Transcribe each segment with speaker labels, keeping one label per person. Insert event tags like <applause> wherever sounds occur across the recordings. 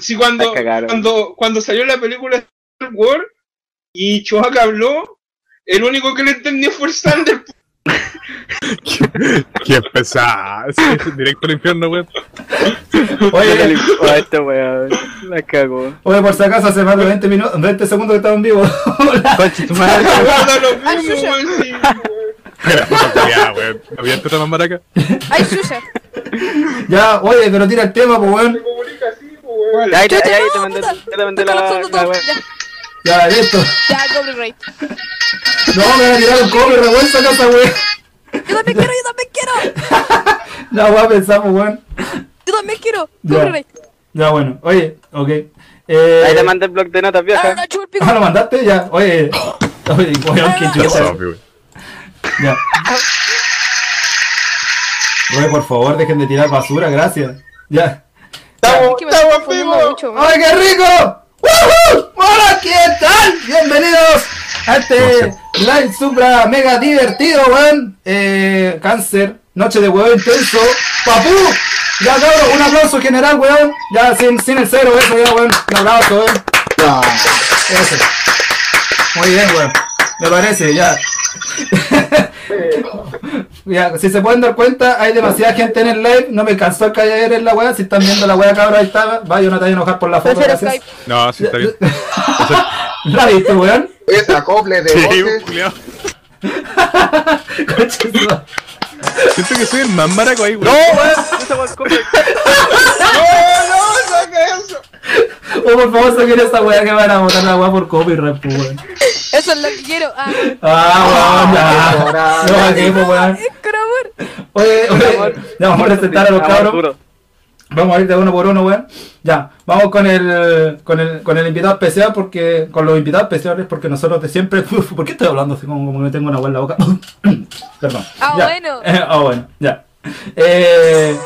Speaker 1: si cuando, cuando, cuando salió la película Star Wars y Chewbacca habló, el único que le entendió fue Sander.
Speaker 2: Qué pesado. Sí, directo al infierno, weón.
Speaker 3: <laughs> Oye, este weón. La cagó.
Speaker 4: Oye, por si acaso, hace más de 20, minutos, 20 segundos que estaba en vivo.
Speaker 3: <laughs> Conche tu madre.
Speaker 1: Guarda lo mismo, weón, sí, weón.
Speaker 2: Ya, weón. ¿Había entrado más maraca?
Speaker 5: Ay, Xuxa.
Speaker 4: <laughs> ya, oye, pero tira el tema, pues
Speaker 1: Se
Speaker 4: weón.
Speaker 1: comunica así, po, weón.
Speaker 3: Ya, ahí te,
Speaker 5: Chucha,
Speaker 3: ahí
Speaker 5: no,
Speaker 3: te mandé,
Speaker 5: puta.
Speaker 3: ya te mandé
Speaker 5: Está
Speaker 3: la,
Speaker 5: colapsando
Speaker 3: la
Speaker 5: todo.
Speaker 3: weá.
Speaker 4: Ya, listo.
Speaker 5: Ya, ya, copyright.
Speaker 4: No, me van a tirar un cobre revuelto acá esa weón. <laughs>
Speaker 5: Yo también quiero, yo también quiero.
Speaker 4: La voy a pensar, pues weón.
Speaker 5: Yo también quiero.
Speaker 4: Ya.
Speaker 5: Copyright.
Speaker 4: Ya, bueno. Oye, ok. Eh,
Speaker 3: Ahí te mandé el blog de notas
Speaker 5: Ah,
Speaker 3: vieja.
Speaker 5: no, chupa el pico.
Speaker 4: Ah, lo mandaste ya. Oye, oye, weón, qué
Speaker 2: Qué
Speaker 4: chucha.
Speaker 2: zombie, weón.
Speaker 4: Ya. Oye, por favor, dejen de tirar basura, gracias. Ya.
Speaker 1: Estamos,
Speaker 5: Que me
Speaker 1: estamos
Speaker 5: estoy
Speaker 1: en
Speaker 5: confundiendo
Speaker 1: vivo.
Speaker 5: mucho, weón.
Speaker 4: ¡Ay, qué rico! ¡Woohoo! ¡Hola, qué tal? Bienvenidos a este live supra mega divertido, weón. Eh, cáncer, noche de huevo intenso. ¡Papú! Ya, cabrón, un aplauso general, weón. Ya, sin, sin el cero, eso, ya, weón. Un aplauso, weón. Ya, Eso. Muy bien, weón. Me parece, ya. <laughs> Ya, si se pueden dar cuenta, hay demasiada gente en el live. No me cansó el caer en la wea. Si están viendo la wea, cabrón, ahí está. Vaya, no te vayas a enojar por la foto.
Speaker 5: Prefiero
Speaker 4: gracias.
Speaker 5: Skype.
Speaker 2: No, sí, está bien.
Speaker 4: <laughs> ¿La viste, weón?
Speaker 6: Ese acople de
Speaker 2: Sí,
Speaker 6: voces.
Speaker 2: culiao.
Speaker 4: Coche, su madre.
Speaker 2: Siento que soy el más maraco ahí,
Speaker 3: No,
Speaker 2: weón.
Speaker 3: weón. <laughs> Esa weá es copyright.
Speaker 1: No, no, saca eso.
Speaker 4: oh, por favor, saquen esa weá que van a botar la weá por copyright, pues, weón.
Speaker 5: Eso es lo que quiero. Ah,
Speaker 4: Ah, weón, ya.
Speaker 6: Ahora,
Speaker 4: No, aquí, pues, weón.
Speaker 5: es con amor.
Speaker 4: <laughs> Oye, oye, ya vamos a presentar a los
Speaker 3: Amor
Speaker 4: cabros.
Speaker 3: puro.
Speaker 4: Vamos a ir de uno por uno, weón. Ya, vamos con el, con el, con el invitado especial, porque, con los invitados especiales, porque nosotros de siempre. <laughs> Uf, ¿Por qué estoy hablando así como, como que tengo una hueá en la boca? <coughs> Perdón.
Speaker 5: Ah,
Speaker 4: Ya.
Speaker 5: bueno.
Speaker 4: <laughs> ah, bueno, ya. Eh.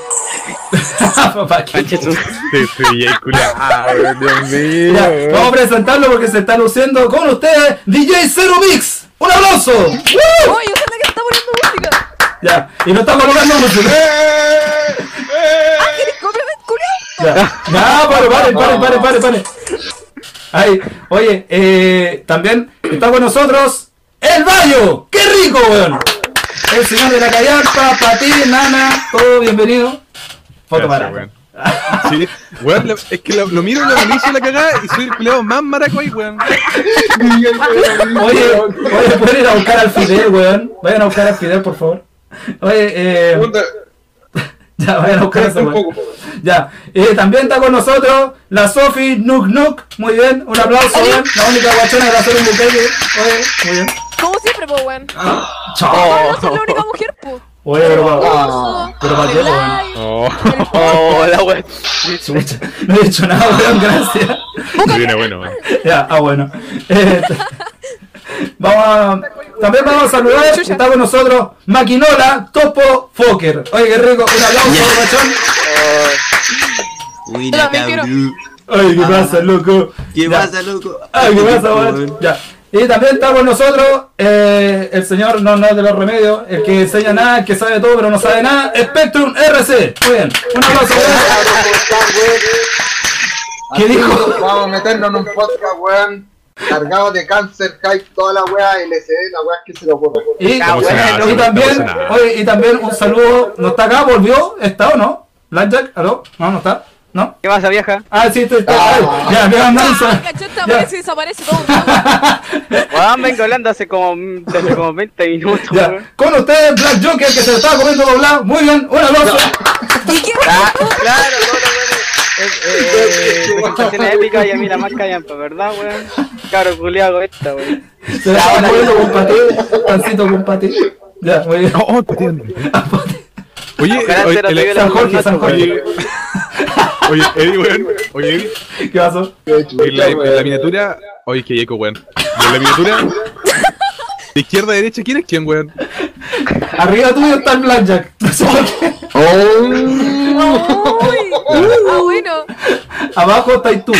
Speaker 4: <laughs> Papá, qué-
Speaker 3: Conche tu-
Speaker 2: Sí, sí, DJ culiao. Ah, weón, Dios mío.
Speaker 4: Ya,
Speaker 2: weón.
Speaker 4: vamos a presentarlo porque se está luciendo con ustedes, DJ Zero Mix. ¡Un aplauso! ¡Woo!
Speaker 5: Oye, ojalá que está poniendo música.
Speaker 4: Ya, y no estamos colocando música.
Speaker 1: Eh, eh.
Speaker 5: ¿Quieres copyright, culiao?
Speaker 4: Ya, <laughs> ya, pare, pare, pare, pare, pare, pare. Ahí, oye, eh, también está con nosotros El Bayo. ¡Qué rico, weón! El señor de la callampa, Pati, Nana, todo bienvenido. Foto
Speaker 2: Gracias,
Speaker 4: para.
Speaker 2: weón. Sí, weón, la- es que lo, lo miro, lo anuncio la cagada y soy el culiao más maraco ahí, weón.
Speaker 4: Oye, oye, pueden ir a buscar al Fidel, weón. Vayan a buscar al Fidel, por favor. Oye, eh.
Speaker 1: Puta,
Speaker 4: <laughs> Ya, vayan a buscar esa
Speaker 1: un
Speaker 4: weón.
Speaker 1: poco, po.
Speaker 4: Ya, eh, también está con nosotros la Sofi Nuk Nuk. Muy bien, un aplauso, weón. La única guachona de hacer un buqueque. Oye, muy bien.
Speaker 5: Como siempre, po, weón.
Speaker 4: Ah, Chao.
Speaker 5: No soy la única mujer, po.
Speaker 4: Oye, pero pa-
Speaker 6: Ah,
Speaker 4: pero pa' qué, weón.
Speaker 5: Ay,
Speaker 2: Oh,
Speaker 3: Oh, la weá.
Speaker 4: Chucha, No he dicho nada, weón, gracias.
Speaker 2: viene bueno, weón.
Speaker 4: Ya, ah, bueno. Eh, t- vamos a. También vamos a saludar. Está con nosotros Maquinola Topo Fokker. Oye, qué rico. Un aplauso, guachón.
Speaker 7: Uy,
Speaker 5: Yo también quiero.
Speaker 7: cabrón.
Speaker 4: Ay, qué pasa, loco.
Speaker 7: Ah. ¿Qué
Speaker 4: Ya.
Speaker 7: pasa, loco?
Speaker 4: Ay, ¿qué pasa,
Speaker 7: weón?
Speaker 4: weón? Ya. Y también está con nosotros eh, el señor no, no es de los remedios, el que enseña nada, el que sabe todo pero no sabe nada, Spectrum RC. Muy bien, un aplauso, weón.
Speaker 6: Vamos a cortar, weón.
Speaker 4: ¿Qué
Speaker 6: Así
Speaker 4: dijo?
Speaker 6: que Vamos a meternos en un podcast, weón. Cargado de cáncer, hype, toda la weá, LCD, la weá que se lo ocurre.
Speaker 4: Y,
Speaker 3: Ah,
Speaker 4: y
Speaker 3: bueno,
Speaker 2: no, no pasa
Speaker 4: también,
Speaker 2: nada.
Speaker 4: oye, y también un saludo, ¿no está acá? ¿Volvió? ¿Está o no? ¿Blackjack? ¿Aló? No, no está. ¿No?
Speaker 3: ¿Qué pasa, vieja?
Speaker 4: Ah, sí, está. está.
Speaker 6: Ah.
Speaker 4: Ya, me van
Speaker 5: Ay, cachota, aparece y desaparece todo.
Speaker 3: Weón, vengo hablando hace como, desde como 20 minutos,
Speaker 4: <laughs> Ya.
Speaker 3: weón.
Speaker 4: Con ustedes, Black Joker, que se lo estaba comiendo doblado. Muy bien, un aplauso.
Speaker 5: ¿Y qué?
Speaker 3: Ah, claro, no, no, weón. Es, eh,
Speaker 4: <laughs>
Speaker 3: presentaciones épicas y a mí la más callampa, ¿verdad, weón? Claro, culiado esta, weón.
Speaker 4: Se la estaba comiendo con paté, pancito con paté. Ya, muy bien.
Speaker 2: Oh, oh, pateando. Oye,
Speaker 3: Ojalá
Speaker 2: oye,
Speaker 3: se la
Speaker 2: el-
Speaker 3: pegue la
Speaker 4: San Jorge,
Speaker 3: mamá,
Speaker 4: San Jorge.
Speaker 2: Oye, oye, Eddie, weón. Oye, Eddie,
Speaker 4: ¿Qué pasó?
Speaker 2: en la, en la miniatura. Oye, que eco, weón. Y en la miniatura. De izquierda a derecha, ¿quién es quién, weón?
Speaker 4: Arriba tuyo está el Blackjack. <laughs>
Speaker 2: Oh.
Speaker 3: <laughs>
Speaker 5: Uy. Ah, bueno.
Speaker 4: Abajo estáis tú.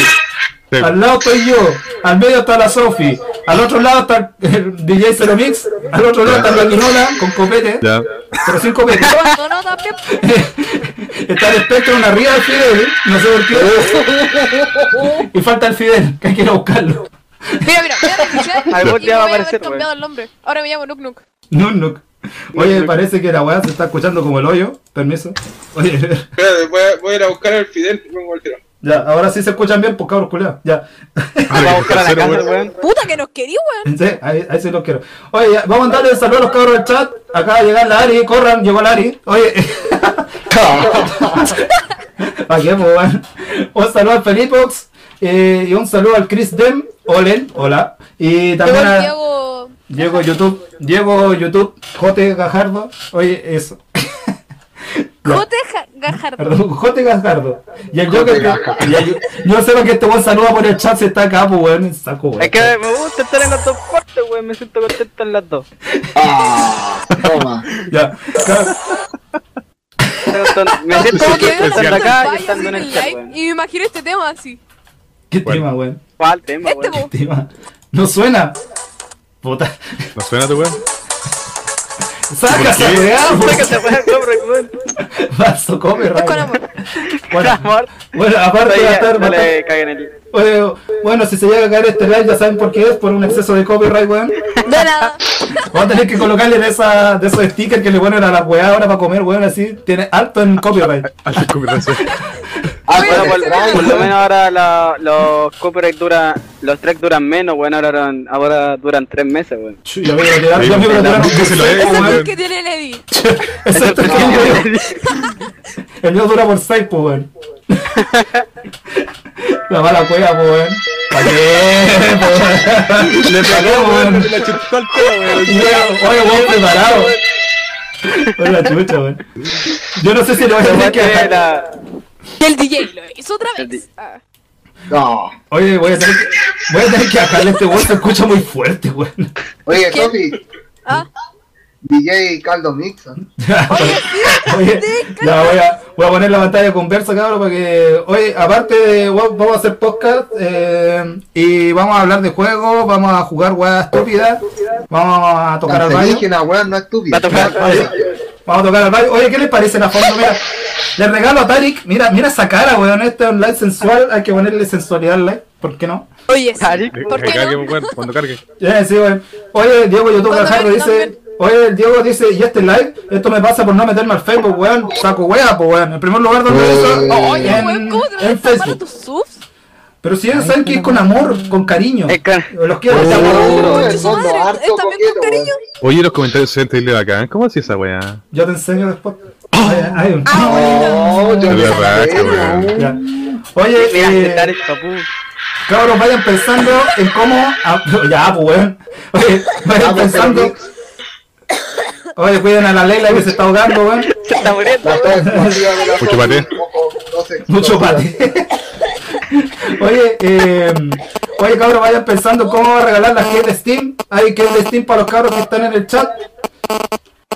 Speaker 4: Al lado estoy yo. Al medio está la Sofi. Al otro lado está el DJ Zero Mix. Al otro lado está la Quinola con copete.
Speaker 2: Ya.
Speaker 4: Pero sin copete.
Speaker 5: Cuando no también.
Speaker 4: está el espectro en arriba del Fidel. No sé por qué. Y falta el Fidel, que hay que ir a buscarlo.
Speaker 5: Mira, mira, voy a revisar y
Speaker 3: Algún día va a
Speaker 5: voy a
Speaker 3: aparecer,
Speaker 5: haber cambiado el nombre. Ahora me llamo Nuk Nuk.
Speaker 4: Nuk, nuk. Oye, parece que la weá se está escuchando como el hoyo. Permiso. Oye, <laughs>
Speaker 1: Espérate, voy a, voy a ir a buscar al Fidel. y vengo al tiro.
Speaker 4: ya, ahora sí se escuchan bien, pues cabros culiados. Ya.
Speaker 3: Vamos a buscar a la casa, weón.
Speaker 5: Puta que nos querí,
Speaker 4: <laughs>
Speaker 5: weón.
Speaker 4: Sí, ahí, ahí sí los quiero. Oye, ya, vamos a darle saludo a los cabros del chat. Acaba de llegar la Ari, corran, llegó la Ari. Oye. ¿Para qué, pues, weón? Un saludo al Felipox. eh, y un saludo al Chris Dem. Olen, hola. Y
Speaker 5: Llegó
Speaker 4: también
Speaker 5: el
Speaker 4: a
Speaker 5: Diego.
Speaker 4: Diego YouTube. Diego YouTube, Jote Gajardo. Oye, eso.
Speaker 5: Jote Ja- Gajardo.
Speaker 4: Perdón, <laughs> Jote Gajardo. Y el
Speaker 6: Jote
Speaker 4: Joker.
Speaker 6: Gajardo.
Speaker 4: y el- Yo sé lo que este buen saluda por el chat si está acá, pues, weón. Saco, weón.
Speaker 3: Es que me gusta estar en las dos partes, weón. Me siento contento en las dos.
Speaker 6: Ah, toma.
Speaker 4: Ya.
Speaker 3: Me siento
Speaker 5: Como
Speaker 3: contento
Speaker 5: que veo la
Speaker 3: estando
Speaker 5: pantalla
Speaker 3: acá y
Speaker 5: así
Speaker 3: estando en
Speaker 5: del
Speaker 3: el chat,
Speaker 5: live
Speaker 3: weón.
Speaker 5: y me imagino este tema así.
Speaker 4: ¿Qué
Speaker 2: Bueno.
Speaker 4: tema, weón?
Speaker 3: ¿Cuál tema,
Speaker 5: Este,
Speaker 3: weón?
Speaker 5: po.
Speaker 4: Tema. No suena. Puta.
Speaker 2: ¿No suena tu <laughs> weón?
Speaker 4: Saca esa
Speaker 2: qué?
Speaker 3: <laughs>
Speaker 4: weá,
Speaker 3: Sácate, weón, cobra, weón.
Speaker 4: po. Vaso, come,
Speaker 5: Es con
Speaker 4: rabia.
Speaker 5: amor.
Speaker 3: <laughs>
Speaker 4: Bueno,
Speaker 3: Amor.
Speaker 4: bueno, aparte
Speaker 3: Oye,
Speaker 4: va a estar. va
Speaker 3: No
Speaker 4: a
Speaker 3: le
Speaker 4: estar-
Speaker 3: caguen el.
Speaker 4: Oye, Bueno, si se llega a caer este live, ya saben por qué es, por un exceso de copyright, weón.
Speaker 5: De nada.
Speaker 4: Vamos a tener que colocarle de, esa, de esos stickers que le ponen a la weá ahora para comer, weón, así. Tiene alto en copyright.
Speaker 2: Al descubrirse.
Speaker 6: Ah,
Speaker 5: Oye,
Speaker 6: pero
Speaker 5: pero
Speaker 6: por
Speaker 5: se
Speaker 6: drive,
Speaker 5: ve
Speaker 3: Por lo
Speaker 6: weón.
Speaker 3: menos ahora la- los copyright duran. Los tracks duran menos, weón. Ahora, duran- ahora duran tres meses, weón.
Speaker 4: Chu, Ya me voy a quedar, ya me voy a quedar.
Speaker 2: Sí, se lo ve,
Speaker 5: Esa
Speaker 2: weón.
Speaker 5: luz que tiene el Eddie.
Speaker 4: Ese es
Speaker 3: <laughs>
Speaker 4: el pequeño. El mío dura por 6, pues, <laughs> weón. La mala cueva, pues, weón. ¿Para qué, po, weón? Le pegó, po, weón.
Speaker 2: La chutó al codo, weón.
Speaker 4: Y yo, Oye, weón, preparado. Por la chucha, weón. Yo no sé si lo voy a tener que
Speaker 3: Aparte,
Speaker 4: dejar.
Speaker 3: la-
Speaker 5: Y el DJ lo hizo otra
Speaker 3: El
Speaker 5: vez.
Speaker 3: di-
Speaker 5: Ah.
Speaker 6: No.
Speaker 4: Oye, voy a tener que. Voy a tener que bajarle este weón, se escucha muy fuerte, weón. <laughs>
Speaker 6: Oye,
Speaker 5: ¿Qué?
Speaker 6: Sofi,
Speaker 5: Ah.
Speaker 6: DJ Caldo Mixon.
Speaker 5: Oye, sí.
Speaker 4: Oye,
Speaker 5: sí,
Speaker 4: ya voy a, voy a poner la pantalla de conversa, cabrón, para que. Oye, aparte de. wa- Vamos a hacer podcast eh, y vamos a hablar de juegos, vamos a jugar weas estúpidas, vamos a tocar al baño.
Speaker 6: Cancerígena, weón, no
Speaker 3: Va
Speaker 6: estúpido.
Speaker 3: a tocar-
Speaker 4: Oye, <laughs> vamos a tocar al baño. Oye, ¿qué les parece la fondo? Mira, le regalo a Tarik, mira, mira esa cara, weón, este online sensual, hay que ponerle sensualidad al live, ¿por qué no?
Speaker 5: Oye, sí.
Speaker 3: Ari,
Speaker 5: ¿Por
Speaker 2: Que
Speaker 5: qué
Speaker 2: cargue,
Speaker 5: no?
Speaker 2: weón, cuando cargue.
Speaker 4: Ya, sí, weón. Oye, Diego YouTube
Speaker 5: Cuando
Speaker 4: Gajardo
Speaker 5: ven,
Speaker 4: dice. Oye, el Diego dice, y este live, esto me pasa por no meterme al Facebook, weón. Saco wea, pues weón. En primer lugar, donde
Speaker 6: Eh,
Speaker 4: eso.
Speaker 5: Oh, Oye,
Speaker 4: en,
Speaker 5: weón, ¿cómo te vas a
Speaker 4: en
Speaker 5: tapar a tus
Speaker 4: Facebook.
Speaker 5: subs?
Speaker 4: Pero si ellos saben que es con amor, con cariño. eh,
Speaker 3: Es con-
Speaker 4: Los quiero.
Speaker 6: Oh.
Speaker 4: mucho.
Speaker 5: Conche su
Speaker 6: fondo,
Speaker 5: madre,
Speaker 6: harto
Speaker 5: ¿es también
Speaker 6: coqueto,
Speaker 5: con cariño?
Speaker 2: Oye, los comentarios se ven acá. ¿Cómo hacía esa weá?
Speaker 4: Yo te enseño después. Ay, ay, un-
Speaker 5: Ah, bueno.
Speaker 6: No, yo
Speaker 2: Es
Speaker 6: no
Speaker 2: verdad,
Speaker 6: sabía,
Speaker 2: weón.
Speaker 6: weón.
Speaker 4: Ya. Oye,
Speaker 3: Mira,
Speaker 4: eh,
Speaker 3: este Tarik, papu.
Speaker 4: Cabros, vayan pensando en cómo. ah, <laughs> ya, pues, weón. Oye, vayan
Speaker 6: Ah, pues,
Speaker 4: pensando.
Speaker 6: pero-
Speaker 4: Oye, cuiden a la Leila que se está ahogando, weón.
Speaker 3: Se está muriendo.
Speaker 6: La tos, mordida de la
Speaker 2: Mucho
Speaker 6: tos,
Speaker 2: paté.
Speaker 6: un poco, no sé,
Speaker 4: Mucho
Speaker 6: explosiva.
Speaker 4: pate. <laughs> oye, eh, oye, cabros, vayan pensando cómo va a regalar la kit de Steam. Hay kit de Steam para los cabros que están en el chat.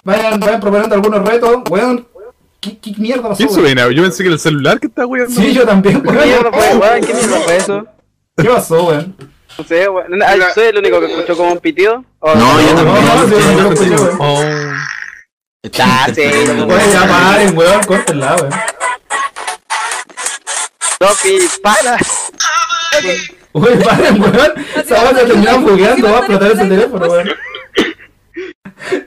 Speaker 4: Vayan, vayan proponiendo algunos retos, weón. ¿Qué, qué mierda pasó?
Speaker 2: ¿Quién se
Speaker 4: weón?
Speaker 2: veía? Yo pensé que era el celular que está weón.
Speaker 4: Sí, yo también,
Speaker 3: ¿Qué mierda
Speaker 4: weón.
Speaker 3: fue, weón? ¿Qué mierda fue eso?
Speaker 4: ¿Qué pasó, weón?
Speaker 3: No sé, weón. Ah,
Speaker 1: La-
Speaker 3: ¿Soy el único que escuchó como un pitido? ¿O
Speaker 7: No, yo
Speaker 4: No,
Speaker 7: también.
Speaker 4: no, sí, yo lo escuché, weón.
Speaker 2: Oh.
Speaker 7: Está,
Speaker 3: Sí, no,
Speaker 4: Oye, ya paren, weón, córtenla, weón.
Speaker 3: Sofi, para.
Speaker 4: Uy, paren, weón. Esa
Speaker 5: Así
Speaker 4: banda
Speaker 5: que-
Speaker 4: terminó bugueando, va a
Speaker 5: así que
Speaker 4: explotar ese
Speaker 5: mandaré
Speaker 4: teléfono, weón.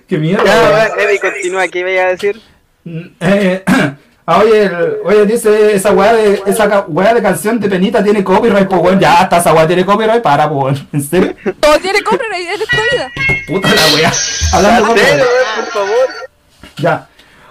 Speaker 4: Qué
Speaker 3: Ya,
Speaker 4: mierda,
Speaker 3: weón. Eddie, continúa. ¿Qué iba a decir?
Speaker 4: weón. Eh, <clears throat> ah, oye, el- oye, dice esa weá de, esa ca- weá de canción de penita tiene copyright, pues weón. Ya, hasta esa weá tiene copyright, para, pues weón. <laughs> En serio,
Speaker 5: Todo tiene compra en esta vida.
Speaker 4: puta la weá. Hablando de
Speaker 3: Cero,
Speaker 4: copyright.
Speaker 3: weón, por favor.
Speaker 4: Ya.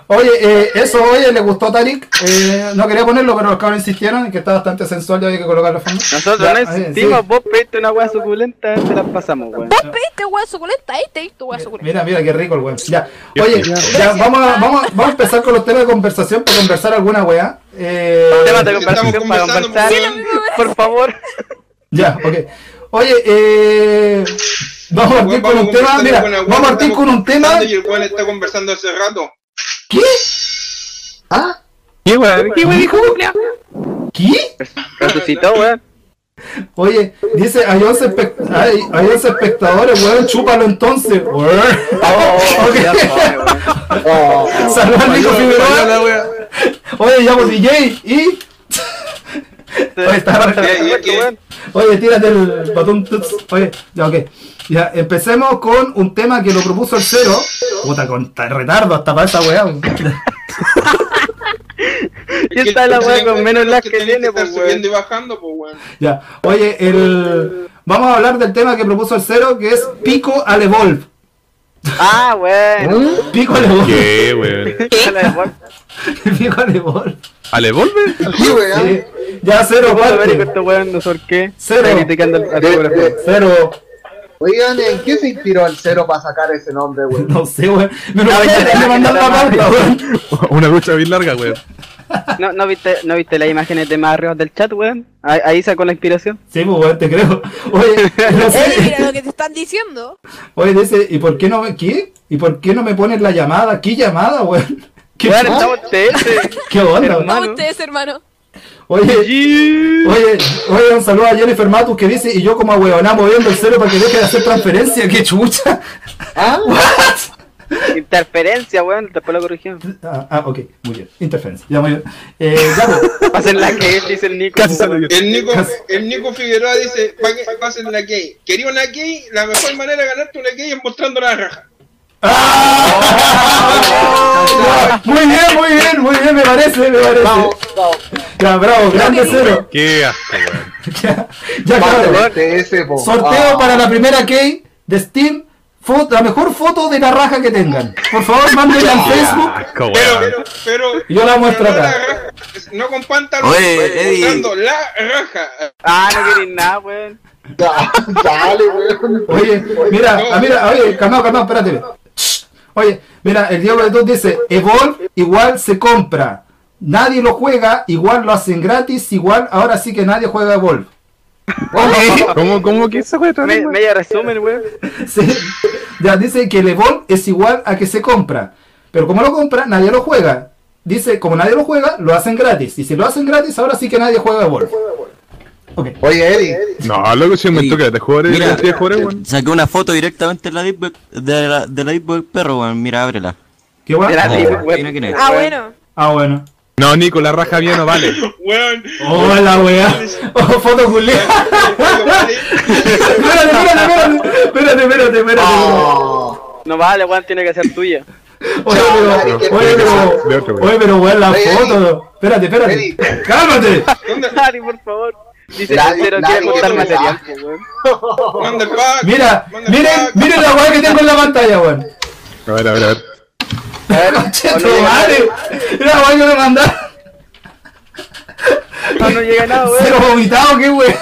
Speaker 4: Oye, eh, eso, oye, le gustó Tarik. Eh, no quería ponerlo, pero los cabros insistieron en que está bastante sensual y había que colocarlo al fondo.
Speaker 3: Nosotros
Speaker 4: Ya,
Speaker 3: no
Speaker 4: oye, sí.
Speaker 3: existimos. Vos pediste una weá suculenta, te la pasamos, weón.
Speaker 5: Vos pediste weón suculenta, ahí te diste weón suculenta.
Speaker 4: Mira, mira, qué rico el weón. Ya. Oye, ya, vamos, a, vamos, a- vamos a empezar con los temas de conversación por conversar alguna weá. Eh,
Speaker 3: Temas de
Speaker 1: Estamos
Speaker 3: conversación para
Speaker 1: conversando,
Speaker 3: conversar.
Speaker 1: weón. Sí,
Speaker 3: Por favor.
Speaker 4: ya, ok. Oye, eh, vamos a partir
Speaker 1: Weón,
Speaker 4: con un tema.
Speaker 1: conversando
Speaker 4: Mira,
Speaker 1: con el weón,
Speaker 4: vamos a partir
Speaker 1: estamos
Speaker 4: con un tema.
Speaker 1: conversando Y el weón está conversando hace rato.
Speaker 4: ¿Qué?
Speaker 6: ¿Ah?
Speaker 2: ¿Qué weón? ¿Qué weón dijo?
Speaker 4: ¿Qué?
Speaker 3: Resucitó, weón.
Speaker 4: Oye, dice, hay 11, espe- hay, hay 11 espectadores, weón, chúpalo entonces. Weón.
Speaker 3: Oh,
Speaker 4: <laughs>
Speaker 3: <laughs>
Speaker 4: Ok.
Speaker 3: ya fue, weón.
Speaker 6: Oh,
Speaker 4: Saludos al Nico
Speaker 2: la
Speaker 4: Figueroa.
Speaker 2: weá.
Speaker 4: Oye, llamo DJ y. Oye, está-
Speaker 1: Ya, ya,
Speaker 3: Weón,
Speaker 1: que-
Speaker 3: weón.
Speaker 4: Oye, tírate el botón. tuts. Oye, ya, ok. Ya, empecemos con un tema que lo propuso el cero. Puta, con ta- retardo hasta para esa weá.
Speaker 3: Y está la weá con menos lag que tiene,
Speaker 1: estar
Speaker 3: pues
Speaker 1: subiendo y
Speaker 3: weón.
Speaker 1: bajando, pues weón.
Speaker 4: Ya, oye, el. Vamos a hablar del tema que propuso el cero, que es Pico al Evolve.
Speaker 3: Ah, weón.
Speaker 4: Pico al Evolve.
Speaker 2: ¿Qué, weón?
Speaker 4: <laughs> Pico al Evolve.
Speaker 2: ¿Ale Volve?
Speaker 6: Sí, weón.
Speaker 4: Sí. Ya, cero,
Speaker 3: ver
Speaker 4: parte.
Speaker 3: este weón no sé por qué.
Speaker 4: Cero.
Speaker 3: Está criticando al- al pobre
Speaker 6: Eh,
Speaker 3: weón.
Speaker 6: eh,
Speaker 4: Cero. <laughs>
Speaker 6: Oigan, ¿en qué se inspiró el cero para sacar ese nombre, weón?
Speaker 4: No sé, weón. Me lo
Speaker 3: No,
Speaker 4: voy
Speaker 3: ya, ya,
Speaker 4: a
Speaker 3: ya,
Speaker 4: mandar
Speaker 3: ya,
Speaker 4: la
Speaker 3: ya,
Speaker 4: pauta,
Speaker 3: ya.
Speaker 4: weón.
Speaker 2: <laughs> Una lucha bien larga, weón.
Speaker 3: ¿No, no, viste, ¿No viste las imágenes de más arriba del chat, weón? Ahí, ahí sacó la inspiración.
Speaker 4: Sí, pues, weón, te creo. Oye, <laughs> no sé.
Speaker 5: Oye, mira lo que te están diciendo.
Speaker 4: <laughs> Oye, dice, ¿y por qué no me qué? ¿Y por qué no me pones la llamada? ¿Qué llamada, weón? <laughs> ¿Qué,
Speaker 3: Weón, estamos
Speaker 4: <laughs>
Speaker 3: TS.
Speaker 4: ¿Qué onda?
Speaker 3: Hermano.
Speaker 4: weón?
Speaker 3: Mano.
Speaker 5: ¿Cómo ustedes, hermano?
Speaker 4: Oye, oye, oye, un saludo a Jennifer Matus que dice, y yo como a moviendo el cero para que deje de hacer transferencia, qué chucha.
Speaker 6: ¿Ah?
Speaker 3: Interferencia, weón. Después lo corrigieron.
Speaker 4: Ah, ah, ok, muy bien. Interferencia. Ya muy bien. Eh, ya, pues.
Speaker 3: Pasen la que es, dice el Nico.
Speaker 2: Casi sale bien.
Speaker 1: El Nico, el Nico Figueroa dice, "Pa' que pasen la gay. Quería una gay, la mejor manera de ganarte una gay es mostrando la raja.
Speaker 4: ¡Ah! Ya, Muy bien, muy bien, muy bien, me parece, me parece.
Speaker 6: Vamos, vamos.
Speaker 4: Ya, bravo, grande cero.
Speaker 2: Qué asco, weón.
Speaker 4: Ya, ya
Speaker 6: Vamos,
Speaker 4: <laughs> claro.
Speaker 6: TS, po.
Speaker 4: Sorteo
Speaker 6: Ah.
Speaker 4: para la primera key de Steam. Fo- la mejor foto de la raja que tengan. Por favor, mándenla al Facebook.
Speaker 2: Asco,
Speaker 1: Pero,
Speaker 2: weón.
Speaker 1: pero, pero
Speaker 4: Yo la muestro
Speaker 1: pero no
Speaker 4: acá.
Speaker 1: la raja, No con pantalones,
Speaker 7: Oye, Eddie.
Speaker 1: mostrando la raja.
Speaker 3: Ah, no queréis nada,
Speaker 2: <laughs>
Speaker 3: weón.
Speaker 6: Ya, <laughs> Dale, weón.
Speaker 4: Oye, mira, ah, mira, oye, calmado, calmado, espérate. Shh. Oye, mira, el Diablo 2 dice, Evolve igual se compra. Nadie lo juega, igual lo hacen gratis, igual ahora sí que nadie juega <laughs> Evolve.
Speaker 2: ¿Cómo, cómo que esa weón?
Speaker 3: Me- media resumen, weón.
Speaker 4: <laughs> Sí. Ya dice que el Evolve es igual a que se compra. Pero como lo compra, nadie lo juega. Dice, como nadie lo juega, lo hacen gratis. Y si lo hacen gratis, ahora sí que nadie juega Evolve. Ok.
Speaker 6: Oye, Eddie.
Speaker 2: No, loco, si me toca, eh, te jugaré,
Speaker 7: Mira.
Speaker 2: te jugaré, weón.
Speaker 7: Saqué una foto directamente de la Deep Web- de la, de la Deep Web perro, weón. Mira, ábrela.
Speaker 4: Qué guay.
Speaker 3: Era así,
Speaker 7: Oh,
Speaker 3: weón.
Speaker 7: mira quién es.
Speaker 5: Ah, bueno.
Speaker 4: Ah, bueno.
Speaker 2: No, Nico, la raja mía no vale.
Speaker 1: Weón.
Speaker 4: Hola, weá. <laughs> Oh, foto culia. espérate, espérate, espérate. Espérate, espérate, espérate.
Speaker 6: Oh.
Speaker 3: No vale, weón, tiene que ser tuya.
Speaker 4: Oye, pero,
Speaker 6: Chao,
Speaker 4: oye,
Speaker 2: de
Speaker 4: pero,
Speaker 2: otro, weá.
Speaker 4: oye, pero, weón, la
Speaker 6: Oye,
Speaker 4: foto. Espérate,
Speaker 6: Eddie.
Speaker 4: espérate. Cálmate.
Speaker 1: ¿Dónde,
Speaker 3: Ari, por favor. Dice que
Speaker 6: Nadie-
Speaker 3: cero
Speaker 6: nadie
Speaker 3: quiere contar
Speaker 6: quiere
Speaker 3: material,
Speaker 6: nada.
Speaker 3: weón.
Speaker 1: dónde va?
Speaker 4: Mira,
Speaker 1: ¿Dónde
Speaker 4: miren,
Speaker 1: va?
Speaker 4: miren la weá que tengo en la pantalla, weón.
Speaker 2: A ver, a ver, a ver.
Speaker 3: A ver,
Speaker 4: Concha
Speaker 3: o
Speaker 4: tu
Speaker 3: no llega
Speaker 4: madre. Mira, weón, que me mandaron.
Speaker 3: nada, o no llega nada,
Speaker 4: Cero <laughs>
Speaker 3: weón.
Speaker 4: vomitado, qué weón.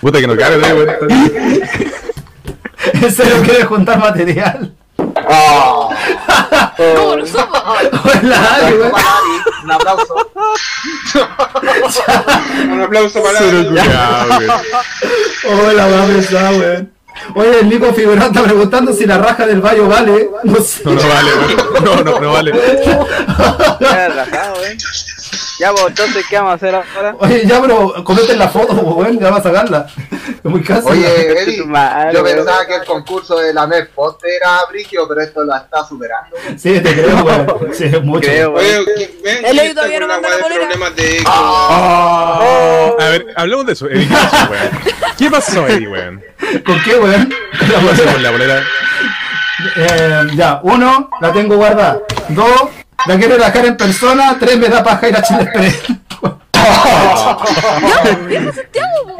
Speaker 2: Puta que no cabe, eh,
Speaker 4: <laughs>
Speaker 2: weón.
Speaker 4: Cero quiere juntar material.
Speaker 6: Oh.
Speaker 5: ¿Cómo
Speaker 4: <laughs>
Speaker 5: lo supo?
Speaker 4: Hola, Ari, weón.
Speaker 6: Un aplauso.
Speaker 1: Un aplauso para
Speaker 2: Cero
Speaker 1: la
Speaker 2: culiao, weón.
Speaker 4: Hola, weón, pesada, weón. Oye, el Nico Figurón está preguntando si la raja del baño vale. No sé.
Speaker 2: No, no vale, weón. No, no, no vale.
Speaker 3: Ya, rajado, weón. Ya, pues, entonces, ¿qué vamos a hacer
Speaker 4: <laughs>
Speaker 3: ahora?
Speaker 4: Oye, ya, pero cometen la foto, weón, ya vas a sacarla. Es muy
Speaker 3: <laughs>
Speaker 4: casi.
Speaker 6: Oye,
Speaker 3: Conche
Speaker 6: Eddie.
Speaker 3: tu madre,
Speaker 6: Yo
Speaker 3: weón.
Speaker 6: pensaba que el concurso de la MEF Post era brigio, pero esto la está superando.
Speaker 4: Sí, te creo,
Speaker 3: <laughs>
Speaker 4: weón. Sí, es mucho.
Speaker 3: Creo, weón.
Speaker 1: Oye, que- ven,
Speaker 5: He leído
Speaker 1: está
Speaker 5: todavía
Speaker 1: con
Speaker 5: no
Speaker 1: la
Speaker 5: manda
Speaker 1: weá
Speaker 5: la
Speaker 1: de
Speaker 5: polera.
Speaker 1: problemas de eco.
Speaker 2: Ah. A ver, hablemos de eso. Eddie, ¿qué pasó, weón? ¿Qué pasó, Eddie, weón?
Speaker 4: ¿Con qué, weón?
Speaker 3: <laughs>
Speaker 4: La
Speaker 2: ¿Qué pasó
Speaker 4: bolera.
Speaker 2: con la bolera?
Speaker 4: Eh, ya, uno, la tengo guardada. Dos, la quiero relajar en persona. Tres, me da paja ir a Chile <laughs> Express.
Speaker 5: Viejo Santiago, po.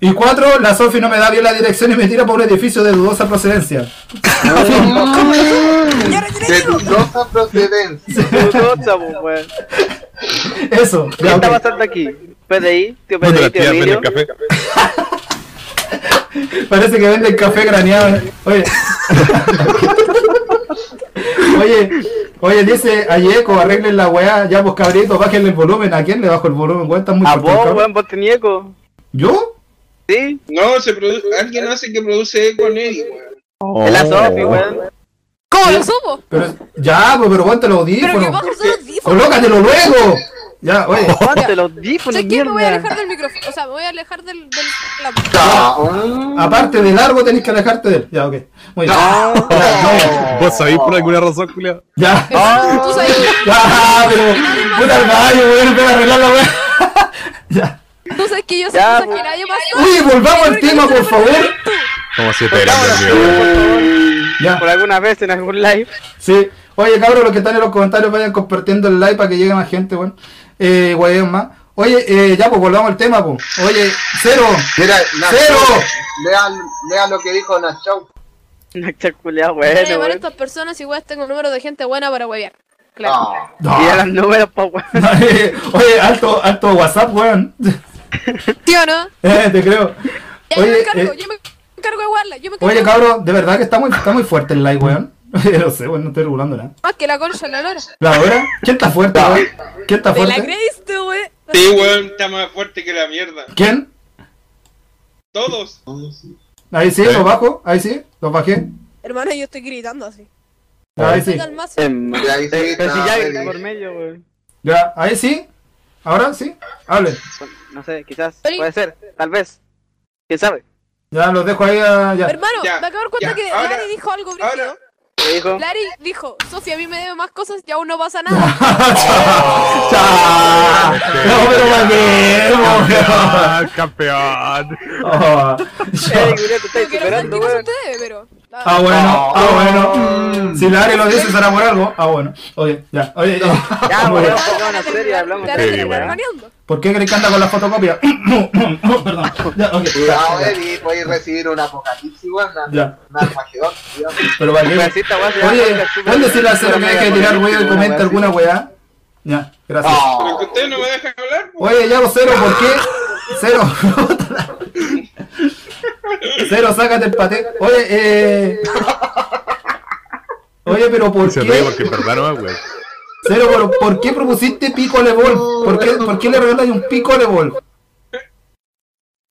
Speaker 4: Y cuatro, la Sofi no me da bien la dirección y me tira por un edificio de dudosa procedencia.
Speaker 5: Y ahora tiene
Speaker 6: De
Speaker 5: hijos.
Speaker 6: dudosa procedencia.
Speaker 3: Dudosa, pues, weón.
Speaker 4: Eso,
Speaker 3: ¿Qué
Speaker 4: ya,
Speaker 3: está
Speaker 4: ok.
Speaker 3: pasando aquí? PDI, tío
Speaker 2: ¿Dónde
Speaker 3: PDI, tío
Speaker 2: las tías venden
Speaker 3: Emilio.
Speaker 2: café?
Speaker 4: Parece que venden café graneado. Oye. oye, oye, dice Ayeco, arreglen la weá, ya pues cabritos, bájenle el volumen. ¿A quién le bajo el volumen? Weón, está muy
Speaker 3: A
Speaker 4: fuerte el
Speaker 3: vos,
Speaker 4: cable.
Speaker 3: weón, vos tenías eco.
Speaker 4: ¿Yo?
Speaker 3: ¿Sí?
Speaker 1: No, se produ- alguien hace que produce eco en Eddie, weón.
Speaker 3: Es la Sofi, weón.
Speaker 5: ¿Cómo lo supo?
Speaker 4: Pero, ya, pues, pero ponte los
Speaker 5: Pero que
Speaker 4: audífonos.
Speaker 5: bajo solo audífonos.
Speaker 4: Colócatelo luego. Ya, oye.
Speaker 3: Ponte los
Speaker 5: O
Speaker 3: audífonos,
Speaker 5: sea, que me voy a alejar
Speaker 3: mierda.
Speaker 5: del micrófono. O sea, me voy a alejar del. del la...
Speaker 4: Aparte de largo tenés que alejarte de él. Ya, ok. Muy bien.
Speaker 2: Oh. ¿Vos sabéis por alguna razón, culiao?
Speaker 4: Ya.
Speaker 5: Hermano, Tú sabes.
Speaker 4: <laughs> Ya, pero. Puta el baño, weón, voy a arreglar la weá. ya.
Speaker 5: Tú sabes que yo sé
Speaker 3: Ya,
Speaker 5: cosas que nadie pasó.
Speaker 4: Uy, volvamos al tema, por favor.
Speaker 2: Como siete eran perdido, weón.
Speaker 4: Ya,
Speaker 3: Por alguna vez en algún live. <laughs>
Speaker 4: sí. Oye, cabros, los que están en los comentarios vayan compartiendo el like para que llegue más gente, weón. Eh, weón, más. Oye, eh, ya, pues volvamos al tema, pues. Oye, cero.
Speaker 6: Mira, Nacho,
Speaker 4: ¡Cero!
Speaker 6: Lea, lea lo que dijo Nacho.
Speaker 3: Nacho culiado,
Speaker 5: Para
Speaker 3: bueno,
Speaker 5: llamar a
Speaker 3: weón.
Speaker 5: estas personas, igual tengo un número de gente buena para huevear. Claro.
Speaker 6: No.
Speaker 4: No. eh,
Speaker 3: Tira
Speaker 4: <laughs>
Speaker 3: los números,
Speaker 1: <laughs>
Speaker 3: pa, weón.
Speaker 4: Oye, alto, alto WhatsApp, weón. <laughs>
Speaker 5: ¿Sí o no?
Speaker 4: Eh, te creo.
Speaker 5: Ya, yo me
Speaker 4: Oye,
Speaker 5: encargo,
Speaker 4: eh,
Speaker 5: yo me encargo de guardarla. Yo me encargo
Speaker 4: oye,
Speaker 5: de
Speaker 4: cabros, de verdad que está muy, está muy fuerte el like, weón. <laughs> no sé, weón, no estoy regulando nada.
Speaker 5: Más que la concha de la lora.
Speaker 4: ¿La hora? ¿Quién está fuerte, weón? ¿Quién está
Speaker 5: ¿Te la
Speaker 4: fuerte?
Speaker 5: creíste, wey?
Speaker 1: Sí, weón, está más fuerte que la mierda.
Speaker 4: ¿Quién?
Speaker 1: Todos.
Speaker 4: Ahí sí, lo bajo, ahí sí, lo bajé.
Speaker 5: Hermana, yo estoy gritando así.
Speaker 4: Ahí sí.
Speaker 5: Estoy al más-
Speaker 1: Em,
Speaker 3: <laughs>
Speaker 6: Y ahí sí
Speaker 3: Eh, Pero si
Speaker 6: está
Speaker 3: ya
Speaker 6: Meli.
Speaker 3: grita por medio, weón.
Speaker 4: Ya, ahí sí. Ahora sí, hable.
Speaker 3: No sé, quizás.
Speaker 5: Pero-
Speaker 3: Puede ser, tal vez. ¿Quién sabe?
Speaker 4: Ya los dejo ahí a, ya.
Speaker 5: Hermano,
Speaker 1: Ya,
Speaker 5: me acabo de dar cuenta
Speaker 1: ya,
Speaker 5: que
Speaker 1: ahora-
Speaker 5: Larry dijo algo
Speaker 1: Ahora,
Speaker 5: brígido.
Speaker 3: ¿Qué dijo? <laughs>
Speaker 5: Larry dijo, Sofía, a mí me debe más cosas y aún no pasa nada.
Speaker 4: Chao.
Speaker 2: Este,
Speaker 4: No, pero para qué,
Speaker 2: <laughs>
Speaker 4: weón.
Speaker 2: Ah, campeón.
Speaker 4: Oh.
Speaker 3: Ey,
Speaker 5: <laughs>
Speaker 3: culiao, te estáis
Speaker 5: Yo quiero saber
Speaker 3: superando,
Speaker 5: qué cosa
Speaker 3: weón.
Speaker 5: ustedes, pero... la-
Speaker 4: <laughs> Ah, bueno, ah, bueno. Mm, Si la Ari lo dice, será por algo. Ah, bueno. Oye, ya, oye. <laughs>
Speaker 3: Ya,
Speaker 4: Oye.
Speaker 3: weón, pongamos una serie y hablamos.
Speaker 5: Te
Speaker 3: de
Speaker 5: van
Speaker 3: eso, weón.
Speaker 2: Sí, bueno.
Speaker 5: a terminar baneando.
Speaker 4: ¿Por qué crees que anda con la fotocopia? <laughs> Perdón. Ya, ok. ya,
Speaker 6: Cuidado,
Speaker 4: ya.
Speaker 6: Eddie, podéis recibir un apocalipsis, weón.
Speaker 4: Ya.
Speaker 6: una- Un armagedón, cuidado.
Speaker 4: Pero para qué.
Speaker 3: Pues, esta weá se llama
Speaker 4: Oye,
Speaker 3: Mega Super-
Speaker 4: ¿dónde se la
Speaker 3: Super
Speaker 4: hace que
Speaker 3: Mega
Speaker 4: deje de tirar
Speaker 3: Polémica,
Speaker 4: weá y
Speaker 3: una weá
Speaker 4: comenta
Speaker 3: así?
Speaker 4: alguna weá? Ya, gracias.
Speaker 1: pero que
Speaker 6: No.
Speaker 1: ustedes no me dejan hablar, po.
Speaker 4: Oye, ya vos, cero, ¿por qué? Cero. cero, sácate el paté. Oye, eh. Oye, pero ¿por
Speaker 2: Se
Speaker 4: qué?
Speaker 2: ríe porque en verdad no weón.
Speaker 4: Cero, pero ¿por qué propusiste pico ball? ¿Por qué, ¿Por qué le regaláis un pico ball?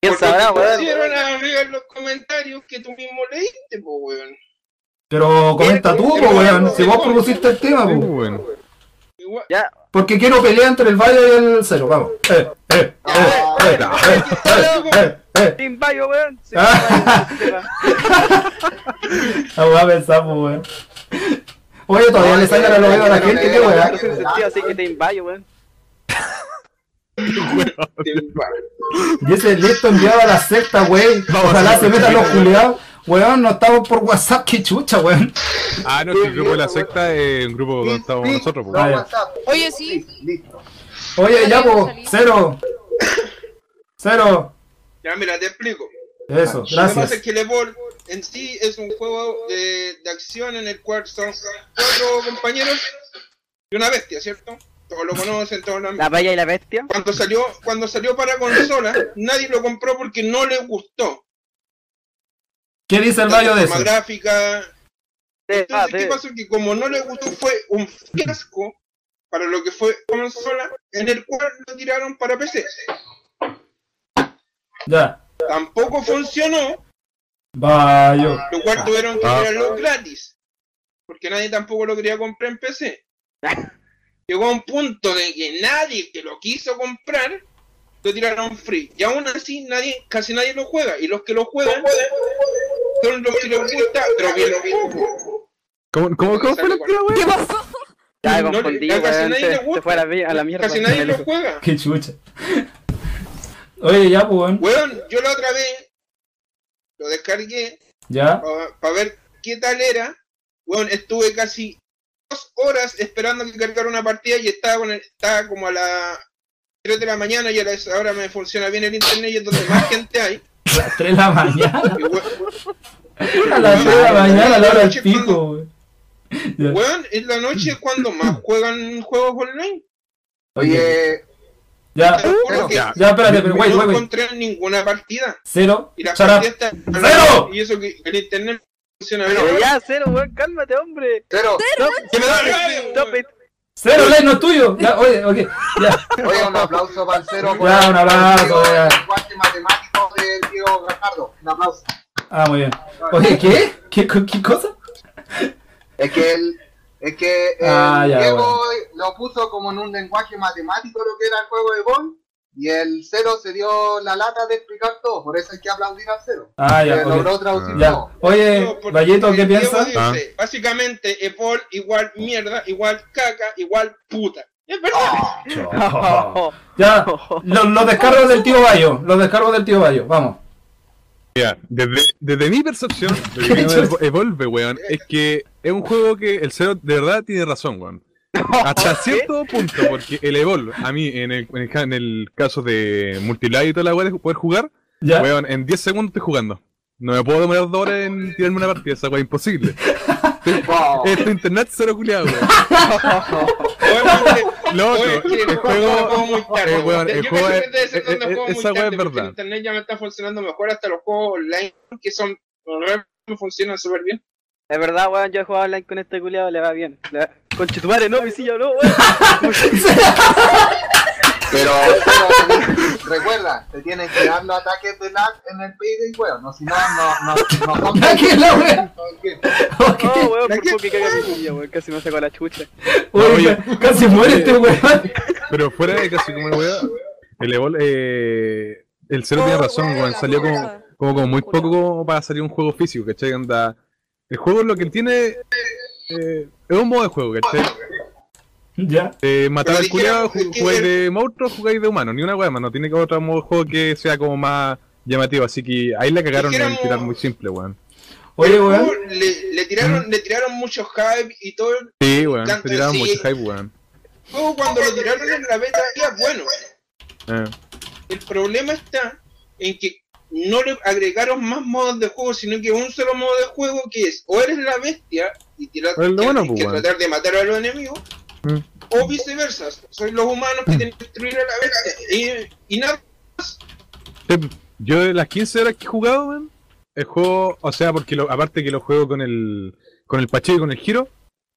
Speaker 3: ¿Quién
Speaker 1: Porque
Speaker 3: sabrá,
Speaker 1: te
Speaker 3: weón?
Speaker 1: pusieron a abrir los comentarios que tú mismo leíste, po, weón.
Speaker 4: Pero comenta tú, po, weón. Si vos propusiste el tema,
Speaker 2: Sí,
Speaker 4: po.
Speaker 2: weón.
Speaker 1: Igual-
Speaker 3: Ya,
Speaker 4: Porque quiero pelear entre el Valle y el Cero, vamos. Eh, eh, eh, eh, eh, eh, eh.
Speaker 3: Team Bayo, weón. Sí,
Speaker 4: Ah.
Speaker 3: weón.
Speaker 4: La weá pensamos, weón. Oye, todavía le sacan el oído a la gente, qué weá.
Speaker 3: No tiene sentido, así que Team Bayo, weón.
Speaker 4: Dice, listo, enviado a la secta,
Speaker 1: <laughs>
Speaker 4: wey. Ojalá se metan los culiados. Weón, no estamos por WhatsApp, qué chucha, weón.
Speaker 2: Ah, no, si el grupo de la secta es un grupo donde estamos
Speaker 6: Sí,
Speaker 2: nosotros,
Speaker 6: no,
Speaker 4: Ah,
Speaker 2: pues.
Speaker 4: ya.
Speaker 6: WhatsApp.
Speaker 5: Oye, sí.
Speaker 6: Listo.
Speaker 4: Oye, ya, po, cero. Cero.
Speaker 1: Ya, mira, te explico.
Speaker 4: Eso,
Speaker 1: Lo que pasa
Speaker 4: gracias.
Speaker 1: es que el Evolve en sí es un juego eh, de, de acción en el cual son cuatro compañeros y una bestia, ¿cierto? Todos lo conocen, todos lo han
Speaker 3: La Bella y la Bestia.
Speaker 1: Cuando salió, cuando salió para consola, nadie lo compró porque no le gustó.
Speaker 4: ¿Qué dice el
Speaker 1: La
Speaker 4: rayo de eso?
Speaker 1: forma gráfica.
Speaker 3: Sí, ah,
Speaker 1: Entonces,
Speaker 3: sí.
Speaker 1: ¿qué pasó? Que como no le gustó, fue un fiasco para lo que fue consola, en el cual lo tiraron para PC.
Speaker 4: Ya.
Speaker 1: Tampoco funcionó,
Speaker 4: Vayo.
Speaker 1: lo cual tuvieron que
Speaker 2: Ah.
Speaker 1: tirarlo gratis. Porque nadie tampoco lo quería comprar en PC. Llegó a un punto de que nadie que lo quiso comprar lo tiraron free. Y aún así, nadie, casi nadie lo juega. Y los que lo juegan son los que les gusta, pero bien poco.
Speaker 2: ¿Cómo, cómo, cómo fue la tira, weón?
Speaker 5: ¿Qué pasó?
Speaker 3: Ya me
Speaker 1: No,
Speaker 3: confundí,
Speaker 1: ya casi
Speaker 3: weón.
Speaker 1: nadie le
Speaker 3: Se
Speaker 1: gusta.
Speaker 3: se fue a la, vi- a la mierda.
Speaker 1: Casi nadie lo juega.
Speaker 4: Qué chucha. <laughs> Oye, ya, po, weón.
Speaker 1: Weón, yo la otra vez lo descargué
Speaker 4: Ya.
Speaker 1: para ver qué tal era. Weón, estuve casi dos horas esperando que cargara una partida y estaba, con el- estaba como a las 3 de la mañana y a las- ahora me funciona bien el internet y es donde más gente hay.
Speaker 4: A las 3 de la
Speaker 1: <laughs>
Speaker 4: mañana.
Speaker 1: Y we-
Speaker 4: A las 3 de la mañana, a la hora del pico, weón. Ya.
Speaker 1: Weón, en la noche es cuando más juegan juegos online. eh,
Speaker 6: Oye,
Speaker 4: Ya.
Speaker 1: Te lo juro que
Speaker 2: Ya.
Speaker 4: Ya, espérate, pero wait,
Speaker 1: no
Speaker 4: wait, wait.
Speaker 1: encontré ninguna partida.
Speaker 4: Cero.
Speaker 1: Y la
Speaker 4: Shut up.
Speaker 1: partida está.
Speaker 4: ¡Cero!
Speaker 1: Y eso que el internet funciona bien.
Speaker 3: Pero ya, cero, weón. Cálmate, hombre.
Speaker 6: cero.
Speaker 1: ¡Que me da rabia,
Speaker 3: Stop
Speaker 1: weón!
Speaker 3: it.
Speaker 4: Cero, ley, no es tuyo. Ya, oye, ok. Ya.
Speaker 6: Oye, un aplauso para el cero.
Speaker 4: Ya, un aplauso, ya.
Speaker 6: El lenguaje matemático de Diego Gajardo. Un aplauso.
Speaker 4: Ah, muy bien. Oye, ¿qué? ¿Qué, co- qué cosa?
Speaker 6: Es que él, es que el
Speaker 4: Ah, ya,
Speaker 6: Diego lo puso como en un lenguaje matemático lo que era el juego de gol y el cero se dio la lata de explicar todo, por eso hay que aplaudir al cero.
Speaker 4: Ah,
Speaker 6: Que
Speaker 4: ya, ok.
Speaker 6: logró traducir
Speaker 4: Ya.
Speaker 6: todo.
Speaker 4: Oye,
Speaker 1: Eh, No, porque
Speaker 4: eh, Vallito, ¿qué
Speaker 1: el Diego
Speaker 4: piensas?
Speaker 1: dice, Básicamente, Epol igual mierda, igual caca, igual puta. Es verdad.
Speaker 4: <laughs> Ya, los, los descargos del tío Bayo, los descargos del tío Bayo, vamos.
Speaker 2: Mira, desde, desde mi percepción, lo
Speaker 4: <laughs>
Speaker 2: que tiene Evo- Evolve, weón, es que es un juego que el cero de verdad tiene razón, weón. Hasta cierto punto, porque el Evolve, a mí, en el, en el, ca- en el caso de multiplayer y toda la weá de poder jugar,
Speaker 4: Ya. <laughs>
Speaker 2: Weón, en 10 segundos estoy jugando. No me puedo demorar dos horas en tirarme una partida, esa weá es imposible. Este internet cero culiado, weón. <laughs> Lo otro, el juego. eh, weón, el juego es- eh, eh, esa weá es
Speaker 1: porque el
Speaker 2: verdad.
Speaker 1: internet ya me está funcionando mejor hasta los juegos online que son normalmente funcionan súper bien.
Speaker 3: Es verdad, weón, yo he jugado online con este culiado, le va bien. Le va... Conchetumare, no, pisillo, no, weón.
Speaker 6: Pero pero, <laughs> recuerda, te tienen que dar los ataques de lag en el payday, weón. No, si no, no,
Speaker 4: <laughs>
Speaker 6: no, no. son-
Speaker 4: Aquí la wea.
Speaker 6: son bien.
Speaker 1: Ah,
Speaker 3: Oh, weón, por poco que caga pisillo, weón. Casi me saco la chucha.
Speaker 4: Oye, casi muere este weón. <laughs>
Speaker 2: Pero fuera de casi como weá, el Evol. Eh, el cero tiene razón, weón. Salió como, como, como muy poco como para salir un juego físico, ¿cachai? Anda. El juego lo que tiene. eh, es un modo de juego, ¿cachai?
Speaker 4: Ya.
Speaker 2: Eh, matar
Speaker 1: Pero
Speaker 2: al culiado,
Speaker 1: dijera-
Speaker 2: ju- jugáis de monstruo, jugáis de humano, ni una wea más, no tiene que haber otro modo de juego que sea como más llamativo, así que ahí la cagaron en
Speaker 1: Dijéramos-
Speaker 2: tirar muy simple, weón.
Speaker 4: Oye,
Speaker 1: Pero
Speaker 4: weón.
Speaker 1: Le, le tiraron, le tiraron mucho hype y todo. El
Speaker 2: Sí, weón, se
Speaker 1: Tanto
Speaker 2: tiraron
Speaker 1: así-
Speaker 2: mucho hype, weón.
Speaker 1: juego cuando lo tiraron en la beta era bueno.
Speaker 2: Eh,
Speaker 1: El problema está en que no le agregaron más modos de juego, sino que un solo modo de juego que es o eres la bestia y tirar,
Speaker 2: Es lo
Speaker 1: que-
Speaker 2: bueno,
Speaker 1: que
Speaker 2: pues, bueno.
Speaker 1: tratar de matar a los enemigos,
Speaker 2: Mm.
Speaker 1: o viceversa, sois los humanos que tienen que destruir a la bestia. Y, y nada,
Speaker 2: sí, Eh, Yo de las 15 horas que he jugado, weón, el juego, o sea, porque lo- aparte que lo juego con el con el Pacheco y con el giro,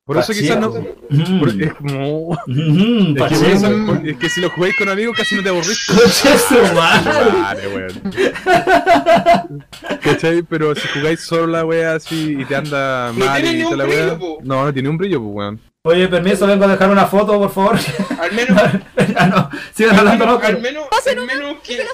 Speaker 2: por eso quizás no...
Speaker 4: Mm.
Speaker 2: por- es como...
Speaker 4: Mm,
Speaker 2: Es que, por
Speaker 4: Pacheco.
Speaker 2: eso-
Speaker 4: <laughs>
Speaker 2: por- es que si lo jugáis con amigos casi no te aburrís.
Speaker 4: Conche <laughs> su madre.
Speaker 2: Vale, weón. ¿Cachai? Pero si jugáis solo la wea así y te anda
Speaker 1: No
Speaker 2: mal
Speaker 1: tiene ni
Speaker 2: y toda
Speaker 1: un
Speaker 2: la
Speaker 1: brillo,
Speaker 2: wea.
Speaker 1: po.
Speaker 2: No, no tiene un brillo, pues weón.
Speaker 4: Oye, permiso, vengo a dejar una foto, por favor. <laughs>
Speaker 1: al menos, al
Speaker 4: ya no, sigan hablando, no,
Speaker 1: menos, al
Speaker 4: pero...
Speaker 1: menos, al menos que.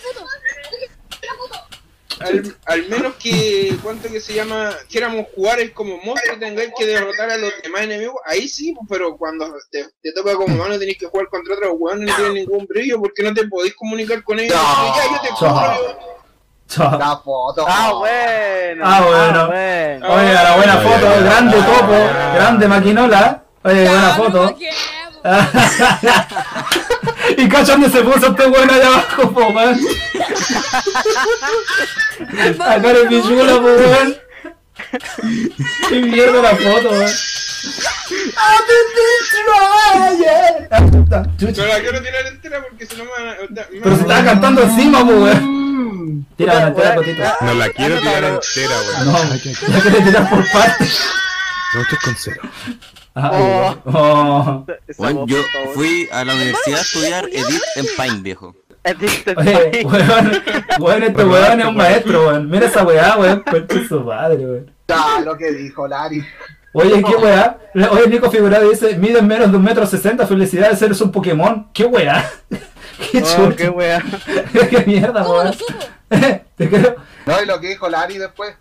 Speaker 1: Al, al menos que, ¿cuánto que se llama? Queramos jugar es como monstruo y tengáis que derrotar a los demás enemigos, ahí sí, pero cuando te, te toca como humano tenéis que jugar contra otros hueones, no tienen ningún brillo porque no te podéis comunicar con ellos.
Speaker 6: No.
Speaker 1: Ya, yo te cubro,
Speaker 4: Chao.
Speaker 6: La foto.
Speaker 3: Ah, bueno.
Speaker 4: Ah, bueno.
Speaker 3: bueno.
Speaker 4: Oye, la buena
Speaker 2: Ah,
Speaker 4: foto,
Speaker 2: ya.
Speaker 4: grande
Speaker 2: Ah.
Speaker 4: topo, grande maquinola. Oye, buena
Speaker 5: Ya,
Speaker 4: <laughs> foto.
Speaker 5: no, ¿qué?
Speaker 4: y cacha donde se puso este weón allá abajo, po, weón. Acá en pichula, po, weón. Qué mierda la foto, weón. Ah, puta, chucha.
Speaker 1: Pero la quiero tirar entera porque si no me van a- me
Speaker 4: Pero
Speaker 1: van a-
Speaker 4: se estaba cantando encima, po, weón. Tira la
Speaker 3: Puta,
Speaker 4: entera,
Speaker 3: weón.
Speaker 4: cotito.
Speaker 5: Ah.
Speaker 1: <laughs>
Speaker 2: No la quiero tirar entera, weón.
Speaker 4: No, ya que le tiras por partes.
Speaker 2: No estoy con cero.
Speaker 4: Ay, oh.
Speaker 3: Esa
Speaker 7: Bueno,
Speaker 3: voz,
Speaker 7: yo
Speaker 3: por favor. <laughs>
Speaker 7: fui a la universidad a estudiar Edit en Pine, viejo.
Speaker 3: Adicted by-
Speaker 4: Oye, weón, weón, este weón es un maestro, weón. Mira esa weá, weón, cuenta su madre, weón.
Speaker 6: Ya, lo que dijo Lari.
Speaker 4: Oye, qué weá. Oye, Nico Figurado dice, miden menos de un metro sesenta, felicidades, eres un Pokémon. Qué weá. <laughs> Qué
Speaker 3: Oh, qué
Speaker 4: chulo.
Speaker 3: wea.
Speaker 4: <laughs> Qué, mierda,
Speaker 5: ¿Cómo
Speaker 4: weón.
Speaker 5: lo supo?
Speaker 4: <laughs> Te creo.
Speaker 6: No, y lo que dijo Lari después.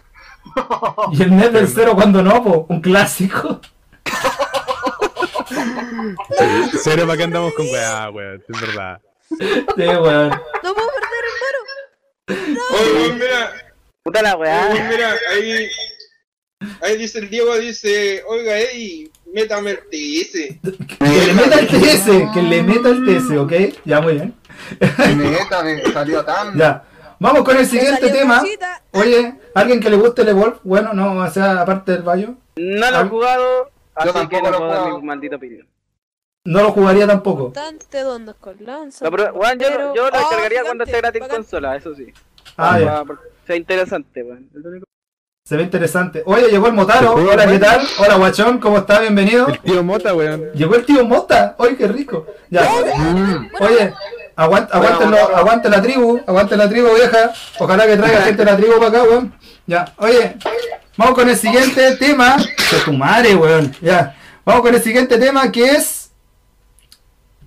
Speaker 6: <laughs>
Speaker 4: Y el net del cero cuando no, po. Un clásico. <laughs>
Speaker 2: Cero para que andamos con weá, weón. Es verdad.
Speaker 4: Sí, weón.
Speaker 5: No puedo perder el paro.
Speaker 1: Oye, weón, mira,
Speaker 3: Puta la
Speaker 1: oye,
Speaker 3: wea.
Speaker 1: mira, ahí, ahí dice el Diego, dice, oiga, ey, métame el TS.
Speaker 4: Que le meta el TS, que le meta el TS, ¿ok? Ya, muy bien.
Speaker 6: Neta, me salió tan.
Speaker 4: Ya. Vamos con el siguiente
Speaker 5: salió
Speaker 4: tema.
Speaker 5: Conchita.
Speaker 4: Oye, ¿alguien que le guste el Evolve? Bueno, no, o sea, aparte del Bayo.
Speaker 3: No lo he jugado, así que
Speaker 6: tampoco
Speaker 3: no
Speaker 6: lo he
Speaker 3: puedo dar
Speaker 6: jugado.
Speaker 3: mi maldita opinión.
Speaker 4: No lo jugaría tampoco.
Speaker 5: Tante donde con lanza.
Speaker 3: No, pero, weón, yo, lo- yo lo
Speaker 5: Oh,
Speaker 3: descargaría cuando
Speaker 5: gigante,
Speaker 3: esté gratis en
Speaker 5: bacán.
Speaker 3: consola, eso sí.
Speaker 4: Ah, ya.
Speaker 3: Ah, porque sea interesante, weón. El único-
Speaker 4: Se ve interesante. Oye, llegó el Motaro.
Speaker 2: ¿Se juega
Speaker 4: Hola,
Speaker 2: el
Speaker 4: ¿qué
Speaker 2: Mario?
Speaker 4: tal? Hola, guachón. ¿Cómo está? Bienvenido.
Speaker 2: El tío Mota, weón.
Speaker 4: Llegó el tío Mota. Oye, qué rico. Ya. Oye, aguanta,
Speaker 6: Motaro.
Speaker 4: aguante la tribu. Aguante la tribu, vieja. Ojalá
Speaker 2: <laughs>
Speaker 4: que traiga gente de la tribu para acá, weón. Ya. Oye, vamos con el siguiente tema. Que tu madre, weón. Ya. Vamos con el siguiente tema que es.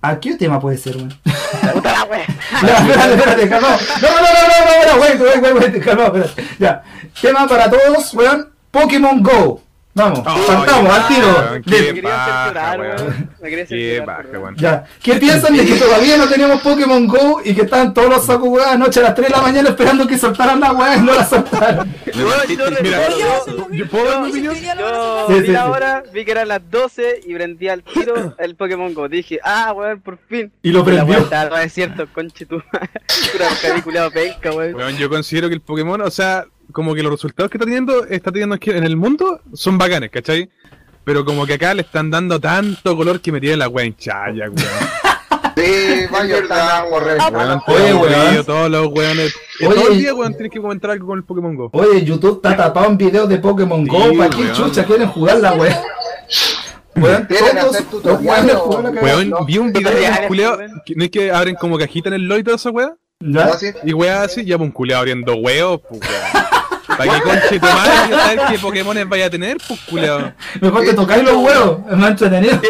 Speaker 4: ¿A qué tema puede ser, weón?
Speaker 3: Puta la wea.
Speaker 4: <laughs> Ya, espérate, espérate, calma. No, no, no, no, no, no, no, wait, wait, wait, wait, calma, espérate. Ya. Tema para todos, weón. Pokémon Go. Vamos,
Speaker 2: Ay,
Speaker 4: saltamos al
Speaker 2: weón,
Speaker 4: tiro.
Speaker 2: qué
Speaker 3: Me querían
Speaker 2: baja,
Speaker 3: censurar,
Speaker 2: weón.
Speaker 3: weón. Me querían
Speaker 2: Qué
Speaker 3: censurar.
Speaker 2: baja,
Speaker 3: perdón.
Speaker 2: weón.
Speaker 4: Ya. ¿Qué piensan de que todavía no teníamos Pokémon Go y que estaban todos los sacos weón anoche a las 3 de la mañana esperando que soltaran la weá y no la soltaron?
Speaker 7: Me partiste el
Speaker 2: Mira,
Speaker 7: culo.
Speaker 2: yo- yo puedo dar mi opinión.
Speaker 3: Yo
Speaker 4: Sí, sí,
Speaker 3: vi la
Speaker 4: sí.
Speaker 3: hora, vi que eran las 12 y prendí al tiro el Pokémon Go. Dije, ah, weón, por fin.
Speaker 4: Y lo
Speaker 3: La weón
Speaker 4: prendió.
Speaker 3: estaba todo desierto, conche tu madre. <laughs> Pura película penca, weón.
Speaker 2: Weón, yo considero que el Pokémon, o sea, como que los resultados que está teniendo, está teniendo aquí en el mundo son bacanes, ¿cachai? Pero como que acá le están dando tanto color que me tiene la wea hinchaya, weón.
Speaker 6: Sí, vaya,
Speaker 1: verdad,
Speaker 6: está correcto.
Speaker 3: Ah,
Speaker 2: Weón, te
Speaker 4: <laughs> Oye,
Speaker 2: han
Speaker 4: weón.
Speaker 2: creído todos los weones. Eh,
Speaker 4: Oye.
Speaker 2: Todo el día, weón, tienes que comentar algo con el Pokémon Go.
Speaker 4: Oye, YouTube está tapado en videos de Pokémon Go.
Speaker 2: Sí,
Speaker 4: ¿Para qué
Speaker 2: weón.
Speaker 4: chucha quieren jugar la weá? Weón,
Speaker 6: ¿Quieren
Speaker 4: todos
Speaker 6: hacer
Speaker 4: los
Speaker 6: tutorial
Speaker 4: weones
Speaker 6: o-
Speaker 4: jugaron la cagada.
Speaker 2: Weón, vi un video de un
Speaker 3: Tutoriales,
Speaker 2: culeado,
Speaker 3: weón.
Speaker 2: que- no es que abren como cajita en el LOL y toda esa wea,
Speaker 4: Ya.
Speaker 6: No, ¿Ah? sí,
Speaker 2: y wea así, ya pues, un culeado abriendo huevos, pues weón. ¿Para
Speaker 4: <laughs>
Speaker 2: qué conche tu madre quiero saber qué Pokémones vaya a tener, pues culeado?
Speaker 4: Me falta tocar los huevos. Es más entretenido.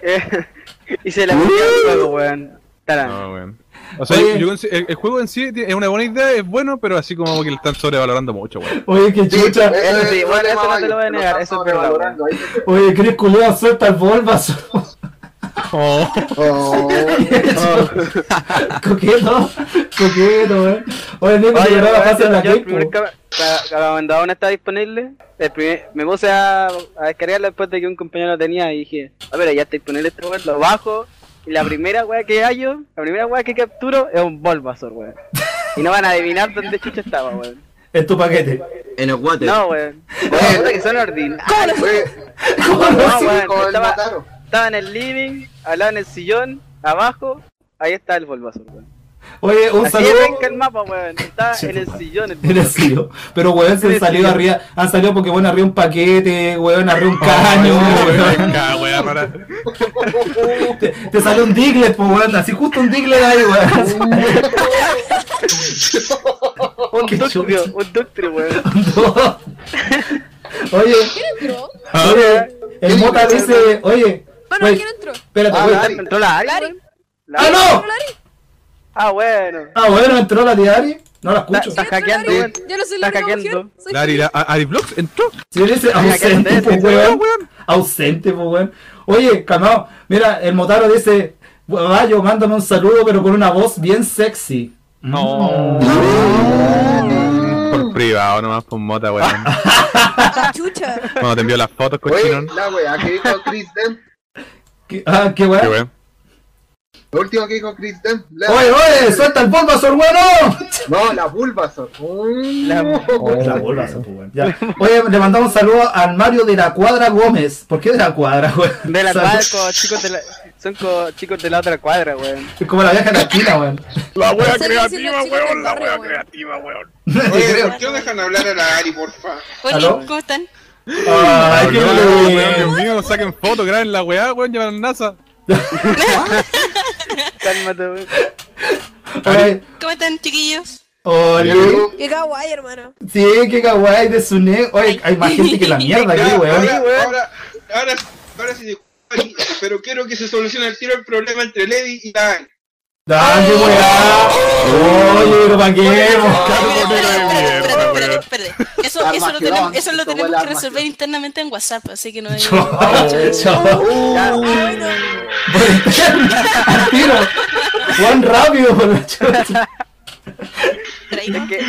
Speaker 3: Eh, <laughs> y se la metió al juego, weón. Tarán.
Speaker 2: No, weón. O sea, yo-
Speaker 4: Oye.
Speaker 2: yo consi- el, el juego en sí es una buena idea, es bueno, pero así como que lo están sobrevalorando mucho, weón.
Speaker 4: Oye, qué
Speaker 6: sí, eh,
Speaker 4: chucha.
Speaker 3: Eso sí,
Speaker 6: es
Speaker 3: bueno,
Speaker 6: el
Speaker 3: eso no te lo voy a
Speaker 6: tema,
Speaker 3: negar, eso es verdad,
Speaker 6: están sobrevalorando, ahí te-
Speaker 4: Oye, Chris Culeo suelta
Speaker 3: <laughs>
Speaker 4: el <laughs> Bulbasaur.
Speaker 2: <laughs>
Speaker 6: Oh,
Speaker 3: <laughs>
Speaker 4: coqueto, coqueto, weón. Oye, Nemo, te
Speaker 3: Oye,
Speaker 4: llevaba
Speaker 3: weón,
Speaker 4: fácil en la
Speaker 3: yo el
Speaker 4: Game,
Speaker 3: primer
Speaker 4: po.
Speaker 3: cab- ca- ca- cuando aún estaba disponible, el primer- me puse a, a descargarla después de que un compañero la tenía y dije, a ver, ya está disponible este weón, lo bajo y la primera weá que hallo, la primera weá que capturo es un Bulbasaur, weón. Y no van a adivinar dónde chucha estaba, weón.
Speaker 4: En tu paquete. <laughs>
Speaker 7: En el water.
Speaker 3: No, weón. Weón, puta que son ordinarios.
Speaker 6: fue
Speaker 4: ¿Cómo no?
Speaker 3: No, weón,
Speaker 6: con el
Speaker 3: estaba-
Speaker 6: Mataro.
Speaker 3: Estaba en el living, hablaba en el sillón, abajo, ahí está el Bulbasaur, weón.
Speaker 4: Oye, un
Speaker 3: Así de penca el
Speaker 4: saludo.
Speaker 3: mapa, weón. Estaba en el sillón el
Speaker 4: En el
Speaker 3: Bulbasaur.
Speaker 4: sitio. Pero weón, se
Speaker 3: Eres
Speaker 4: salió
Speaker 3: tío.
Speaker 4: arriba. Han salido Pokémon arriba un paquete, weón, arriba un caño. weón.
Speaker 2: Venga, weón, para.
Speaker 4: Te, te salió un Diglett, po, weón. Así justo un Diglett ahí, weón.
Speaker 3: Un
Speaker 4: Qué
Speaker 3: Ductrio,
Speaker 4: chucha.
Speaker 3: un Ductrio, weón.
Speaker 4: <laughs> Oye,
Speaker 5: ¿Quién entró?
Speaker 4: oye, el Mota dice, oye,
Speaker 5: Bueno,
Speaker 4: wait,
Speaker 5: ¿quién entró?
Speaker 4: espérate,
Speaker 6: Ah,
Speaker 4: wait.
Speaker 6: Lari.
Speaker 3: ¿Entró la Ari?
Speaker 5: Lari.
Speaker 3: weón? La-
Speaker 4: ¡Ah, no!
Speaker 5: ¿Entró Lari?
Speaker 3: Ah, bueno.
Speaker 4: Ah, bueno, entró la diaria. No la escucho.
Speaker 3: Está-
Speaker 5: ¿Quién entró,
Speaker 3: hackeando,
Speaker 5: Lari?
Speaker 3: weón.
Speaker 5: Yo no soy
Speaker 3: Está
Speaker 5: la única
Speaker 3: hackeando.
Speaker 5: mujer, soy
Speaker 2: Dari, la- a- Adiblox entró.
Speaker 4: Sí, dice
Speaker 3: Ay, acá
Speaker 4: ausente,
Speaker 3: está,
Speaker 4: po,
Speaker 3: sí,
Speaker 4: weón. Ausente, po, weón. Oye, calmado. Mira, el Motaro dice, Bayo, mándame un saludo, pero con una voz bien sexy. Mm.
Speaker 2: No. Por privado nomás, por mota, weón.
Speaker 5: la chucha.
Speaker 2: Cuando te envió las fotos,
Speaker 6: Oye,
Speaker 2: cochinón.
Speaker 6: la wea que dijo Chris Dem,
Speaker 4: ¿Qué- ah, qué weón.
Speaker 2: Qué weón.
Speaker 6: lo último que dijo Chris Dem, la-
Speaker 4: Oye, oye, suelta el Bulbasaur, bueno.
Speaker 6: no, la Bulbasaur. Mm.
Speaker 4: <laughs> Oh, La Bulbasaur, po, weón. Ya. Oye, le mandamos un saludo al Mario de la Cuadra Gómez. ¿Por qué de la Cuadra, weón? <laughs>
Speaker 3: De la
Speaker 4: Salud.
Speaker 3: cuadra, como chicos de la... Son como chicos de la otra cuadra, weón.
Speaker 4: Es como la vieja en la esquina, weón.
Speaker 2: La wea
Speaker 5: Estoy diciendo
Speaker 2: creativa,
Speaker 5: creativa,
Speaker 2: weón, la
Speaker 5: chicos weón, del la
Speaker 2: wea
Speaker 5: barrio, wea weón.
Speaker 2: creativa, weón.
Speaker 1: Oye, ¿por qué no dejan hablar a la Ari, porfa?
Speaker 8: Hola,
Speaker 4: ¿Aló?
Speaker 8: ¿cómo están?
Speaker 4: Ay, qué lindo.
Speaker 2: Dios mío, saquen fotos, graben la weá, weón, llevan a NASA.
Speaker 3: Cálmate, weón.
Speaker 4: Oye,
Speaker 8: ¿Cómo están, chiquillos?
Speaker 4: Oye,
Speaker 5: Qué kawaii, hermano.
Speaker 4: sí, qué kawaii de Sune. Oye, hay más gente que la mierda
Speaker 1: Ya,
Speaker 4: aquí, weón.
Speaker 1: ahora,
Speaker 3: weón.
Speaker 1: ahora, ahora, ahora sí, disculpa, pero quiero que se solucione al tiro el problema entre Levi y la Ari.
Speaker 4: Dale, weá. Oye, pero pa' qué,
Speaker 8: Espérate,
Speaker 4: vos?
Speaker 8: espérate,
Speaker 2: mierda,
Speaker 8: espérate, espérate,
Speaker 6: <laughs>
Speaker 8: espérate. Eso, eso, lo
Speaker 6: Armagedón,
Speaker 8: tenemos, eso lo
Speaker 6: esto
Speaker 8: tenemos
Speaker 6: huele a
Speaker 8: que resolver
Speaker 6: Armagedón.
Speaker 8: internamente en WhatsApp, así que no
Speaker 6: <laughs>
Speaker 8: hay...
Speaker 4: Chao, chao.
Speaker 5: Ah, bueno.
Speaker 4: Al tiro. Juan rápido, por la chucha.
Speaker 8: traidor.
Speaker 3: Que-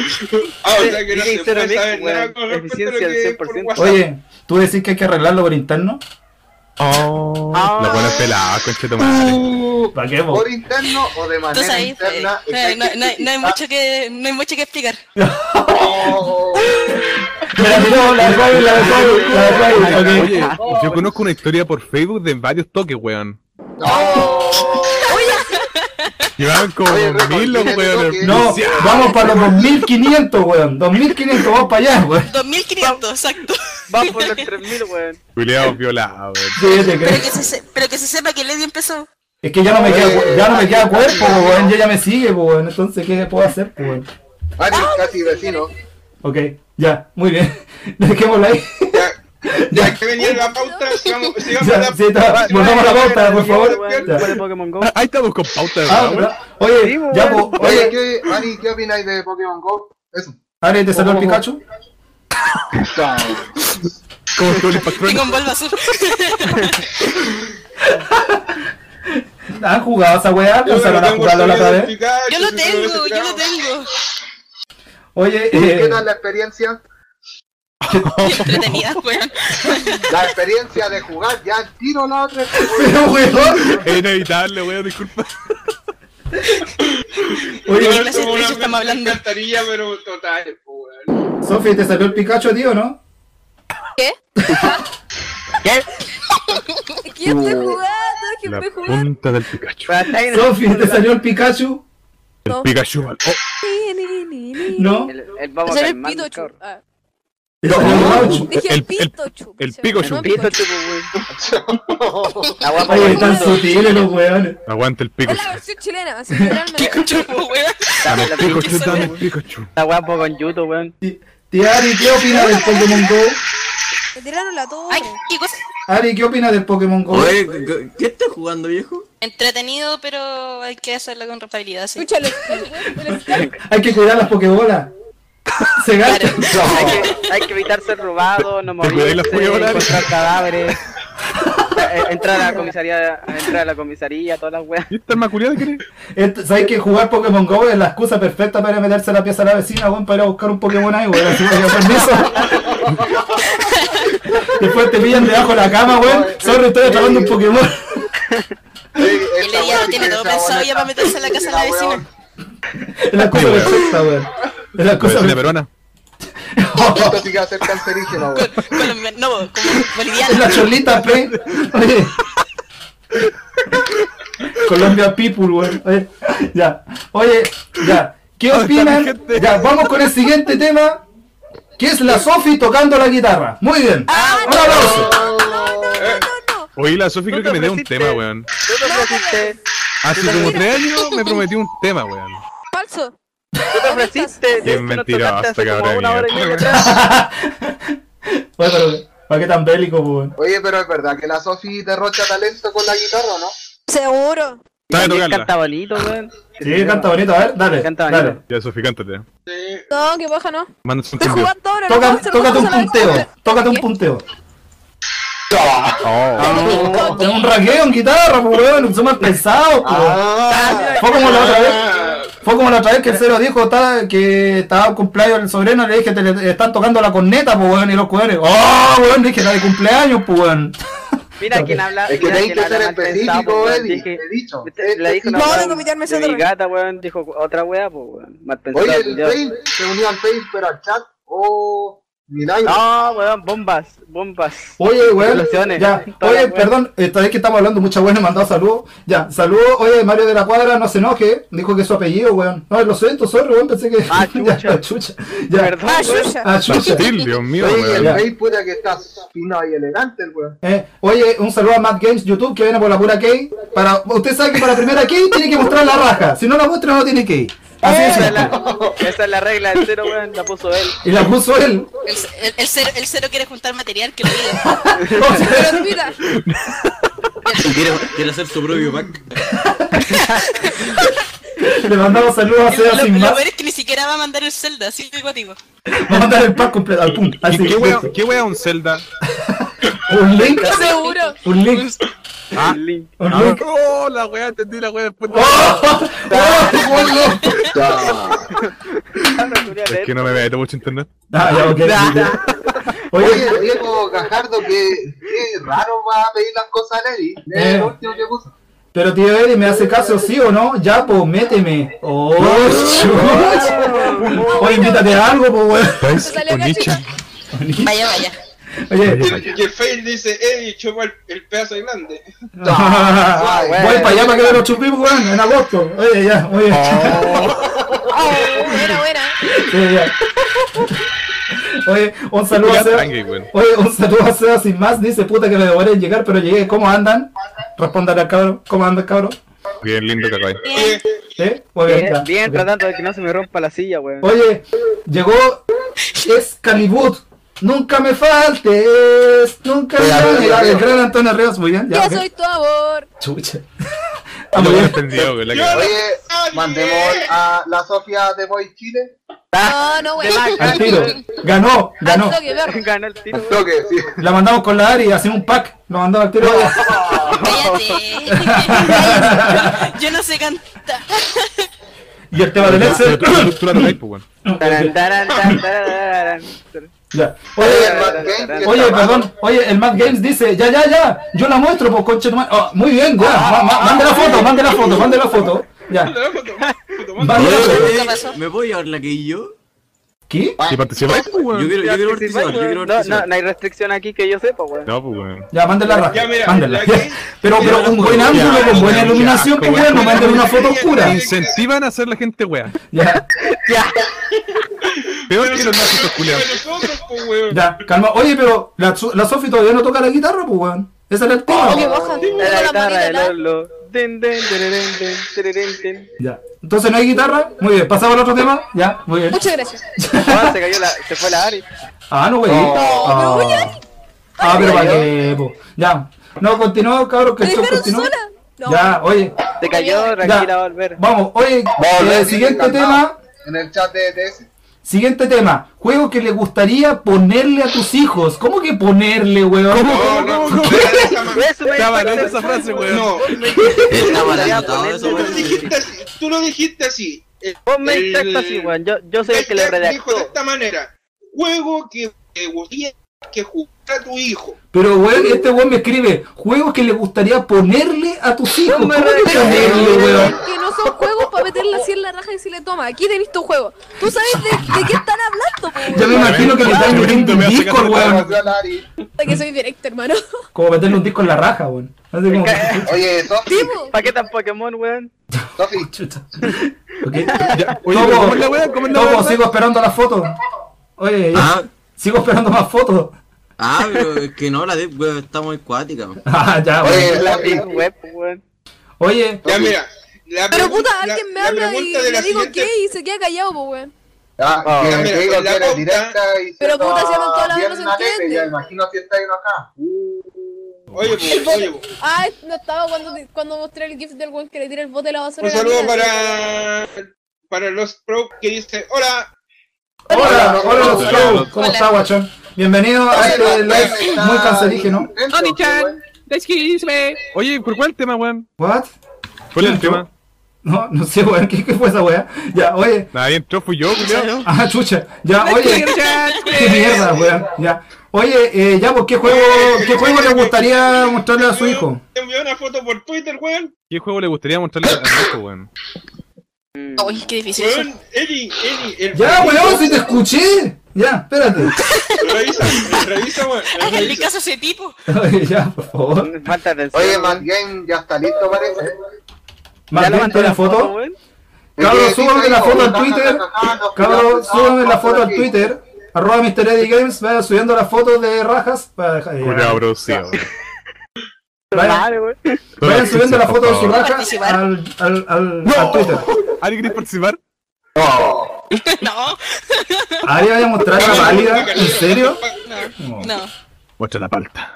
Speaker 1: Ah, o sea que no
Speaker 3: Sí,
Speaker 1: se puede
Speaker 3: sí,
Speaker 1: saber
Speaker 3: weón.
Speaker 1: nada con respecto a lo
Speaker 3: Eficiencia al
Speaker 1: que es por
Speaker 3: 100%.
Speaker 1: WhatsApp.
Speaker 4: Oye, ¿tú decís que hay que arreglarlo por interno?
Speaker 2: Oh,
Speaker 3: Ah.
Speaker 2: la buena pelada, conche tu madre.
Speaker 4: ¿Para qué, vos?
Speaker 6: Por interno o de
Speaker 8: Tú
Speaker 6: manera
Speaker 8: sabes, eh,
Speaker 6: interna.
Speaker 8: no,
Speaker 6: es que
Speaker 8: no,
Speaker 6: hay que
Speaker 8: no hay- no hay
Speaker 6: explicar.
Speaker 8: mucho que, no hay mucho que explicar.
Speaker 6: Oh,
Speaker 4: Me la tiró, la dejó ahí, la dejó ahí, la dejó ahí, ok.
Speaker 2: Oye, yo conozco una historia por Facebook de varios toques, weón.
Speaker 6: oh.
Speaker 2: Llevaban como
Speaker 6: Oye,
Speaker 2: mil los
Speaker 6: recontiene
Speaker 2: weones.
Speaker 6: toques.
Speaker 4: No,
Speaker 2: Sí,
Speaker 4: vamos para los 2500, weón. 2500, vamos para allá, weón.
Speaker 6: <laughs>
Speaker 8: 2500, exacto.
Speaker 3: Va por los 3000, weón.
Speaker 2: Culeados violados, weón.
Speaker 4: Sí, te creo.
Speaker 8: Pero que se, se- pero que se sepa que Lady empezó.
Speaker 4: Es que ya no me queda,
Speaker 6: Oye,
Speaker 4: ya no me queda
Speaker 6: Ari,
Speaker 4: cuerpo,
Speaker 6: Ari,
Speaker 4: weón.
Speaker 6: no.
Speaker 4: Ya ya me sigue, weón. Entonces, ¿qué puedo hacer, weón?
Speaker 6: Ari,
Speaker 8: Ah,
Speaker 6: casi vecino.
Speaker 4: Ok, ya, muy bien. <laughs> Dejémoslo ahí.
Speaker 1: Ya, ya que venía la pauta, sigamos, sigamos
Speaker 4: Ya,
Speaker 1: la
Speaker 4: sí, está. Volvamos a la pauta, por favor.
Speaker 3: Weón,
Speaker 4: Ya.
Speaker 3: por el Pokémon Go.
Speaker 2: Ah, Ahí estamos con pauta de
Speaker 4: <laughs> Ah,
Speaker 2: verdad, weón.
Speaker 4: ¿verdad? Oye,
Speaker 3: Sí, weón.
Speaker 4: ya, po,
Speaker 6: Oye,
Speaker 4: oye,
Speaker 6: ¿qué, Ari, ¿qué opináis de Pokémon Go? Eso.
Speaker 4: Ari, ¿te salió el
Speaker 3: ¿Cómo?
Speaker 4: Pikachu?
Speaker 2: Como todo el impacto.
Speaker 8: Y
Speaker 6: <laughs>
Speaker 8: con Bulbasaur.
Speaker 4: ¿Han jugado esa weá? ¿Alcanzaron a jugarlo la otra vez?
Speaker 8: <laughs> Yo lo tengo, yo
Speaker 6: <laughs>
Speaker 8: lo tengo.
Speaker 4: Oye,
Speaker 6: ¿Y ¿Qué
Speaker 4: eh,
Speaker 6: tal la experiencia?
Speaker 8: Qué entretenida, weón.
Speaker 6: La experiencia de jugar ya al tiro la otra
Speaker 4: <laughs> pero
Speaker 2: <laughs>
Speaker 4: weón,
Speaker 2: Es inevitable, weón, disculpa.
Speaker 8: ¿De
Speaker 4: oye,
Speaker 8: qué clase de estrecho estamos hablando?
Speaker 1: Cantarilla, pero total, po, weón.
Speaker 4: Sofi, ¿te salió el Pikachu, tío, no?
Speaker 5: ¿Qué?
Speaker 7: ¿Qué?
Speaker 5: ¿Quién está jugando? ¿Quién
Speaker 2: La
Speaker 5: está jugando?
Speaker 2: punta del Pikachu.
Speaker 3: Pero hasta ahí no-
Speaker 4: Sofi, ¿te salió el Pikachu?
Speaker 2: El
Speaker 5: No.
Speaker 2: Pikachu, man. Oh,
Speaker 4: No.
Speaker 3: El, el
Speaker 5: O
Speaker 3: vamos
Speaker 5: sea,
Speaker 3: a
Speaker 5: el
Speaker 3: calmar,
Speaker 5: Pitochu.
Speaker 3: cabrón.
Speaker 5: Ah,
Speaker 4: ¿Te salió el Pikachu?
Speaker 5: Dije
Speaker 2: El-
Speaker 5: el
Speaker 2: el-
Speaker 5: Pitochu.
Speaker 2: el
Speaker 5: Se me
Speaker 2: Pikachu.
Speaker 5: llama
Speaker 3: Pitochu, pues,
Speaker 6: vez.
Speaker 3: weón. La guapa
Speaker 4: Oye,
Speaker 3: del
Speaker 4: están
Speaker 3: mundo.
Speaker 4: sutiles los weones.
Speaker 2: aguanta el
Speaker 5: Es la
Speaker 2: Pikachu.
Speaker 5: versión chilena, así literalmente.
Speaker 6: <laughs>
Speaker 8: Chupo, weón.
Speaker 3: Dame
Speaker 2: Dame
Speaker 3: la
Speaker 2: el Pikachu,
Speaker 3: pinche
Speaker 2: dame
Speaker 3: sola.
Speaker 2: el Pikachu.
Speaker 3: Está guapo con Yuto, weón.
Speaker 4: Tía Ari, ¿qué opina del Pokémon Go?
Speaker 5: Me tiraron la torre.
Speaker 8: Ay, qué cosa.
Speaker 4: Ari, ¿qué opina del Pokémon Go?
Speaker 7: Oye, ¿qué- ¿qué estás jugando, viejo?
Speaker 8: Entretenido, pero hay que hacerlo con responsabilidad, sí.
Speaker 5: Escucha, los el- el Skype.
Speaker 4: Hay que cuidar las Pokébolas. Se gastan.
Speaker 3: Hay, que, hay que evitar ser robado, no
Speaker 2: Te
Speaker 3: morirse,
Speaker 2: cuidáis las pulgadas.
Speaker 3: encontrar cadáveres. Eh, Entrar a la comisaría, entrar a la comisaría, todas las weas.
Speaker 2: ¿Y esta maculiada que eres?
Speaker 4: Esto- ¿Sabes que jugar Pokémon Go es la excusa perfecta para meterse a la pieza de la vecina, weón, para ir a buscar un Pokémon ahí, weón? Así que permiso. Después te pillan debajo de la cama, weón. Sorry, estoy atrapando un Pokémon.
Speaker 8: Él ya lo tiene todo pensado ya para meterse a
Speaker 6: <laughs>
Speaker 8: la casa de la vecina.
Speaker 4: Es la excusa
Speaker 2: Sí, weón.
Speaker 4: perfecta, weón. Es la excusa
Speaker 2: Vecina
Speaker 4: perfecta.
Speaker 2: peruana.
Speaker 6: Esto
Speaker 4: <laughs>
Speaker 6: sí que va a ser cancerígeno, weón.
Speaker 8: Colombiano, no, como
Speaker 4: Es
Speaker 8: boliviano.
Speaker 4: la chorlita, pe. Oye. Colombia People, weón. Oye, ya. Oye, ya. ¿Qué opinan? Ya, vamos con el siguiente tema. Que es la Sofi tocando la guitarra. Muy bien.
Speaker 5: Ah,
Speaker 4: Un aplauso. Eh.
Speaker 5: no, no.
Speaker 2: Oye, la Sofi creo que me dio un tema, weón.
Speaker 3: Tú te ofreciste,
Speaker 2: Hace como tres años me prometió un tema, weón.
Speaker 5: Falso.
Speaker 3: tú te ofreciste.
Speaker 2: Qué
Speaker 3: tú nos tocaste
Speaker 2: mentiroso,
Speaker 3: hace como
Speaker 2: cabrón,
Speaker 3: una hora y
Speaker 2: mierda.
Speaker 3: media atrás.
Speaker 4: Oye, pero, ¿para qué tan bélico, weón?
Speaker 6: Oye, pero es verdad que la Sofi derrocha talento con la guitarra, ¿no?
Speaker 5: Seguro.
Speaker 2: Sabe
Speaker 3: También
Speaker 2: tocarla.
Speaker 3: canta bonito, weón.
Speaker 4: Sí, canta bonito. A ver, dale.
Speaker 3: Canta
Speaker 4: dale.
Speaker 3: bonito.
Speaker 2: Ya, Sofi, cántate.
Speaker 1: Sí.
Speaker 5: No, que baja no.
Speaker 2: Mándate un
Speaker 5: Estoy
Speaker 2: cambio.
Speaker 5: jugando ahora.
Speaker 4: Toca-
Speaker 5: no, se lo
Speaker 4: tócate un
Speaker 5: paso a la
Speaker 4: punteo.
Speaker 5: vecina.
Speaker 4: Tócate un
Speaker 5: ¿Qué?
Speaker 4: punteo.
Speaker 5: No,
Speaker 4: Con
Speaker 5: no.
Speaker 4: un raqueo en guitarra, pues, weón. Somos pesados, pues. Fue como la otra vez. Fue como la otra vez que el cero dijo ta- que estaba cumpleaños el sobrino. Le dije, te le están tocando la corneta, pues, weón. Y los cuadros. ¡Oh, weón! Le dije, está de cumpleaños, pues, weón.
Speaker 3: Mira quién habla.
Speaker 6: Es que
Speaker 3: Ah, mira quién
Speaker 6: tenéis que
Speaker 3: habla
Speaker 6: ser
Speaker 3: mal pensado, pues,
Speaker 6: específico,
Speaker 3: weón.
Speaker 6: Eddie.
Speaker 3: Dije-
Speaker 6: Te he dicho.
Speaker 4: Eh,
Speaker 3: Este- La dijo una
Speaker 5: No,
Speaker 3: weá
Speaker 5: tengo que tirarme ese
Speaker 3: de mi
Speaker 5: otro.
Speaker 3: gata, weón. Dijo otra weá, pues, weón. Mal pensado.
Speaker 6: Oye, el
Speaker 3: Dios.
Speaker 6: Fail se unió al Fail, pero al chat. Oh, milagro.
Speaker 3: No, weón, bombas, bombas.
Speaker 4: Oye, weón.
Speaker 3: Explosiones.
Speaker 4: Ya.
Speaker 3: Toda la
Speaker 4: Oye,
Speaker 3: weá.
Speaker 4: perdón. Esta vez que estamos hablando, mucha buena. Mandado saludos. Ya. Saludos. Oye, Mario de la Cuadra, no se enoje. Dijo que es su apellido, weón. No, lo siento, sorry, weón. Pensé que.
Speaker 3: Ah, chucha.
Speaker 4: <laughs> Ya, chucha. Ya.
Speaker 3: Perdón,
Speaker 5: Ah,
Speaker 3: weón.
Speaker 5: chucha.
Speaker 4: Ah, chucha.
Speaker 2: Sutil, Dios mío,
Speaker 6: Oye, y el
Speaker 2: weón.
Speaker 4: ya.
Speaker 6: Fail, puta, que está fino y elegante, el weón.
Speaker 4: Eh, oye, un saludo a Matt Games YouTube que viene por la pura Key. Para, usted sabe que para primera Key tiene que mostrar la raja. Si no la muestra, no tiene Key. Así
Speaker 3: Esa es,
Speaker 4: es.
Speaker 3: Eh, la, esa es la regla del cero, weón. La puso él.
Speaker 4: Y la puso él.
Speaker 8: El, el- el cero, el cero quiere juntar material, que lo diga.
Speaker 4: O sea, <laughs>
Speaker 5: Pero mira,
Speaker 7: <laughs> Quiere, quiere hacer su propio pack.
Speaker 4: le mandamos saludos a
Speaker 8: Lo,
Speaker 4: Seba
Speaker 8: lo
Speaker 4: sin más.
Speaker 8: peor es que ni siquiera va a mandar el Zelda, así de cuático.
Speaker 4: Vamos a mandar el pack completo al punto. Así
Speaker 2: ¿Qué- ¿Qué wea,
Speaker 4: listo.
Speaker 2: qué wea un Zelda?
Speaker 4: Un link.
Speaker 5: seguro.
Speaker 4: Un link.
Speaker 2: Ah,
Speaker 3: El link.
Speaker 4: Un
Speaker 2: ah,
Speaker 4: link.
Speaker 2: oh, la wea, entendí la wea después. de-
Speaker 4: ¡Oh! ¡Oh! boludo!
Speaker 3: Ahora, Julián,
Speaker 2: Es que no me meto mucho internet.
Speaker 4: <laughs> Ah, ya, ok, ya. Oye,
Speaker 6: <laughs> Oye, Diego Gajardo, que, que raro va a pedir las cosas a Eddie. Es
Speaker 4: Eh.
Speaker 6: el último que puso.
Speaker 4: pero tío Eddie, ¿me hace caso sí o no? Ya, pues, méteme. ¡Oh, chucha! Oye, invítate a algo, pues, weón.
Speaker 2: ¿Ves?
Speaker 5: salió
Speaker 2: Onicha.
Speaker 5: cachito.
Speaker 8: Vaya, vaya.
Speaker 4: Oye,
Speaker 1: Y que Fail dice, Eddie, chupa el, el pedazo grande.
Speaker 4: Ah, <laughs>
Speaker 6: Guay.
Speaker 4: Voy para allá para que me lo chupimos, weón, en agosto. Oye, ya, oye.
Speaker 5: Oh, Buena, buena.
Speaker 4: <laughs> Sí, ya. Oye, un saludo a
Speaker 2: Ya,
Speaker 4: Seba.
Speaker 2: tranqui, weón.
Speaker 4: Oye, un saludo a Seba sin más. Dice, puta que me demoré en llegar, pero llegué. ¿Cómo andan? Respóndale al cabrón. ¿Cómo andan, cabrón?
Speaker 2: Bien lindo, cacay.
Speaker 8: Bien.
Speaker 4: ¿Eh? Muy bien,
Speaker 3: Bien,
Speaker 4: ya.
Speaker 3: bien
Speaker 4: Ok.
Speaker 3: tratando de que no se me rompa la silla, weón.
Speaker 4: Oye, llegó Excalibur. Nunca me faltes, nunca me faltes. El gran Antonio Ríos, muy bien. Ya,
Speaker 5: Yo
Speaker 4: ok.
Speaker 5: soy tu amor.
Speaker 4: Chucha. Ah,
Speaker 2: Lo
Speaker 4: muy
Speaker 2: hubiera
Speaker 4: bien.
Speaker 2: entendido, weón. la
Speaker 1: Yo
Speaker 2: cagada.
Speaker 6: Oye, mandemos a la Sofía de Boy Chile.
Speaker 5: No, no, güey.
Speaker 4: Ah. Al tiro. Ganó, ganó.
Speaker 5: Al toque, perro.
Speaker 3: <laughs> Ganó el tiro.
Speaker 4: <laughs>
Speaker 6: Creo que sí.
Speaker 4: La mandamos con la Ari, hacemos un pack. Lo mandamos al tiro.
Speaker 8: Cállate. <laughs> Yo no sé cantar.
Speaker 4: Y el tema del Excel.
Speaker 2: Tú-
Speaker 4: <coughs>
Speaker 2: tú la tocáis, pues, weón.
Speaker 3: Taran, taran, taran, taran, taran.
Speaker 4: Ya.
Speaker 6: Oye,
Speaker 4: Oye, eh,
Speaker 6: el Mad Game que
Speaker 4: Oye,
Speaker 6: está
Speaker 4: perdón, oye, el Mad Games dice, ya, ya, ya, yo la muestro, pues conche tu madre. Oh, muy bien, güey. Ma- ma- mande la foto, mande la foto, mande la foto. Ya.
Speaker 1: Manda la foto, foto, manda.
Speaker 4: Mande la foto.
Speaker 8: ¿Qué pasó?
Speaker 7: ¿Me voy a ver la que yo?
Speaker 4: ¿Qué?
Speaker 2: ¿Y participáis, pues,
Speaker 7: Yo
Speaker 2: weón?
Speaker 7: quiero, yo quiero participar, yo quiero
Speaker 3: No, no,
Speaker 7: participar.
Speaker 3: no hay restricción aquí que yo sepa, weón.
Speaker 2: No, pues, weón.
Speaker 4: Ya, mande la raja.
Speaker 1: Ya, mira,
Speaker 4: Mándela.
Speaker 1: la que-
Speaker 4: <laughs> Pero, pero un buen ángulo, con buena iluminación, que bueno, manden una foto oscura.
Speaker 2: Incentivan a hacer la gente weá.
Speaker 4: Ya,
Speaker 2: Peor
Speaker 1: Pero
Speaker 2: que
Speaker 1: si
Speaker 2: los nazis,
Speaker 1: nosotros,
Speaker 2: culiados.
Speaker 1: nosotros, pues, weón.
Speaker 4: ya, calma. Oye, pero la, Su- la Sofi todavía no toca la guitarra, pues, weón. Esa era el tema.
Speaker 5: Oye,
Speaker 3: La
Speaker 5: baja. baja la
Speaker 3: guitarra
Speaker 5: manita,
Speaker 3: del
Speaker 5: la-
Speaker 3: Lolo. Den, den, tererén, den, tererén, den.
Speaker 4: Ya. Entonces no hay guitarra. Muy bien, pasamos al otro tema. Ya, muy bien.
Speaker 5: Muchas
Speaker 4: <laughs>
Speaker 5: gracias.
Speaker 3: Ah, se cayó la, se fue la Ari.
Speaker 4: Ah, no, güey.
Speaker 5: Oh, pero voy
Speaker 4: ah. Ah,
Speaker 5: a-
Speaker 4: pero para qué, po. Ya. No, continúa, cabrón, que
Speaker 5: ¿Me
Speaker 4: el show
Speaker 5: dejaron
Speaker 4: continúa.
Speaker 5: sola? No.
Speaker 4: Ya, oye.
Speaker 3: Se cayó, tranquila, va a volver.
Speaker 4: Vamos, oye, eh, siguiente tema.
Speaker 6: Encantado. En el chat de ETS.
Speaker 4: Siguiente tema. Juego que le gustaría ponerle a tus hijos. ¿Cómo que ponerle, weón?
Speaker 1: No, no, no,
Speaker 3: Resume Factor
Speaker 2: Está barata esa
Speaker 3: Fun,
Speaker 2: frase,
Speaker 3: weón.
Speaker 2: weón.
Speaker 1: no, no,
Speaker 7: Está mal
Speaker 3: Ya,
Speaker 7: anotado
Speaker 3: ponete,
Speaker 7: eso,
Speaker 1: Tú lo
Speaker 7: weón.
Speaker 1: dijiste así. Tú lo dijiste así. El-
Speaker 3: Vos me
Speaker 1: el-
Speaker 3: dictaste así, weón. Yo, yo soy el que le
Speaker 1: Jack dijo de
Speaker 3: redactó.
Speaker 1: esta manera: juego que te gustaría que jugara tu hijo.
Speaker 4: Pero, weón, este weón me escribe. Juegos que le gustaría ponerle a tus hijos. ¿Cómo que ponerle,
Speaker 5: Es
Speaker 4: weón?
Speaker 5: que no son juegos para meterla así en la raja y decirle, toma, aquí tenés tu juego. Tú sabes de, de qué están hablando, po,
Speaker 4: Ya me
Speaker 5: weón.
Speaker 4: imagino que le están metiendo un disco, weón.
Speaker 6: Gracias, Lari.
Speaker 5: Puta que soy directo, hermano. <laughs>
Speaker 4: Como meterle un disco en la raja, weón. No sé cómo.
Speaker 2: <laughs>
Speaker 6: Oye, Sofi,
Speaker 5: Tipo,
Speaker 3: Paquetas Pokémon, weón.
Speaker 6: Sofi,
Speaker 4: Chuta. Ok.
Speaker 2: Ya, Oye, pero ¿cómo es la weá? ¿Cómo es la
Speaker 4: Topo,
Speaker 2: weá?
Speaker 4: sigo esperando la foto. Oye, ya.
Speaker 7: Ah,
Speaker 4: sigo esperando más fotos. <laughs>
Speaker 7: ah, pero es que no, la Deep Web está muy cuática. weón.
Speaker 4: Ah, ya,
Speaker 6: Oye,
Speaker 4: weón.
Speaker 3: La
Speaker 6: la
Speaker 3: Big Web, weón.
Speaker 4: Oye,
Speaker 1: Ya, mira. la
Speaker 5: pero
Speaker 1: pregu-
Speaker 5: puta,
Speaker 1: la-
Speaker 5: alguien me
Speaker 1: la
Speaker 5: habla y
Speaker 1: pregunta de la
Speaker 5: le digo
Speaker 1: siguiente-
Speaker 5: qué y se queda callado, po, weón.
Speaker 6: Ah,
Speaker 3: Ah,
Speaker 6: que-
Speaker 1: mira,
Speaker 6: que digo
Speaker 1: en la
Speaker 6: que eres
Speaker 1: pauta-
Speaker 6: directa y
Speaker 5: Pero puta, si hablan todas las
Speaker 6: bien
Speaker 5: veces,
Speaker 6: una lepe,
Speaker 5: ¿entiendes?
Speaker 6: Ya imagino si estáis
Speaker 4: Ah,
Speaker 6: acá.
Speaker 1: Oye, pues, oye, pues.
Speaker 5: Ah, no estaba cuando, te- cuando mostré el GIF del weón que le tira el bote a la basura.
Speaker 1: Un
Speaker 5: a la
Speaker 1: saludo
Speaker 5: mina.
Speaker 1: para, para los pro que dice, hola,
Speaker 4: hola, hola, los
Speaker 2: Hola.
Speaker 4: Flow. ¿Cómo
Speaker 8: Hola.
Speaker 4: está, guachón? Bienvenido a este live muy cancerígeno.
Speaker 6: Tony-chan.
Speaker 2: Oye, ¿por cuál tema, weón?
Speaker 4: ¿What?
Speaker 2: ¿Cuál es el tema?
Speaker 4: No, no sé, weón. ¿Qué, qué fue esa weá? Ya, oye.
Speaker 2: Nadie entró, fui yo, culiado.
Speaker 4: Ah, chucha. Ya, oye. Qué mierda, weón. Ya. Oye, eh, ya, pues, ¿qué juego, ¿qué juego le gustaría mostrarle a su hijo?
Speaker 1: eh, Te envió una foto por Twitter, weón.
Speaker 2: ¿Qué juego le gustaría mostrarle a Marco, weón?
Speaker 8: Uy, qué difícil eso.
Speaker 1: Weón, Eli, Eli, el
Speaker 4: Ya, weón, si te escuché. Ya, espérate. <laughs>
Speaker 1: Revisa, revisa,
Speaker 5: <laughs>
Speaker 1: weón.
Speaker 8: Háganle
Speaker 1: revisa.
Speaker 8: caso a ese tipo. <laughs>
Speaker 4: Oye, ya, por favor.
Speaker 3: Falta atención.
Speaker 6: Oye,
Speaker 3: weón.
Speaker 6: Mad Game ya está listo, parece.
Speaker 3: ¿Ya
Speaker 4: ¿Más bien
Speaker 3: levantó
Speaker 4: tiene foto?
Speaker 3: weón?
Speaker 4: Cabros, súbanme la foto al
Speaker 6: Jajaja,
Speaker 4: Twitter.
Speaker 6: jajaja,
Speaker 4: Cabros,
Speaker 6: jajaja,
Speaker 4: súbanme la
Speaker 6: jajaja,
Speaker 4: foto al
Speaker 6: sí.
Speaker 4: Twitter. Arroba Mr. Eddie Games, vaya subiendo las fotos de rajas. Vaya,
Speaker 2: Culiado,
Speaker 4: dejar- eh,
Speaker 2: bro, sí, weón.
Speaker 4: Vayan,
Speaker 3: Madre, weón.
Speaker 4: vayan subiendo la foto de su raja
Speaker 8: Participar.
Speaker 4: al, al, al, al Twitter.
Speaker 2: ¿Ari querés participar?
Speaker 8: No,
Speaker 4: Ari vaya a mostrar la válida, ¿en serio? <laughs>
Speaker 8: no.
Speaker 2: Muestra la palta.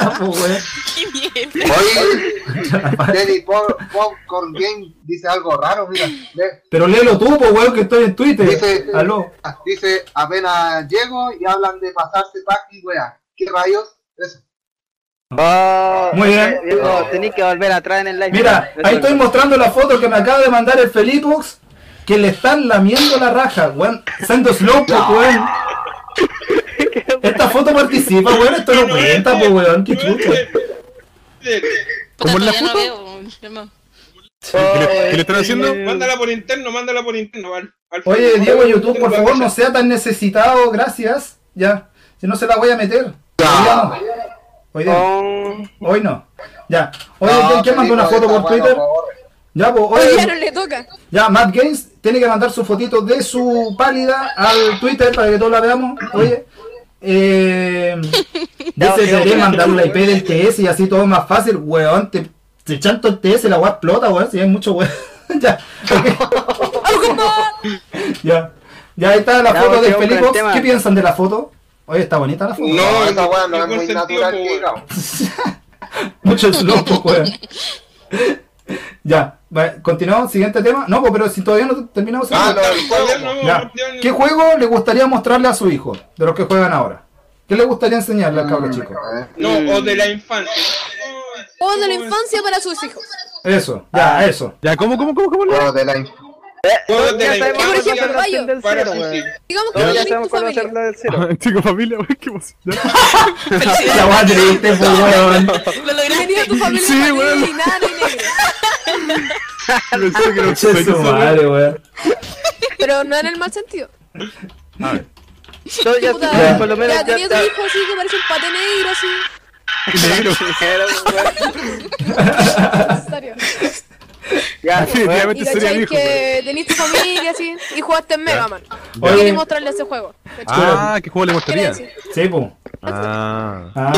Speaker 4: Ah, pues, güey.
Speaker 8: Qué mierda.
Speaker 6: Oye, Teddy Pop- Popcorn Game dice algo raro, mira. Le-
Speaker 4: Pero léelo tú, pues, weón, que estoy en Twitter.
Speaker 6: Dice-
Speaker 4: Aló.
Speaker 6: Dice, apenas llego y hablan de pasarse pack y wea. ¿Qué rayos? Eso.
Speaker 3: Oh,
Speaker 4: Muy bien.
Speaker 3: Diego, tenés que volver atrás en el live.
Speaker 4: Ah, Mira, ahí estoy mostrando la foto que me acaba de mandar el Felipox. Que le están lamiendo la raja, weón. Sendo slow, pues, <laughs> weón. Esta foto participa, weón. Esto no cuenta, pues, weón. Qué chucha.
Speaker 1: eh,
Speaker 8: Puta,
Speaker 2: ¿Cómo es la
Speaker 8: todavía no
Speaker 2: foto?
Speaker 8: veo, hermano.
Speaker 2: ¿Qué le, qué le están haciendo?
Speaker 1: Mándala por interno, mándala por interno, al, al-
Speaker 4: Oye, Diego, YouTube, por
Speaker 1: Al-
Speaker 4: favor, no sea tan necesitado. Gracias. Ya. Si no, se la voy a meter. Hoy día no. Hoy día no. Hoy no. Ya. Oye, ¿quién- ¿quién mandó una foto por Twitter? Ya, pues,
Speaker 5: Hoy ya
Speaker 4: oye.
Speaker 5: no le toca.
Speaker 4: Ya, Matt Games tiene que mandar su fotito de su pálida al Twitter para que todos la veamos. Oye,
Speaker 3: <laughs>
Speaker 4: eh, dice debería mandar la IP del TS y así todo más fácil, weón. Te, te chanto el TS, la weá explota, weón. Si hay mucho weón. <laughs> ya,
Speaker 3: <laughs>
Speaker 4: ok. ya, ya ahí está la
Speaker 3: Ya,
Speaker 4: foto de
Speaker 3: vamos,
Speaker 4: Felipe.
Speaker 3: tema.
Speaker 4: ¿Qué piensan de la foto? Oye, está bonita la foto.
Speaker 6: No, esa wea no es
Speaker 1: ningún
Speaker 6: muy
Speaker 1: sentido,
Speaker 6: natural,
Speaker 1: po, weón.
Speaker 3: <laughs>
Speaker 6: que digamos.
Speaker 4: Mucho slow, weón. pues, Ya, va, continuamos, siguiente tema. No, pues, pero si todavía no terminamos.
Speaker 1: Ah,
Speaker 4: el-
Speaker 1: no, el juego, no,
Speaker 4: Ya.
Speaker 1: no, no.
Speaker 4: ¿Qué juego le gustaría mostrarle a su hijo de los que juegan ahora? ¿Qué le gustaría enseñarle al cabro chico?
Speaker 6: Eh,
Speaker 1: No, o de la infancia.
Speaker 5: Juegos de la infancia para sus hijos.
Speaker 4: Eso, ya, <laughs> eso.
Speaker 2: Ya, ¿cómo, cómo, cómo, cómo?
Speaker 6: Juego de la inf-
Speaker 1: Juegos de
Speaker 3: Ya
Speaker 1: la
Speaker 3: sabemos
Speaker 5: Por
Speaker 1: infancia
Speaker 3: cuál va a ser
Speaker 5: ejemplo,
Speaker 3: la opción del
Speaker 1: para
Speaker 3: cero,
Speaker 1: sus
Speaker 3: weón.
Speaker 1: hijos.
Speaker 5: Digamos que
Speaker 3: Ya
Speaker 5: no
Speaker 3: sabemos
Speaker 5: tenés tu
Speaker 3: cuál va a ser
Speaker 5: familia.
Speaker 3: la del cero.
Speaker 2: <laughs> Chico, familia, wey, qué <laughs> emoción.
Speaker 4: La weá triste, pues, weón.
Speaker 8: Lo
Speaker 5: Tenía
Speaker 8: lograste.
Speaker 5: tu familia
Speaker 2: Sí,
Speaker 5: sí,
Speaker 2: weón.
Speaker 5: ni nada ni negro.
Speaker 2: Pensé que no
Speaker 4: Che, su madre, weón.
Speaker 5: Pero no en el mal sentido.
Speaker 3: Yo ya
Speaker 5: Puta,
Speaker 3: estoy-
Speaker 4: Ya.
Speaker 3: por lo menos
Speaker 5: ya tenía tu
Speaker 3: ya-
Speaker 5: hijo así que parece un pate negro así. En
Speaker 3: Ya,
Speaker 5: serio.
Speaker 3: weón.
Speaker 5: Y
Speaker 2: Definitivamente sería mi
Speaker 5: cachai
Speaker 2: hijo. weón.
Speaker 5: que tenés tu familia así y jugaste en Mega Man.
Speaker 4: Oye.
Speaker 5: Quería mostrarle ese juego. ¿cachai?
Speaker 2: Ah, ¿qué juego le
Speaker 5: Quiere
Speaker 2: mostraría?
Speaker 5: decir,
Speaker 4: Sí, pues.
Speaker 2: Ah.
Speaker 4: Ah.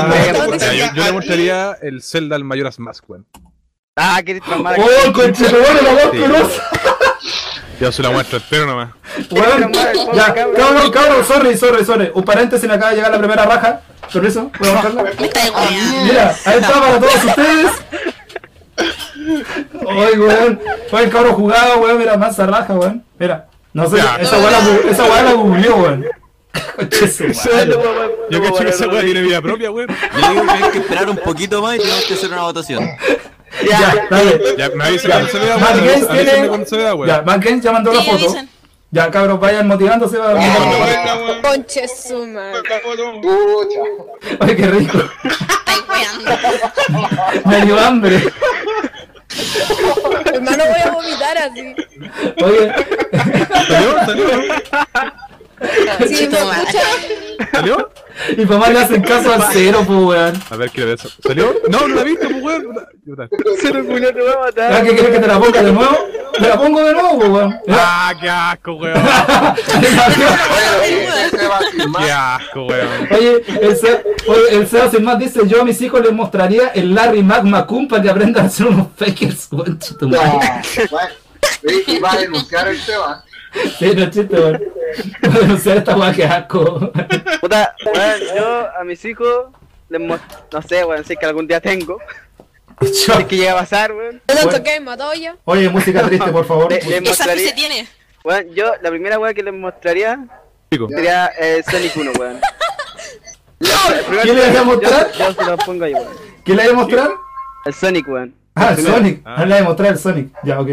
Speaker 2: Ya, yo, yo le mostraría el Zelda al Mayoras Mask, weón.
Speaker 3: Ah, querés <laughs> tramar a-
Speaker 4: ¡Oh, conchetumare, la voz
Speaker 2: Sí.
Speaker 4: corosa!
Speaker 2: Yo se la muestro entero nomás.
Speaker 4: Weón, <laughs> ya, cabrón, cabrón, sorry, sorry, sorry. Un paréntesis, le acaba de llegar la primera raja. Por eso, <laughs> voy a bajarla.
Speaker 8: Me está de weón.
Speaker 4: Mira, ahí está para todos ustedes. Ay, weón. Fue el cabro jugado, weón. Mira, mansa raja, weón. Mira. No sé,
Speaker 2: Ya.
Speaker 4: esa weá la, gu- esa weá la googleó, weón. Conche su madre.
Speaker 2: Yo cacho que esa weá tiene vida propia, weón.
Speaker 7: Yo digo que hay que esperar un poquito más y tenemos que hacer una votación.
Speaker 4: Ya, dale.
Speaker 2: Ya, me avisen cuando se vea,
Speaker 4: Mad
Speaker 2: weón.
Speaker 4: Games tiene-
Speaker 2: Avísenme cuando se vea,
Speaker 4: Ya,
Speaker 2: weón.
Speaker 4: Matt Gaines ya mandó la
Speaker 8: Sí,
Speaker 4: foto.
Speaker 8: avisen.
Speaker 4: Ya, cabros, vayan motivándose para.
Speaker 1: Cuando venga, weón,
Speaker 5: Conche su madre.
Speaker 1: la foto.
Speaker 6: Pucha.
Speaker 4: Ay, qué rico.
Speaker 8: Está weando.
Speaker 4: Me dio hambre.
Speaker 5: Hermano, Pues voy a vomitar así.
Speaker 4: Oye,
Speaker 2: ¿Salió? ¿Salió?
Speaker 5: Si me escuchan,
Speaker 2: ¿Salió?
Speaker 4: y papá le hacen caso al cero, pues, weón.
Speaker 2: A ver, quiero ver eso. ¿Salió? No, no la he visto, pues, weón. Puta, puta.
Speaker 3: Cero, culiao, te voy a matar.
Speaker 4: ¿Sabes qué quieres que te la ponga de nuevo? Te la pongo de nuevo, pues, weón.
Speaker 2: Ah, qué asco, weón.
Speaker 6: Se este va a
Speaker 2: Qué
Speaker 6: firmar.
Speaker 2: asco, weón.
Speaker 4: <laughs> Oye, el Seba, oye, el Seba sin más dice, yo a mis hijos les mostraría el Larry Mac Macum para que aprendan a hacer unos fakers, weón, chito,
Speaker 6: No.
Speaker 4: madre.
Speaker 6: Bueno, sí, y va a denunciar el Seba.
Speaker 4: Sí, no, chito, weón. No sé, esta weá que asco.
Speaker 3: Puta, weón, yo a mis hijos les muestro, no sé, weón, si es que algún día tengo, si es que llega a pasar, weón.
Speaker 5: de
Speaker 4: Bueno.
Speaker 5: tanto que me matado ya.
Speaker 4: Oye, música triste, por favor.
Speaker 3: Le- le
Speaker 8: Esa sí
Speaker 3: mostraría-
Speaker 8: se tiene.
Speaker 3: Weón, yo la primera weón que les mostraría
Speaker 2: Chico.
Speaker 3: sería eh, Sonic 1, weón. El primer-
Speaker 4: ¿Quién le voy a
Speaker 3: yo-
Speaker 4: mostrar?
Speaker 3: Yo, se lo pongo ahí, weón.
Speaker 4: ¿Quién le voy a mostrar?
Speaker 3: El Sonic, weón.
Speaker 4: Ah, el
Speaker 3: Primero.
Speaker 4: Sonic.
Speaker 2: Ah.
Speaker 4: Ah, le voy a mostrar el Sonic. Ya, ok.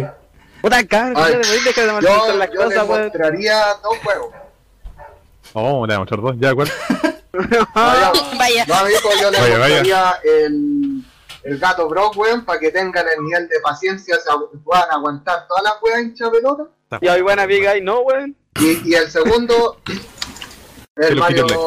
Speaker 3: Puta, cabrón,
Speaker 6: Ay.
Speaker 3: yo le voy a dejar de mostrar
Speaker 6: Yo,
Speaker 3: las
Speaker 6: yo le
Speaker 3: cosas, weón.
Speaker 6: mostraría dos juegos.
Speaker 2: Oh, le voy a mostrar dos. Ya, ¿cuál?
Speaker 6: Vaya,
Speaker 8: Vaya.
Speaker 6: No, amigo, yo le
Speaker 2: Vaya, vaya.
Speaker 6: mostraría el, el gato Broadway para que tengan el nivel de paciencia, se agu- puedan aguantar todas las weas hincha pelota.
Speaker 3: Y hoy, buena amiga, y no, weón.
Speaker 6: Y, y
Speaker 2: <laughs>
Speaker 6: el segundo,
Speaker 2: Que
Speaker 6: el
Speaker 2: lo
Speaker 6: Mario.
Speaker 2: quiten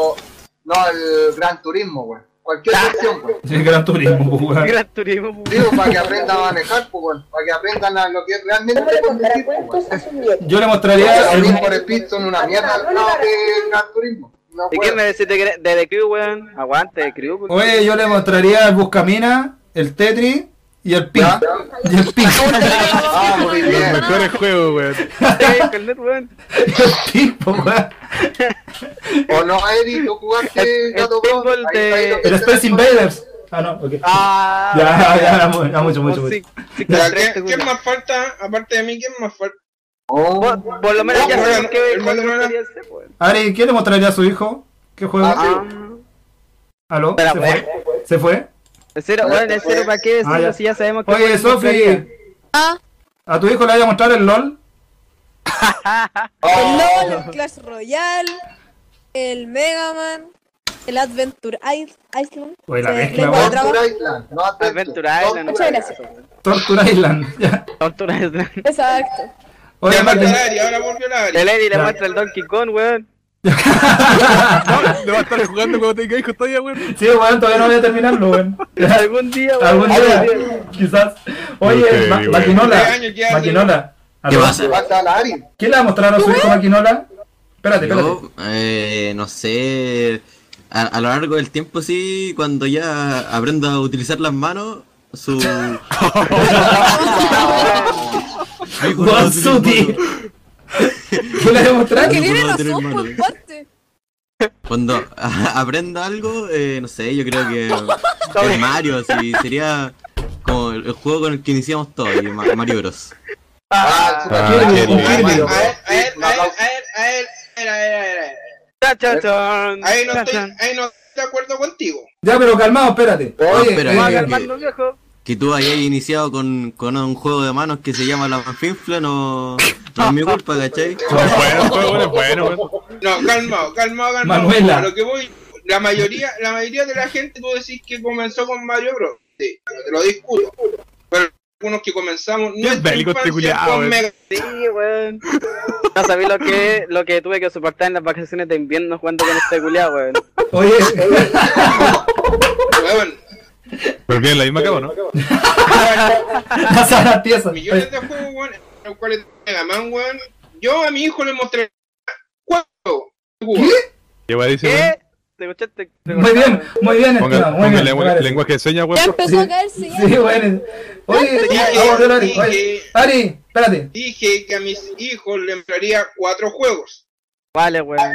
Speaker 6: No, el Gran Turismo, weón. Cualquier versión, weón.
Speaker 4: El gran turismo, pues, weón.
Speaker 3: Gran turismo, weón.
Speaker 6: Digo, para que aprendan a manejar, pues, weón. Para que aprendan a lo que es realmente conducir, pues, weón.
Speaker 4: Yo le mostraría
Speaker 6: Los
Speaker 4: el...
Speaker 6: por el son una mierda al lado de Gran Turismo. No,
Speaker 3: ¿Y qué
Speaker 6: weón.
Speaker 3: me decís de, de, The Crew, weón? Aguante, de Crew, weón.
Speaker 4: Oye, yo le mostraría el Buscamina, el Tetris y el Pin.
Speaker 6: Ya.
Speaker 4: Y el Pin. <laughs>
Speaker 6: Ah, muy
Speaker 2: Los
Speaker 6: bien.
Speaker 2: mejores juegos, weón.
Speaker 3: Te voy con net,
Speaker 4: <laughs>
Speaker 3: weón.
Speaker 4: El Pin, pues, weón.
Speaker 6: O no, Eddie, tú jugaste
Speaker 3: El-
Speaker 6: Gato
Speaker 3: el
Speaker 6: Broadway.
Speaker 3: pinball de-
Speaker 4: El Space Invaders. Ah, no, ok.
Speaker 3: Ah, Oh,
Speaker 4: Ya, ya, ya, mu- ya, mucho, mucho, mucho.
Speaker 1: Ya, ¿qué- ¿Quién más falta? Aparte de mí, ¿quién más falta?
Speaker 6: Oh.
Speaker 3: Por, por lo menos ya
Speaker 1: Hermano,
Speaker 3: sabemos qué
Speaker 1: hermano,
Speaker 3: cuál
Speaker 1: hermano.
Speaker 3: sería ese, weón.
Speaker 4: Ari, ¿qué le mostraría a su hijo? ¿Qué juego?
Speaker 6: Ah,
Speaker 3: Ah,
Speaker 4: ¿Aló?
Speaker 3: espera,
Speaker 4: ¿Se fue? ¿Se fue?
Speaker 3: el cero, weón, el cero, ¿para qué
Speaker 4: Ah,
Speaker 3: decirlo
Speaker 4: ya.
Speaker 3: si ya sabemos qué
Speaker 4: Oye,
Speaker 3: weón buscaría?
Speaker 4: Sofi,
Speaker 5: Ah,
Speaker 4: ¿a tu hijo le voy a mostrar el LOL?
Speaker 6: ah,
Speaker 4: Oh.
Speaker 5: el LOL, el Clash Royale, el Mega Man, el Adventure Is- Island.
Speaker 4: Oye, la
Speaker 5: Se-
Speaker 4: mezcla,
Speaker 5: le
Speaker 4: weón.
Speaker 5: encuentro trabajo.
Speaker 6: ah, Adventure Island, no Adventure.
Speaker 3: Adventura Island.
Speaker 5: Muchas gracias.
Speaker 4: Torture Island. <laughs> ya.
Speaker 3: Tortura Island. <laughs>
Speaker 5: Exacto.
Speaker 4: Oye,
Speaker 1: Ya
Speaker 4: Matt,
Speaker 1: falta Dari, ahora volvió la Dari.
Speaker 3: El Eddie le
Speaker 4: Ya.
Speaker 3: muestra el Donkey Kong, weón.
Speaker 2: Le va a estar jugando cuando tenga hijos todavía, weón.
Speaker 4: sí, weón, todavía no voy a terminarlo, weón.
Speaker 3: Algún día, weón.
Speaker 4: Algún día, quizás. Oye,
Speaker 2: Ok,
Speaker 4: Ma-
Speaker 2: weón.
Speaker 4: Maquinola,
Speaker 1: Tres años ya,
Speaker 4: Maquinola.
Speaker 7: ¿Qué
Speaker 4: ¿aló?
Speaker 7: pasa?
Speaker 6: Falta la Ari.
Speaker 4: ¿Qué le va a mostrar a su hijo Maquinola? Espérate, espérate.
Speaker 7: Yo, eh, no sé, a, a lo largo del tiempo sí, cuando ya aprenda a utilizar las manos, <laughs> su...
Speaker 3: Ah,
Speaker 7: Hijo, no va a tener
Speaker 4: Guasuti.
Speaker 7: mano.
Speaker 4: <laughs> ¿Qué le voy a mostrar?
Speaker 5: Que
Speaker 7: no
Speaker 5: tiene
Speaker 7: puedo tener
Speaker 5: razón
Speaker 4: ¿eh?
Speaker 7: mano.
Speaker 5: por parte.
Speaker 7: Cuando <laughs> aprenda algo, eh, no sé, yo creo que el Mario, así, sería como el, el juego con el que iniciamos todo, y Ma- Mario Bros.
Speaker 6: Ah,
Speaker 2: Ah,
Speaker 4: Kirby,
Speaker 2: qué
Speaker 4: un
Speaker 2: lindo.
Speaker 4: Kirby,
Speaker 1: A
Speaker 4: loco.
Speaker 1: ver, a ver, a ver, a ver, a ver, a ver, a ver, a ver, a ver.
Speaker 3: Chan, chan, chan,
Speaker 1: Ahí no
Speaker 3: chan,
Speaker 1: estoy,
Speaker 3: chan.
Speaker 1: ahí no estoy de acuerdo contigo.
Speaker 4: Ya, pero calmado, espérate. Oye,
Speaker 7: espera,
Speaker 4: eh,
Speaker 3: Vamos a
Speaker 7: que-
Speaker 3: calmarnos, viejo.
Speaker 7: Que tú hayas iniciado con, con un juego de manos que se llama La Manfinfla, no, no es mi culpa, ¿cachai?
Speaker 2: Bueno, fue bueno, bueno, bueno.
Speaker 1: No, calmado, calmado, calmado.
Speaker 4: Manuela.
Speaker 1: A lo que voy, la mayoría, la mayoría de la gente tú decís que comenzó con Mario Bros. Sí, te lo discuto. Pero algunos que comenzamos nuestra
Speaker 2: bélico este
Speaker 1: infancia
Speaker 2: culiao,
Speaker 1: con
Speaker 2: eh.
Speaker 1: Mega-
Speaker 3: Sí, weón. No sabéis lo que, lo que tuve que soportar en las vacaciones de invierno jugando con este culiao,
Speaker 4: <laughs>
Speaker 3: weón.
Speaker 4: oye,
Speaker 1: Weón,
Speaker 2: Pero bien, la misma cama, ¿no?
Speaker 4: pasa las piezas.
Speaker 1: millones
Speaker 4: Oye,
Speaker 1: de juegos, weón, en los cuales Mega Man, weón. Yo a mi hijo le mostré cuatro juegos.
Speaker 2: Llegó a decir,
Speaker 3: ¿Qué? ¿Te escuchaste? ¿Te
Speaker 4: Muy bien,
Speaker 3: cortaron?
Speaker 4: muy bien,
Speaker 2: Ponga,
Speaker 4: estimado, muy
Speaker 2: ponga
Speaker 4: bien.
Speaker 2: lengua-
Speaker 4: me parece.
Speaker 2: lenguaje de señas,
Speaker 5: Ya
Speaker 2: weón.
Speaker 5: empezó a caer señal.
Speaker 4: Sí, bueno. Oye,
Speaker 2: Ah,
Speaker 1: Dije-
Speaker 4: vamos a Ari.
Speaker 1: dije-
Speaker 4: Oye, Ari, espérate.
Speaker 1: Dije que a mis hijos le mostraría cuatro juegos.
Speaker 3: Vale, weón.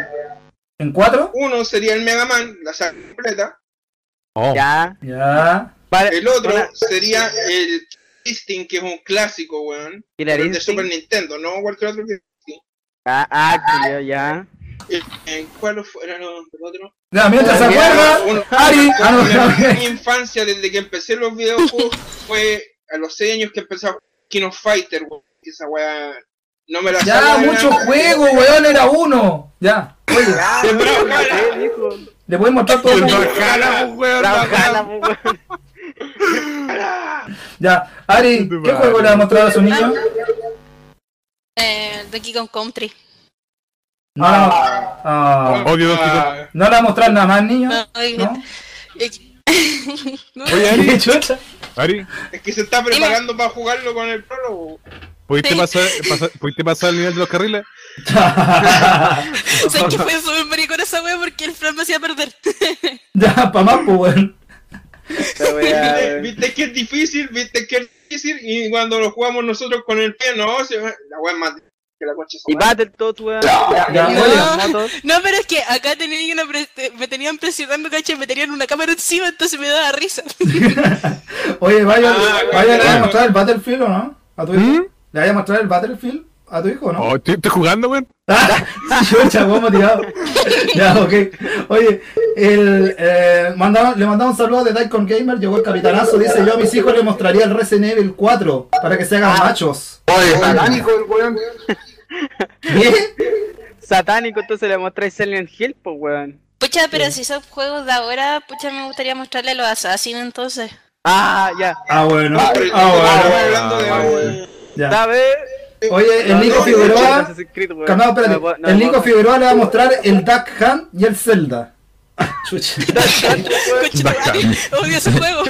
Speaker 4: ¿En cuatro?
Speaker 1: Uno sería el Mega Man, la saga completa.
Speaker 2: Oh,
Speaker 3: Ya.
Speaker 4: Ya.
Speaker 3: Vale.
Speaker 1: El otro
Speaker 3: Hola.
Speaker 1: sería el Instinct, que es un clásico, weón.
Speaker 3: Killer
Speaker 1: pero el de
Speaker 3: Instinct.
Speaker 1: Super Nintendo, no cualquier otro que.
Speaker 3: Ah, ah, culiao, ya.
Speaker 1: eh, eh, ¿Cuál fue? Era no, el otro.
Speaker 4: Ya, mientras se acuerda.
Speaker 1: Uno-
Speaker 4: Ari, ah, no,
Speaker 1: Mira,
Speaker 4: no,
Speaker 1: mi infancia, desde que empecé los
Speaker 4: <laughs>
Speaker 1: videojuegos, fue a los 6 años que empecé a jugar Kino Fighter, weón. que Esa weá. No me la
Speaker 4: Ya,
Speaker 1: sabe,
Speaker 4: mucho
Speaker 1: weón.
Speaker 4: juego, weón, era uno. Ya. Oye,
Speaker 3: ¿Qué dijo?
Speaker 4: le pueden mostrar todo.
Speaker 3: Brawlhalla, po, pues, weón.
Speaker 4: Ya, Ari, ¿qué juego le ha mostrado a su niño?
Speaker 8: Eh, Donkey Kong Country.
Speaker 4: No. Ah,
Speaker 2: odio Donkey Kong.
Speaker 1: Ah,
Speaker 4: ¿No le va a mostrar nada más, niño?
Speaker 8: Ay,
Speaker 4: ¿No?
Speaker 8: eh, <laughs> no,
Speaker 2: Oye,
Speaker 4: ¿Qué
Speaker 2: Ari,
Speaker 4: chucha? <laughs>
Speaker 2: Ari,
Speaker 1: Es que se está preparando para jugarlo con el prólogo.
Speaker 2: ¿pudiste
Speaker 8: Sí.
Speaker 2: pasar, pasar, ¿pudiste pasar el nivel de los carriles?
Speaker 8: <laughs> sé que fue súper maricón esa wea porque el Fran me hacía <laughs> perder.
Speaker 4: Ya, pa' más, pues, weón.
Speaker 3: Esta wea,
Speaker 1: Viste,
Speaker 3: weón.
Speaker 1: viste que es difícil, viste que es difícil. Y cuando lo jugamos nosotros con el pie, no, se, la weá es más difícil que la concha. de su
Speaker 3: Y
Speaker 1: madre.
Speaker 3: Battletoads, weón.
Speaker 4: Ya,
Speaker 3: Y
Speaker 4: oye.
Speaker 3: las motos.
Speaker 8: No, pero es que acá tenían una pre- te- me tenían presionando, caché, me tenían una cámara encima, entonces me daba risa.
Speaker 4: Oye, vaya,
Speaker 1: Ah,
Speaker 4: vaya, le
Speaker 1: claro.
Speaker 4: vas a mostrar el Battlefield o no? ¿A tu hijo?
Speaker 2: ¿Mm?
Speaker 4: ¿Le vas a mostrar el Battlefield a tu hijo o no?
Speaker 2: Oh, ¿estoy, estoy jugando, weón?
Speaker 4: <laughs> Ah, chucha, weón motivado. ya, ok. Oye, el, eh, mandaron- le mandamos un saludo de Daikon Gamer. Llegó el capitanazo. Dice: Yo a mis hijos les mostraría el Resident Evil 4 para que se hagan machos.
Speaker 6: Oye, satánico el weón.
Speaker 4: ¿Qué?
Speaker 3: Satánico, entonces le mostré Silent Hill, po, weón.
Speaker 8: <laughs> Pucha, pero si son juegos de ahora, pucha, me gustaría mostrarle a los asesinos entonces.
Speaker 3: Ah, ya.
Speaker 4: Ah, bueno. Ah,
Speaker 1: Pero- estamos
Speaker 4: bueno.
Speaker 1: hablando de-
Speaker 2: Ah,
Speaker 4: Ya.
Speaker 3: ¿Sabes?
Speaker 4: Oye, el Nico Figueroa. Calmado, espérate. el
Speaker 3: <laughs>
Speaker 4: Nico Figueroa le va a mostrar el Duck Hunt y el Zelda. Ah, Chucha.
Speaker 8: Concha, <laughs> odio ese juego.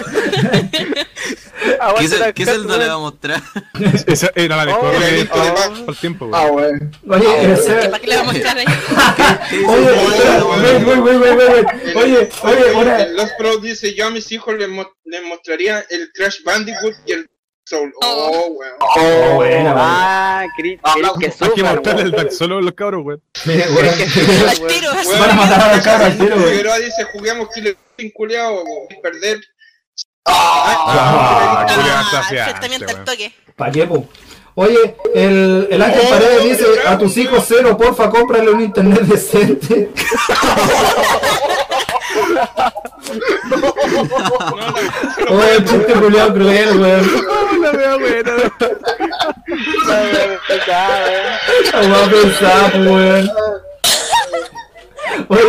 Speaker 7: ¿Qué, se- qué Zelda le va a mostrar?
Speaker 2: Esa era la mejor
Speaker 3: Oh,
Speaker 2: de
Speaker 1: oh.
Speaker 2: todo el tiempo,
Speaker 6: Ah,
Speaker 2: weón.
Speaker 6: weón.
Speaker 4: Oye, el
Speaker 8: ¿Qué,
Speaker 4: Zelda.
Speaker 8: ¿Para qué le voy a mostrar ahí?
Speaker 4: Oye, espera, wey, wey, wey, wey, wey,
Speaker 1: El-
Speaker 4: Oye, oye, una.
Speaker 1: el Los Pro dice: Yo a mis hijos les, mo- les mostraría el Crash Bandicoot y el Soul. Oh, weón.
Speaker 4: Oh, buena, weón.
Speaker 3: Ah, Chris, Chris, que
Speaker 2: Hay que
Speaker 3: sufra,
Speaker 2: mostrarle el
Speaker 3: weón.
Speaker 2: Dark Solo a los cabros, weón.
Speaker 4: Sí, weón.
Speaker 8: <laughs> Al tiro, así.
Speaker 1: Weón,
Speaker 4: Van a matar a la cabra al tiro, weón.
Speaker 1: Figueroa dice: Juguemos Killer Instinct, culiao, weón, perder.
Speaker 2: Ah,
Speaker 8: Ah,
Speaker 2: culiao, está fiante,
Speaker 8: enfrentamiento al
Speaker 2: weón.
Speaker 8: toque.
Speaker 4: ¿Para qué, po? Oye, el, el Ángel Paredes dice, a tus hijos cero, porfa, cómprale un internet decente. Oye, el chiste culiao cruel, weón.
Speaker 2: La wea buena, weón.
Speaker 4: Vamos a pensar, po, weón. Oye,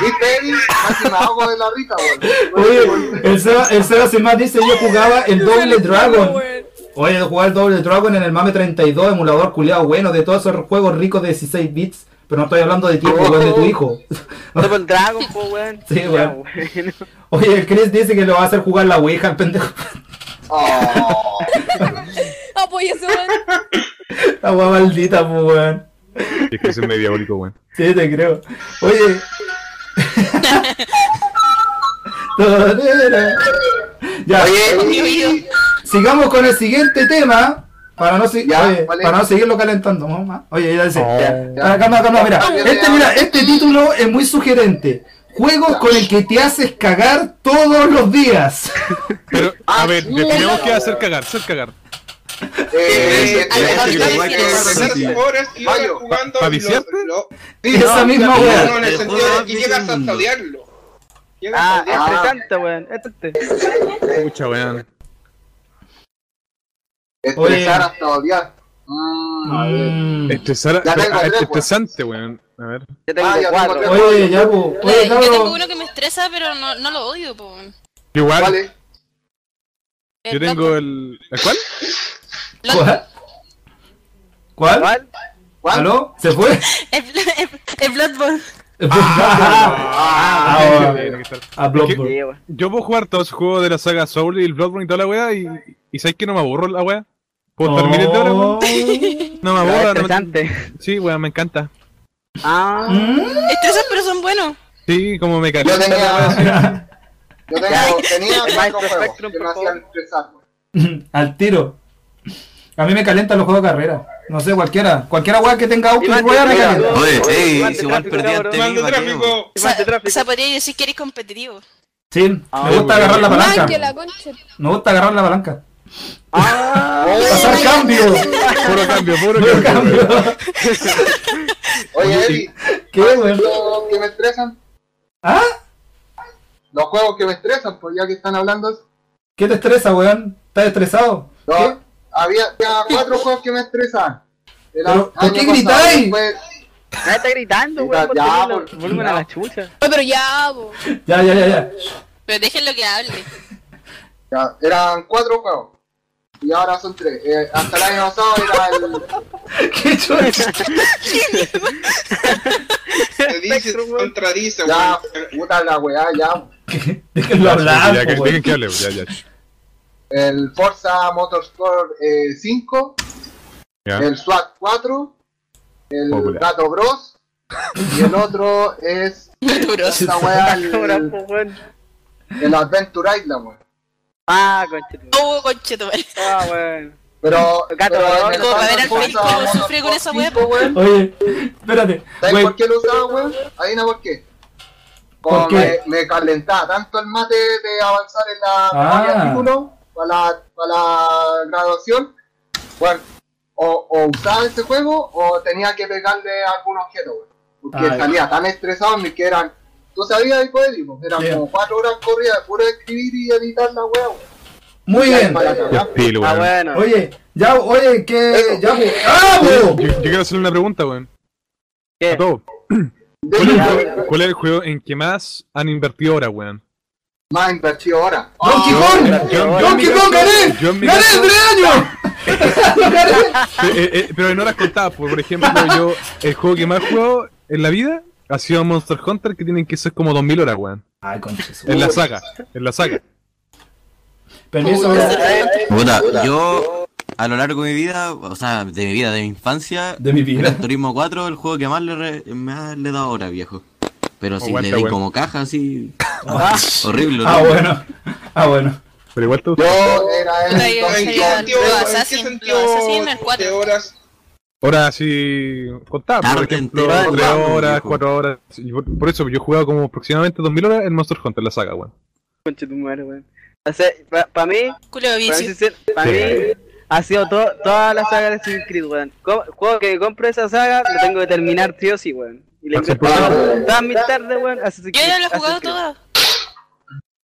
Speaker 6: ¿Viste, Eri? Casi me ahogo de la rica, weón.
Speaker 4: oye, el Seba, el Seba sin más dice, yo jugaba el doble Dragon. Oye, jugar el doble Dragon en el Mame 32, emulador culiao bueno, de todos esos juegos ricos de 16 bits. Pero no estoy hablando de ti, weón, de tu hijo.
Speaker 3: Double Dragon, po, weón.
Speaker 4: Sí,
Speaker 3: Ya,
Speaker 4: weón. Oye, el Chris dice que lo va a hacer jugar la Ouija al pendejo. <laughs>
Speaker 6: Oh.
Speaker 5: Apoyo ese weón.
Speaker 4: La weá maldita, pues, weón.
Speaker 2: Es que es medio diabólico, weón.
Speaker 4: Sí, te creo.
Speaker 8: <laughs>
Speaker 4: Oye. <laughs> ya,
Speaker 8: Mi oído.
Speaker 4: sigamos con el siguiente tema. Para no, si-
Speaker 6: Ya,
Speaker 4: oye,
Speaker 6: ¿cuál es?
Speaker 4: para no seguirlo calentando, mamá. Oye, ya dice.
Speaker 2: Oh.
Speaker 4: Ya, ya, calma, calma, mira. Este, mira, este título es muy sugerente. Juegos con el que te haces cagar todos los días.
Speaker 2: Pero, a ver,
Speaker 6: mierda,
Speaker 2: definamos qué
Speaker 6: weón.
Speaker 2: hacer cagar, hacer cagar.
Speaker 6: Eh,
Speaker 1: Eh,
Speaker 6: eh,
Speaker 1: eh,
Speaker 6: eh,
Speaker 1: eh,
Speaker 6: eh,
Speaker 1: pasas
Speaker 6: eh,
Speaker 1: horas y horas
Speaker 6: Mario,
Speaker 1: jugando
Speaker 2: ¿pa- pa
Speaker 1: y lo-
Speaker 2: viciarte?
Speaker 1: lo-
Speaker 4: Esa misma
Speaker 7: no,
Speaker 1: no,
Speaker 4: weá.
Speaker 1: no, en el
Speaker 7: el
Speaker 1: sentido
Speaker 7: juego
Speaker 1: de
Speaker 7: más
Speaker 1: que
Speaker 7: vicio
Speaker 1: llegas
Speaker 7: del
Speaker 1: hasta
Speaker 7: mundo.
Speaker 1: odiarlo. Llegas
Speaker 3: Ah,
Speaker 1: hasta
Speaker 3: es
Speaker 1: odiarlo.
Speaker 3: tanta, weón. Es tanta.
Speaker 2: Pucha, weón.
Speaker 6: Estresar eh, hasta odiar. Mm, a ver.
Speaker 4: Mm.
Speaker 2: Estresar,
Speaker 6: Ya tengo
Speaker 2: ah,
Speaker 6: tres, weón.
Speaker 2: estresante, weón. A ver.
Speaker 3: Yo tengo
Speaker 6: Ah, ya tengo
Speaker 3: cuatro.
Speaker 6: tres.
Speaker 4: Oye, ya, po. Oye,
Speaker 8: Yo tengo
Speaker 4: cabrón.
Speaker 8: uno que me estresa, pero no, no lo odio, po. weón.
Speaker 2: Igual,
Speaker 6: ¿Cuál es?
Speaker 2: yo
Speaker 8: El
Speaker 2: tengo el. ¿El cuál?
Speaker 8: Blood-
Speaker 4: ¿Cuál? ¿Cuál?
Speaker 3: ¿Cuál?
Speaker 6: ¿Cuál?
Speaker 4: ¿Aló? ¿Se fue?
Speaker 8: El, el- el Bloodborne.
Speaker 4: Ah,
Speaker 2: Ah,
Speaker 4: bueno.
Speaker 2: tiene que estar.
Speaker 4: A Bloodborne.
Speaker 3: Sí, weón.
Speaker 2: Yo puedo jugar todos los juegos de la saga Soul y el Bloodborne y toda la weá y, y sabes que no me aburro la weá. Puedo estar miles de horas,
Speaker 4: Oh.
Speaker 2: weón. No
Speaker 3: Pero
Speaker 2: me aburro,
Speaker 3: Es
Speaker 2: no me-
Speaker 3: estresante.
Speaker 2: Sí, weón, me encanta.
Speaker 3: Ah,
Speaker 4: Mm.
Speaker 8: Estresan, pero son buenos.
Speaker 2: Sí, como me
Speaker 6: Yo
Speaker 2: calienta.
Speaker 6: tenía. Yo tengo, tenía cuatro
Speaker 3: Maestro
Speaker 6: juegos
Speaker 3: Spectrum,
Speaker 6: que me
Speaker 3: por favor.
Speaker 6: hacían estresar. güey.
Speaker 4: <clears throat> Al tiro. A mí me calentan los juegos de carrera. No sé, cualquiera. Cualquiera weá que tenga auto y
Speaker 3: Iván,
Speaker 4: rueda
Speaker 3: te
Speaker 4: me
Speaker 3: pega.
Speaker 4: calienta.
Speaker 7: Oye, ey,
Speaker 3: Iván,
Speaker 7: si
Speaker 3: te
Speaker 7: igual
Speaker 3: tráfico,
Speaker 7: perdí ante
Speaker 3: cabrón.
Speaker 7: mí,
Speaker 1: Mando
Speaker 7: ¿pa' qué, weón?
Speaker 3: <laughs>
Speaker 1: tráfico.
Speaker 3: es más de
Speaker 8: O
Speaker 3: tráfico.
Speaker 8: sea, podría decir que eres competitivo.
Speaker 4: Sí,
Speaker 3: Ah,
Speaker 4: me gusta
Speaker 2: bueno.
Speaker 4: agarrar la
Speaker 5: Man, que
Speaker 4: palanca.
Speaker 5: la concha.
Speaker 4: Me gusta agarrar la palanca.
Speaker 3: Ah,
Speaker 4: <laughs>
Speaker 3: <laughs>
Speaker 4: Pasar cambio.
Speaker 2: Puro cambio, puro
Speaker 4: Puro
Speaker 2: cambio.
Speaker 4: cambio.
Speaker 6: Oye, Eddie,
Speaker 4: ¿Qué, weón?
Speaker 6: los juegos que me estresan,
Speaker 4: ¿Ah?
Speaker 6: los juegos que me estresan, pues ya que están hablando,
Speaker 4: ¿Qué te estresa, weón? ¿Estás estresado?
Speaker 6: no,
Speaker 4: ¿Qué?
Speaker 6: había, había cuatro juegos que me estresan. El
Speaker 4: Pero,
Speaker 6: año
Speaker 4: ¿por qué
Speaker 6: pasado
Speaker 4: gritáis?
Speaker 6: fue-
Speaker 3: nadie Ah, está gritando,
Speaker 6: Ya,
Speaker 3: weón. por
Speaker 6: ya,
Speaker 3: tenerlo-
Speaker 6: porque-
Speaker 3: Volumen a
Speaker 6: ya.
Speaker 3: la <laughs> chucha.
Speaker 5: No, pero ya, po.
Speaker 4: Ya, ya, ya, ya. <laughs>
Speaker 8: Pero déjenlo que hable.
Speaker 6: Ya, eran cuatro juegos. Y ahora son tres. Eh, hasta el año pasado era el.
Speaker 4: ¿Qué
Speaker 3: <laughs>
Speaker 4: chucha?
Speaker 1: Te dices, <laughs> contradice,
Speaker 6: Ya,
Speaker 1: weón.
Speaker 6: puta la weá, ya.
Speaker 4: Déjenlo
Speaker 2: Ya,
Speaker 4: hablar,
Speaker 2: que- dejen
Speaker 4: po, weón.
Speaker 2: que hable, ya, ya.
Speaker 6: El Forza Motorsport eh, 5.
Speaker 2: Ya.
Speaker 6: El SWAT 4. El
Speaker 2: Popular.
Speaker 6: Gato Bros. Y el otro es.
Speaker 8: Duros.
Speaker 6: Esta weá,
Speaker 3: Ahora,
Speaker 6: el,
Speaker 3: po, weón.
Speaker 6: el Adventure Island, weón.
Speaker 3: Ah, conchetumare.
Speaker 8: Oh, conchetumare.
Speaker 3: Ah, weón.
Speaker 6: Pero.
Speaker 3: Gato
Speaker 6: pero
Speaker 3: Bros,
Speaker 6: en el
Speaker 8: como para ver al
Speaker 6: Forza
Speaker 8: Félix cómo
Speaker 6: Motorsport
Speaker 8: sufre con esa weá.
Speaker 6: 5, pues, weón,
Speaker 4: Oye, espérate.
Speaker 6: ¿Sabes
Speaker 4: Weón,
Speaker 6: por qué lo usaba, weón? Adivina por qué. Como
Speaker 4: ¿Por qué?
Speaker 6: Me, me calentaba tanto el mate de avanzar en la memoria
Speaker 4: Ah.
Speaker 6: del título para la, para la graduación. Bueno, o, o usaba este juego o tenía que pegarle algún objeto, weón. Porque
Speaker 4: Ay.
Speaker 6: salía tan estresado en que eran. Tú sabías el código, pues, eran
Speaker 4: Bien.
Speaker 6: como cuatro horas corridas de puro escribir y editar la weá, weón.
Speaker 4: Muy bien.
Speaker 6: Para la
Speaker 2: Qué
Speaker 6: cagada.
Speaker 2: estilo,
Speaker 3: Ah,
Speaker 2: weón.
Speaker 3: bueno.
Speaker 4: Oye, ya, oye, que.
Speaker 6: Eso.
Speaker 4: Ya, po. ¡Ah, po!
Speaker 2: Yo, yo quiero hacerle una pregunta, weón.
Speaker 3: ¿Qué?
Speaker 2: A todos.
Speaker 6: De-
Speaker 2: ¿Cuál es, el
Speaker 3: Ya,
Speaker 2: juego, cuál es el juego en que más han invertido horas, weón?
Speaker 6: Más invertido ahora.
Speaker 4: ¡Donkey
Speaker 2: Yo-
Speaker 4: Kong!
Speaker 2: yo en mi
Speaker 4: ¡Donkey Kong
Speaker 2: caso-
Speaker 4: gané!
Speaker 2: yo en mi
Speaker 4: ¡Gané
Speaker 2: caso-
Speaker 4: tres años!
Speaker 2: <laughs>
Speaker 4: ¡Lo gané!
Speaker 2: Pe- eh, eh, pero en horas contadas, por, por ejemplo, yo, el juego que más juego en la vida ha sido Monster Hunter, que tienen que ser como 2000 horas, weón.
Speaker 4: Ay, concha su-
Speaker 2: En la saga, en la saga.
Speaker 4: Permiso, weón.
Speaker 7: Puta, yo a lo largo de mi vida, o sea, de mi vida, de mi infancia,
Speaker 4: De mi vida.
Speaker 7: Gran Turismo 4 el juego que más le, re- más le he dado ahora, viejo. Pero si
Speaker 2: Aguanta,
Speaker 7: le di
Speaker 2: weón.
Speaker 7: como caja, así. horrible,
Speaker 4: Ah,
Speaker 7: horrible.
Speaker 4: bueno. Ah, bueno.
Speaker 2: Pero igual te gusta.
Speaker 6: Yo era el
Speaker 8: Ay,
Speaker 6: Donkey
Speaker 1: ¿En
Speaker 8: Sí,
Speaker 1: qué
Speaker 8: ya,
Speaker 6: Kong.
Speaker 1: sentido,
Speaker 8: lo
Speaker 1: en qué
Speaker 8: Assassin,
Speaker 1: sentido
Speaker 8: lo Assassin, el cuatro.
Speaker 1: de horas?
Speaker 2: Horas así contadas, por
Speaker 7: Tarde
Speaker 2: ejemplo,
Speaker 7: entera,
Speaker 2: 3
Speaker 7: weón,
Speaker 2: horas,
Speaker 7: viejo.
Speaker 2: 4 horas. Y por, por eso yo he jugado como aproximadamente 2000 horas en Monster Hunter, la saga,
Speaker 4: <laughs>
Speaker 2: weón.
Speaker 3: Conchetumare, weón. O sea, para mí,
Speaker 8: Culo de
Speaker 3: Para
Speaker 8: vicio.
Speaker 3: mí ha sido to- toda la saga de Assassin's Creed, weón. Co- juego que compro esa saga, lo tengo que terminar sí o sí, weón. Y le invierto
Speaker 2: Ah,
Speaker 3: todas- todas mis tardes, weón, a Assassin's
Speaker 8: Yo
Speaker 3: Creed.
Speaker 8: ya lo he jugado
Speaker 3: Assassin's Creed.
Speaker 8: todo.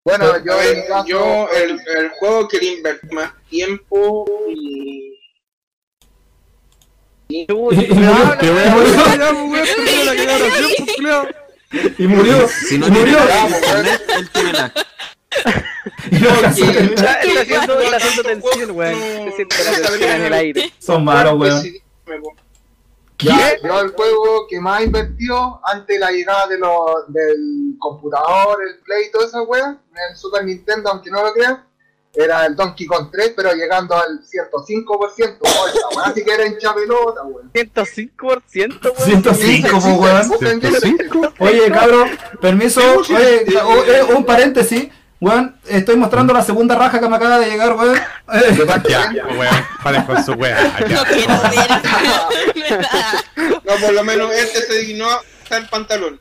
Speaker 6: Bueno, yo
Speaker 1: Yo,
Speaker 6: en mi caso-
Speaker 1: yo el, el juego que le invertí más
Speaker 4: <laughs>
Speaker 1: tiempo y
Speaker 4: <laughs>
Speaker 3: Chuta,
Speaker 4: Y murió.
Speaker 3: no, no, <laughs>
Speaker 4: Y murió. pues, Y murió.
Speaker 7: Si no
Speaker 4: y
Speaker 7: tiene
Speaker 4: murió.
Speaker 7: lag en internet, él tiene lag.
Speaker 4: Y no alcanzó a terminar.
Speaker 3: Está está haciendo, está haciendo tensión, weón. Se siente la tensión en el
Speaker 8: <laughs>
Speaker 3: aire.
Speaker 4: Son malos, weón.
Speaker 1: decidíme, po.
Speaker 6: Ya, Yo el juego que más invertió antes de la llegada de los, del computador, el Play y toda esa wea, el Super Nintendo, aunque no lo crean, era el Donkey Kong 3, pero llegando al 105%. Oh, esa wea sí que era hincha pelota, weón.
Speaker 3: 105%, weón.
Speaker 4: 105, po, weón.
Speaker 6: Puta, ¿en serio?
Speaker 4: Oye, cabrón, permiso, oye, o- eh, un paréntesis, weón, estoy mostrando la segunda raja que me acaba de llegar, weón. Eh,
Speaker 2: <laughs> Ya, weón, paren con su weón. <laughs>
Speaker 8: No quiero ver. <laughs> Me da-
Speaker 1: No, por lo menos este se dignó está el pantalón.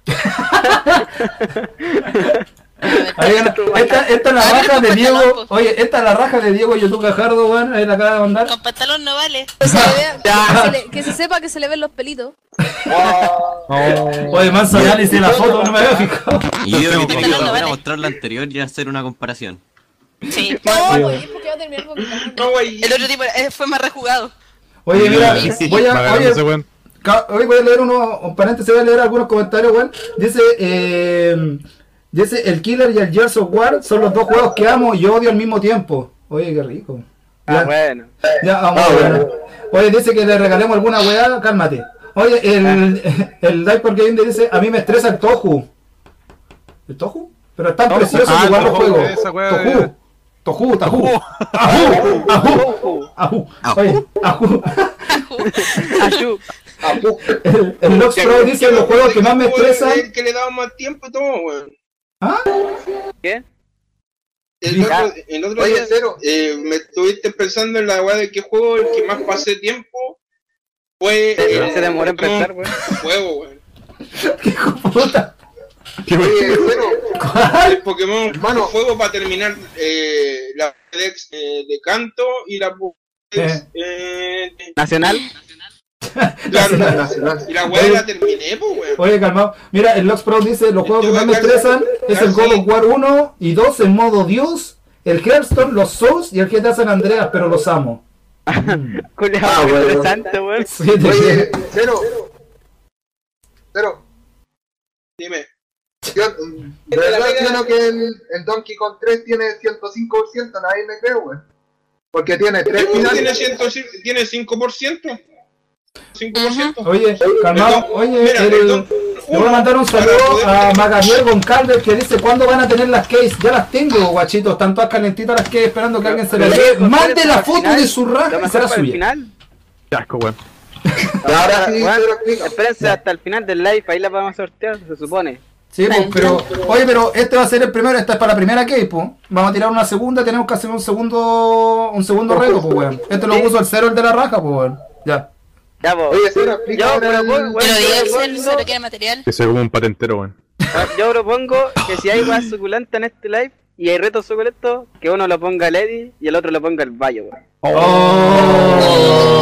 Speaker 4: Ahí gana- Esta, esta es la
Speaker 8: Abre
Speaker 4: raja
Speaker 8: tu
Speaker 4: de
Speaker 8: pantalón,
Speaker 4: Diego.
Speaker 8: po.
Speaker 4: Oye, esta es la raja de Diego Yotu Cajardo, weón. Ahí la acaba de mandar.
Speaker 8: Con pantalón no vale.
Speaker 5: Que se, le
Speaker 4: <laughs>
Speaker 5: vea- que se le- que se sepa que se le ven los pelitos.
Speaker 4: Oye, más análisis de la foto, no me había fijado.
Speaker 7: Y yo creo que tiene que
Speaker 8: Hablando,
Speaker 7: volver a
Speaker 8: vale.
Speaker 7: mostrar la anterior y hacer una comparación.
Speaker 8: Sí.
Speaker 5: No, güey, es porque va a terminar con mi cara.
Speaker 1: No, güey.
Speaker 8: El otro tipo eh, fue más rejugado.
Speaker 4: Oye, mira,
Speaker 7: Sí, sí.
Speaker 4: voy a,
Speaker 2: Agarrándose,
Speaker 4: oye,
Speaker 2: weón.
Speaker 4: Ca- Hoy voy a leer unos, un paréntesis, voy a leer algunos comentarios, weón. Dice, eh, dice, el Killer y el Gears of War son los dos juegos que amo y odio al mismo tiempo. Oye, qué rico. Ya,
Speaker 3: Ah, bueno. <laughs>
Speaker 4: ya, vamos,
Speaker 2: Ah,
Speaker 4: bueno. Oye, dice que le regalemos alguna weá, cálmate. Oye, el,
Speaker 2: Ah.
Speaker 4: <laughs> el Diaper Game dice, a mí me estresa el Tohu. ¿El Tohu? Pero es tan
Speaker 2: Tohu.
Speaker 4: precioso
Speaker 2: Ah,
Speaker 4: jugar los
Speaker 2: Tohu,
Speaker 4: juegos.
Speaker 2: esa weá de-
Speaker 4: Tohu. Tohu, Tahu. Ajú, ajú, ajú. Oye, ajú.
Speaker 3: Ayú.
Speaker 6: Apu.
Speaker 4: <laughs> El, el Lux Pro dice los juegos que más me estresan.
Speaker 1: El que le daba más tiempo y todo, weón.
Speaker 3: ¿Qué?
Speaker 1: El otro, el otro
Speaker 6: Oye,
Speaker 1: día
Speaker 6: cero.
Speaker 1: eh, me estuviste pensando en la weá de qué juego el que más pasé tiempo fue. eh,
Speaker 3: Se demora en
Speaker 1: Pokémon
Speaker 3: pensar, weón.
Speaker 1: Fuego,
Speaker 4: <laughs>
Speaker 1: weón.
Speaker 4: Puta.
Speaker 6: Oye, Eh, cero.
Speaker 1: El Pokémon
Speaker 6: Hermano.
Speaker 1: Fuego para terminar eh, la Pokédex eh, de canto y la Pokédex. Eh, de-
Speaker 3: Nacional.
Speaker 1: claro,
Speaker 4: Nacional,
Speaker 6: nacional.
Speaker 1: y la weá la terminé, pues, weón.
Speaker 4: Oye, calmado. Mira, el Lux Pro dice, los juegos que más me estresan es el God of War 1 y 2 en modo Dios, el Hearthstone, los Souls y el GTA San Andreas, pero los amo.
Speaker 3: Culeado,
Speaker 6: Ah, bueno.
Speaker 3: interesante, weón.
Speaker 4: Sí, te-
Speaker 6: Oye, cero. Cero.
Speaker 1: Dime.
Speaker 6: Yo, mm, de verdad, yo creo que el, el Donkey Kong 3 tiene 105%, nadie me cree, weón. Porque tiene tres
Speaker 1: Tiene,
Speaker 6: finales.
Speaker 1: 100, tiene 5%. 5%.
Speaker 4: Oye, calmado. Oye,
Speaker 1: Mira,
Speaker 4: el-
Speaker 1: perdón.
Speaker 4: le voy a mandar un saludo a Magavier Goncalves que dice, ¿cuándo van a tener las case? Ya las tengo, guachitos, están todas calentitas las case esperando que alguien se las dé. Mande la foto de su raja y será
Speaker 3: al
Speaker 4: suya.
Speaker 3: final.
Speaker 2: Qué asco, weón.
Speaker 6: Ahora sí,
Speaker 3: Weón,
Speaker 6: cero explica.
Speaker 3: Espérense hasta el final del live, ahí la vamos a sortear, se supone.
Speaker 4: Sí, pues, pero, oye, pero este va a ser el primero, esta es para la primera case, pues. Vamos a tirar una segunda, tenemos que hacer un segundo, un segundo reto, pues, weón. Este lo puso el cero, el de la raja, pues, weón. Ya.
Speaker 3: Ya, vos.
Speaker 6: Oye, cero explica.
Speaker 3: Yo
Speaker 6: ahora el-
Speaker 3: propongo,
Speaker 8: Pero diga
Speaker 3: weón,
Speaker 8: el cero,
Speaker 3: yo,
Speaker 8: cero
Speaker 3: propongo-
Speaker 8: quiere material.
Speaker 2: Que soy como un patentero, weón.
Speaker 3: yo propongo que si hay weas suculentas en este live y hay retos suculentos, que uno lo ponga el Eddie y el otro lo ponga el Bayo, weón.
Speaker 4: Oh.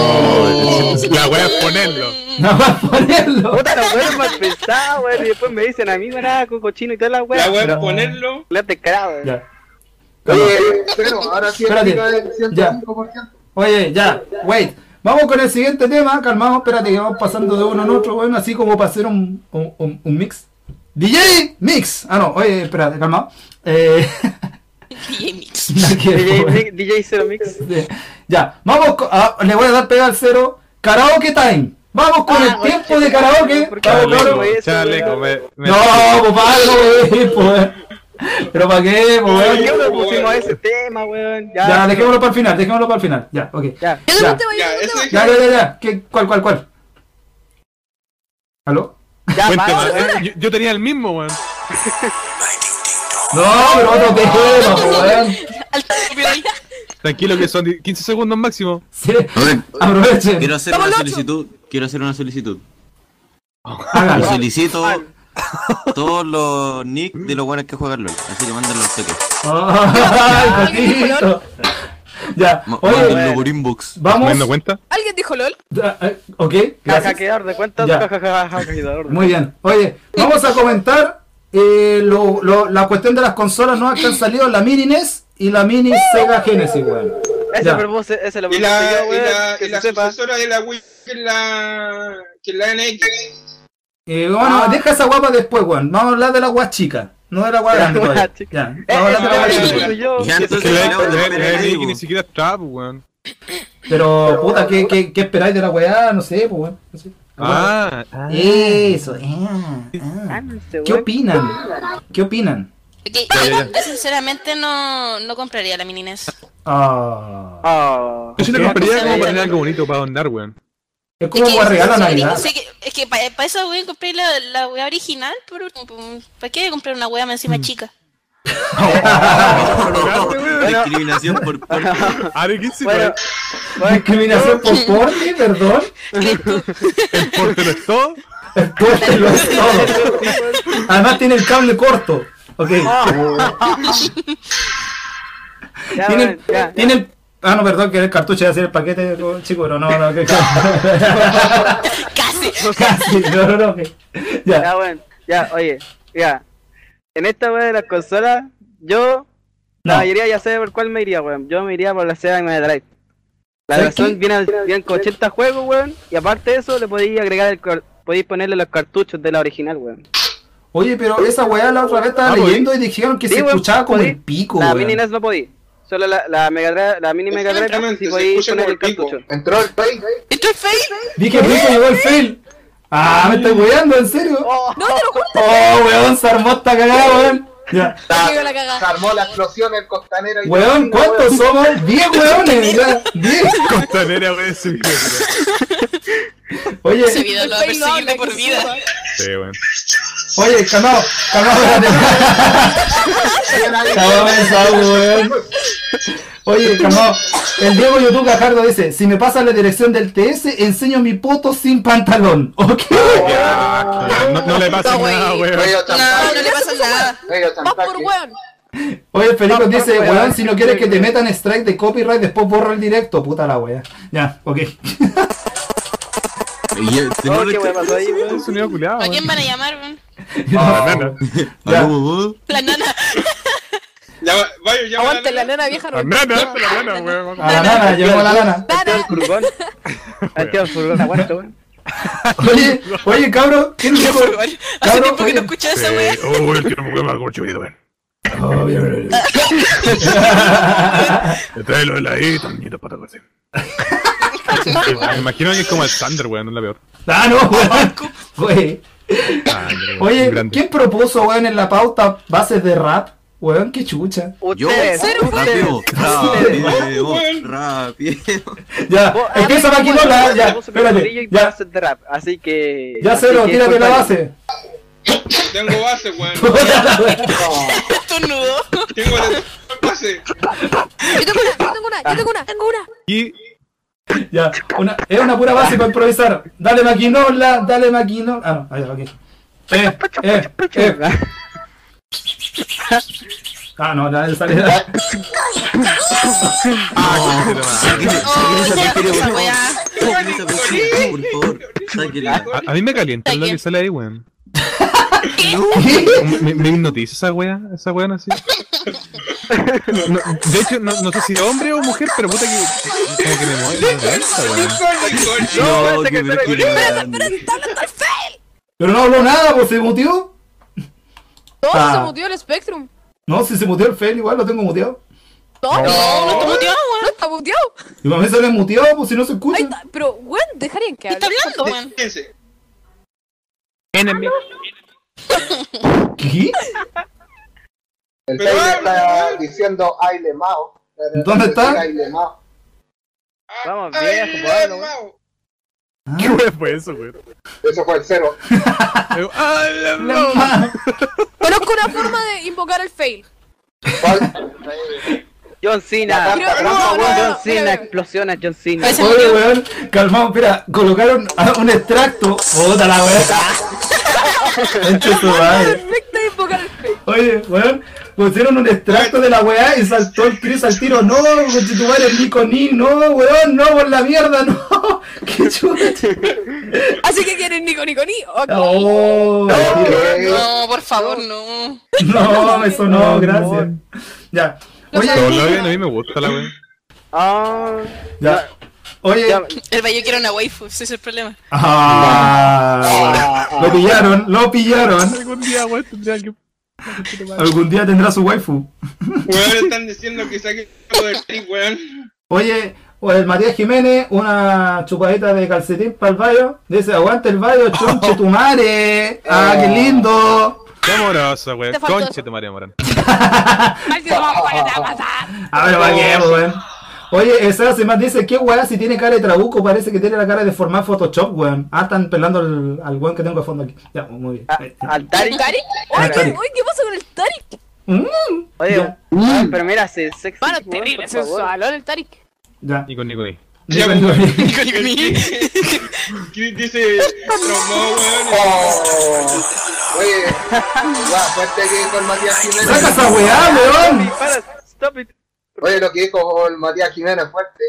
Speaker 2: <laughs> La weá es
Speaker 8: <laughs>
Speaker 2: ponerlo.
Speaker 4: <laughs> Nada más ponerlo.
Speaker 3: Puta, los weones mal pensados, weón. Y después me dicen a mí, weón, ah, coco chino y toda la
Speaker 1: La
Speaker 3: wea.
Speaker 1: weá es
Speaker 4: pero-
Speaker 1: ponerlo.
Speaker 3: La descarada, weón.
Speaker 4: Ya.
Speaker 6: Oye, cero, Eh, ahora sí
Speaker 4: Espérate.
Speaker 6: explica el 105%.
Speaker 4: Oye, ya, wait. Vamos con el siguiente tema, calmado, espérate que vamos pasando de uno en otro, bueno, así como para hacer un, un, un- un mix. DJ Mix. Ah, no, oye, espérate, calmado. Eh, <laughs>
Speaker 8: DJ Mix.
Speaker 4: nada que
Speaker 3: DJ,
Speaker 4: ver.
Speaker 3: Mix- DJ Zero Mix.
Speaker 4: Sí. Ya, vamos, co- ah, le voy a dar pega al cero. Karaoke time. Vamos con
Speaker 3: Ah,
Speaker 4: el
Speaker 3: oye,
Speaker 4: tiempo de
Speaker 3: sí,
Speaker 4: karaoke.
Speaker 3: ¿por qué
Speaker 4: Vamos,
Speaker 3: no?
Speaker 4: cabrón.
Speaker 2: Chaleco,
Speaker 3: eso,
Speaker 2: chaleco, me.
Speaker 3: weón.
Speaker 2: me-
Speaker 4: No, pues vale, pues,
Speaker 3: <laughs>
Speaker 4: pues. Pero para qué, pues.
Speaker 3: ¿Por qué
Speaker 4: bueno.
Speaker 3: no pusimos ese tema, weón? Ya,
Speaker 4: Ya, dejémoslo para el final, dejémoslo para el final. Ya, ok.
Speaker 3: Ya.
Speaker 5: Yo tengo un tema, yo
Speaker 1: Ya,
Speaker 5: tengo un
Speaker 1: eso
Speaker 5: tema.
Speaker 1: es-
Speaker 4: Ya, ya, ya, ya. ¿Qué, ¿Cuál, cuál, cuál? ¿Aló?
Speaker 3: Ya,
Speaker 2: Buen
Speaker 3: basta,
Speaker 2: tema.
Speaker 3: weón.
Speaker 2: Yo, yo tenía el mismo, weón.
Speaker 4: No, pero otro tema, po, weón.
Speaker 8: Alto copyright.
Speaker 2: Tranquilo que son 15 segundos máximo.
Speaker 4: Sí,
Speaker 7: Oye, Quiero
Speaker 4: aprovechen.
Speaker 7: hacer una solicitud. Quiero hacer una solicitud. Y
Speaker 4: Háganlo.
Speaker 7: solicito todos los nicks de los buenos que juegan LOL. Así que mándenlo al toque.
Speaker 4: Ay, gatito. Ya,
Speaker 7: Ma-
Speaker 4: oye,
Speaker 7: Mándenlo por inbox.
Speaker 2: ¿Me
Speaker 4: vamos.
Speaker 2: dando cuenta?
Speaker 5: ¿Alguien dijo LOL?
Speaker 4: Ah, ah, Ok, gracias.
Speaker 3: Hackeador de cuentas,
Speaker 4: Ya.
Speaker 3: jajaja, hackeador de
Speaker 4: Muy bien. Oye, vamos a comentar eh, lo- lo- la cuestión de las consolas nuevas que han salido, la Mini NES y la Mini Sega Genesis, weón.
Speaker 3: Ese
Speaker 4: Ya.
Speaker 3: propuse, ese lo
Speaker 1: Y
Speaker 3: propuse
Speaker 1: la,
Speaker 3: yo,
Speaker 1: y la,
Speaker 3: weón,
Speaker 1: y
Speaker 3: que
Speaker 1: la
Speaker 3: se sepa.
Speaker 1: sucesora de la Wii que es la, que es la NX.
Speaker 4: Eh, bueno, deja esa guapa después, weón. Vamos a hablar de la guapa chica, no de la guapa
Speaker 3: De la
Speaker 4: grande
Speaker 3: guapa
Speaker 4: todavía.
Speaker 3: chica.
Speaker 4: Ya,
Speaker 3: Eh,
Speaker 4: vamos a
Speaker 3: ese
Speaker 4: hablar de
Speaker 3: lo
Speaker 4: la guapa
Speaker 1: eh,
Speaker 4: chica.
Speaker 1: eh,
Speaker 3: propuse yo,
Speaker 7: Ya,
Speaker 3: que
Speaker 7: entonces
Speaker 2: Que
Speaker 3: se
Speaker 2: la
Speaker 3: sepa.
Speaker 7: no, no,
Speaker 2: la-
Speaker 7: no,
Speaker 2: la-
Speaker 7: no,
Speaker 2: la-
Speaker 7: no.
Speaker 2: ni siquiera trap, weón.
Speaker 4: Pero, puta, ¿qué, qué, qué esperáis de la weá? No sé, pues, weón. No sé.
Speaker 2: Ah,
Speaker 4: Eso, ah, ah.
Speaker 3: Cálmense,
Speaker 4: ¿Qué
Speaker 3: weón.
Speaker 4: opinan? ¿Qué opinan?
Speaker 8: Ok, Sinceramente no, no compraría la mini NES.
Speaker 4: Ah.
Speaker 3: Ah.
Speaker 2: yo sí
Speaker 4: ¿Qué?
Speaker 2: la compraría como
Speaker 8: Cosa
Speaker 2: para tener
Speaker 8: de-
Speaker 2: algo bonito para andar, weón.
Speaker 4: Es como
Speaker 8: es
Speaker 4: para regalar
Speaker 8: sí,
Speaker 4: Navidad. <laughs>
Speaker 8: sí, que- es que para eso voy a comprar la, la wea original, pero ¿para qué voy a comprar una wea más encima chica? <laughs>
Speaker 7: <laughs> Discriminación por por-
Speaker 2: Are 15
Speaker 3: Bueno, <laughs>
Speaker 4: Discriminación por porte, perdón.
Speaker 8: ¿Crees tú?
Speaker 2: por todo.
Speaker 4: Córtenlo todo. Además tiene el cable corto. Ok.
Speaker 3: Ah, Ya,
Speaker 4: tiene,
Speaker 3: weón, ya.
Speaker 4: tiene el. Ah, no, perdón, que el cartucho iba a ser el paquete, oh, chico, pero no, no, que. <laughs>
Speaker 8: Casi.
Speaker 4: Casi, no, no, no. que- Ya.
Speaker 3: Ya, bueno, ya, oye, ya. En esta weá de las consolas, yo, la
Speaker 4: No.
Speaker 3: mayoría ya sé por cuál me iría, weón. Yo me iría por la Sega Mega Drive. La
Speaker 4: ¿Sabes
Speaker 3: razón
Speaker 4: qué?
Speaker 3: viene, al- vienen con 80 juegos, weón. Y aparte de eso, le podéis agregar el. car- Podéis ponerle los cartuchos de la original, weón.
Speaker 4: Oye, pero esa weá la otra vez estaba
Speaker 2: Ah, ¿podí?
Speaker 4: leyendo y dijeron que
Speaker 3: Sí,
Speaker 4: se
Speaker 3: weón,
Speaker 4: escuchaba como
Speaker 3: podí.
Speaker 4: el pico,
Speaker 3: la
Speaker 4: weón.
Speaker 3: Mini NES no podí. Solo la, la, Mega Drive, la Mini Mega Drive,
Speaker 1: Exactamente,
Speaker 3: sí
Speaker 1: se
Speaker 3: podéis
Speaker 1: escucha
Speaker 3: poner
Speaker 1: como
Speaker 3: el
Speaker 1: el pico.
Speaker 3: cartucho.
Speaker 6: Entró el país.
Speaker 8: Esto es fake.
Speaker 4: Dije pico, llegó el fail. Ah, me estoy weando, en serio.
Speaker 5: No, te lo juro.
Speaker 4: Oh, weón, se armó esta cagada, weón. Ya.
Speaker 5: Llegó la cagada.
Speaker 6: Se armó la explosión el costanero. y-
Speaker 4: Weón, ¿cuántos somos? 10 weones, ya. 10.
Speaker 2: Costanera, weón, sí, weón.
Speaker 4: Oye,
Speaker 8: Ese video lo va a
Speaker 5: Ay, no,
Speaker 8: perseguir de
Speaker 5: la
Speaker 8: por
Speaker 5: que
Speaker 8: vida.
Speaker 5: suba.
Speaker 2: Sí, weón.
Speaker 4: oye, calmado, calmado, espérate. Calmado, pensado, weón. Oye, calmado. El Diego Youtube Cajardo dice: Si me pasa la dirección del TS, enseño mi poto sin pantalón. <laughs> ¿Ok?
Speaker 2: Qué asco, weón. No, no le pasa
Speaker 8: No,
Speaker 2: nada,
Speaker 8: wey.
Speaker 2: weón.
Speaker 6: Medio
Speaker 8: No, no
Speaker 6: chantaje.
Speaker 8: le pasa nada.
Speaker 6: Medio
Speaker 5: Más por
Speaker 6: chantaje.
Speaker 5: weón.
Speaker 4: Oye, Felipe dice: Weón, si no quieres que te metan strike de copyright, después borra el directo. Puta la wea. Ya, ok.
Speaker 7: Y yo- tengo
Speaker 3: Oh,
Speaker 7: una-
Speaker 3: qué weá pasó ahí,
Speaker 2: Un
Speaker 3: weón.
Speaker 2: sonido culiado,
Speaker 8: ¿A
Speaker 2: weón.
Speaker 8: quién van a llamar, weón?
Speaker 2: Ah, nana.
Speaker 7: ¿A cómo vos?
Speaker 8: La nana.
Speaker 1: Ya, va- vaya, ya va
Speaker 5: Aguante
Speaker 1: la-
Speaker 5: la nena vieja.
Speaker 2: Ah,
Speaker 5: no.
Speaker 2: nana, la nana, weón.
Speaker 8: Ah,
Speaker 4: A la nana, llegó la nana.
Speaker 3: Activa el furgón. Activa el furgón, aguanta, weón.
Speaker 4: Oye, oye, cabro, ¿quién dijo?
Speaker 8: Por favor. Hace
Speaker 4: Cabrón,
Speaker 8: tiempo que
Speaker 4: oye.
Speaker 8: no escucho esa
Speaker 2: Sí.
Speaker 8: weá. <laughs>
Speaker 2: Oh, weón, que no me acuerdo, mucho video, weón.
Speaker 4: Oh, bien, bien, bien.
Speaker 2: Tráelo de la ahí, tanito, pata, weón. sí. Me imagino que es como el Thunder, weón, es la peor. Ah,
Speaker 4: Ah, no, weón. Güey.
Speaker 2: Thunder, weón,
Speaker 4: Oye,
Speaker 2: grande.
Speaker 4: ¿quién propuso, weón, en la pauta bases de rap? Weón, qué chucha.
Speaker 7: Yo,
Speaker 3: Ustedes, ustedes.
Speaker 7: rápido, rápido,
Speaker 1: Weón.
Speaker 7: rápido.
Speaker 4: Ya,
Speaker 3: Vos-
Speaker 4: empieza
Speaker 3: ah, bueno,
Speaker 4: Maquinola,
Speaker 3: bueno,
Speaker 4: ya,
Speaker 3: vos superior brillo
Speaker 4: espérate,
Speaker 3: y
Speaker 4: ya.
Speaker 3: bases de rap, así que.
Speaker 4: Ya
Speaker 3: así
Speaker 4: cero,
Speaker 3: que
Speaker 4: tírate la
Speaker 3: disculpa.
Speaker 4: base.
Speaker 1: Tengo base, weón.
Speaker 8: Estornudo.
Speaker 1: Tengo la <laughs> base.
Speaker 5: Yo tengo una, yo tengo una, yo tengo una, tengo una.
Speaker 2: Y
Speaker 4: <laughs> Ya, una, es una pura base para improvisar. Dale Maquinola, dale Maquinola. Ah, no, ahí, ok. Eh, eh, eh. Ah, no, nada, sale.
Speaker 7: Sáquenle,
Speaker 8: Oh,
Speaker 7: sáquenle
Speaker 8: ya,
Speaker 7: esa porquería,
Speaker 8: esa
Speaker 7: por
Speaker 8: weá.
Speaker 7: favor. Sáquenle esa porquería, por favor. Sáquenla.
Speaker 2: a, a mí me calienta lo que sale ahí, weón. Me, me hipnotiza esa wea, esa wea no <laughs> así. No, de hecho, no, no sé si hombre o mujer, pero puta que. Como que me mueve. me encanta, weón.
Speaker 7: No, qué vergüenza.
Speaker 4: Pero no habló nada, pues se muteó.
Speaker 5: Todo
Speaker 4: Ah.
Speaker 5: se mutió el Spectrum.
Speaker 4: No, si se muteó el Fel, igual lo tengo muteado.
Speaker 5: Todo. No,
Speaker 8: No está muteado,
Speaker 5: no está muteado.
Speaker 4: Y para mí se le muteó, pues si no se escucha.
Speaker 5: Ahí está. Pero, weón, dejarían que
Speaker 8: ¿Qué está
Speaker 5: hable.
Speaker 8: hablando, weón?
Speaker 1: Ese.
Speaker 2: Ah.
Speaker 4: ¿Qué?
Speaker 6: El
Speaker 1: Pero
Speaker 6: Taylor
Speaker 1: habla,
Speaker 6: está
Speaker 1: weón.
Speaker 6: diciendo aile mao.
Speaker 4: ¿Dónde está?
Speaker 6: Aile mao.
Speaker 3: Vamos,
Speaker 1: Ay,
Speaker 3: viejo, Pablo, weón.
Speaker 1: mao.
Speaker 2: ¿Qué wea fue eso, weón?
Speaker 6: Eso fue el cero.
Speaker 2: Digo, ¡Ah, la
Speaker 4: La
Speaker 2: broma!
Speaker 4: ma-
Speaker 5: Conozco una forma de invocar el fail.
Speaker 6: ¿Cuál?
Speaker 3: <laughs> John Cena.
Speaker 5: Creo-
Speaker 6: Pero
Speaker 5: no, no, no,
Speaker 3: John
Speaker 5: no,
Speaker 3: Cena,
Speaker 5: mira, mira.
Speaker 3: explosiona John Cena.
Speaker 8: Parece
Speaker 4: Oye,
Speaker 8: murió.
Speaker 4: weón, calmado, mira, colocaron ah, un extracto. Puta la weón. Conche su madre.
Speaker 5: Perfecto de invocar el fail.
Speaker 4: Oye, weón, pusieron un extracto de la weá y saltó el Chris al tiro. No, conche tu madre, Nico Ni, no, weón, no, por la mierda, no. <laughs> Qué chucha.
Speaker 5: Así que quieren Nico Nico Ni. Ok.
Speaker 4: Oh,
Speaker 8: No, por favor, no.
Speaker 4: no, eso no, gracias. Ya.
Speaker 2: Todo
Speaker 4: Oye,
Speaker 2: lo bien, a mí me gusta la wea.
Speaker 3: Ah,
Speaker 4: ya. Oye,
Speaker 3: ya,
Speaker 8: El Bayo quiere una waifu, ese es el problema.
Speaker 4: Ah, lo pillaron, lo pillaron.
Speaker 2: Algún día, weón, tendría que.
Speaker 4: Algún día tendrá su waifu.
Speaker 1: Weón, están diciendo que saque todo
Speaker 5: <laughs>
Speaker 1: del clip, weón.
Speaker 4: Oye, o el Matías Jiménez, una chupadita de calcetín para el baño. Dice, aguante el baño, chonche tu madre. Ah, qué lindo.
Speaker 2: ¡Qué amorosa, weón!
Speaker 5: Te faltó
Speaker 2: ¡Conche
Speaker 5: eso.
Speaker 2: tu María Morán!
Speaker 5: Ay, Dios, vamos, ¿cuál es la pasada?
Speaker 4: A ver, va que, weón. Oye, esa semana dice, qué weá si tiene cara de trabuco, parece que tiene la cara de formar Photoshop, weón. Ah, están pelando al, al weón que tengo de fondo aquí. Ya, muy bien.
Speaker 3: a- Ah, al Tari.
Speaker 5: ¿Tarik? Oye, ¿qué,
Speaker 4: Tarik.
Speaker 5: oye, ¿qué pasa con el Tarik?
Speaker 4: Mm,
Speaker 3: Oye,
Speaker 4: Ya.
Speaker 3: weón, pero mira, se sexy.
Speaker 5: Mano,
Speaker 3: weón,
Speaker 5: terrible
Speaker 3: por favor.
Speaker 5: sensual, el Tarik.
Speaker 4: ya.
Speaker 2: Y con Nico ahí.
Speaker 1: Ya,
Speaker 4: Digo, no,
Speaker 1: pues, <laughs>
Speaker 8: Digo, digo, mi-
Speaker 1: Chris dice, traumado, weón.
Speaker 6: Oh. Oye, guau, fuerte que con Matías Jiménez.
Speaker 4: <laughs> Saca esa weá, weón.
Speaker 3: Para, stop it.
Speaker 6: Oye, lo que dijo con Matías Jiménez fuerte.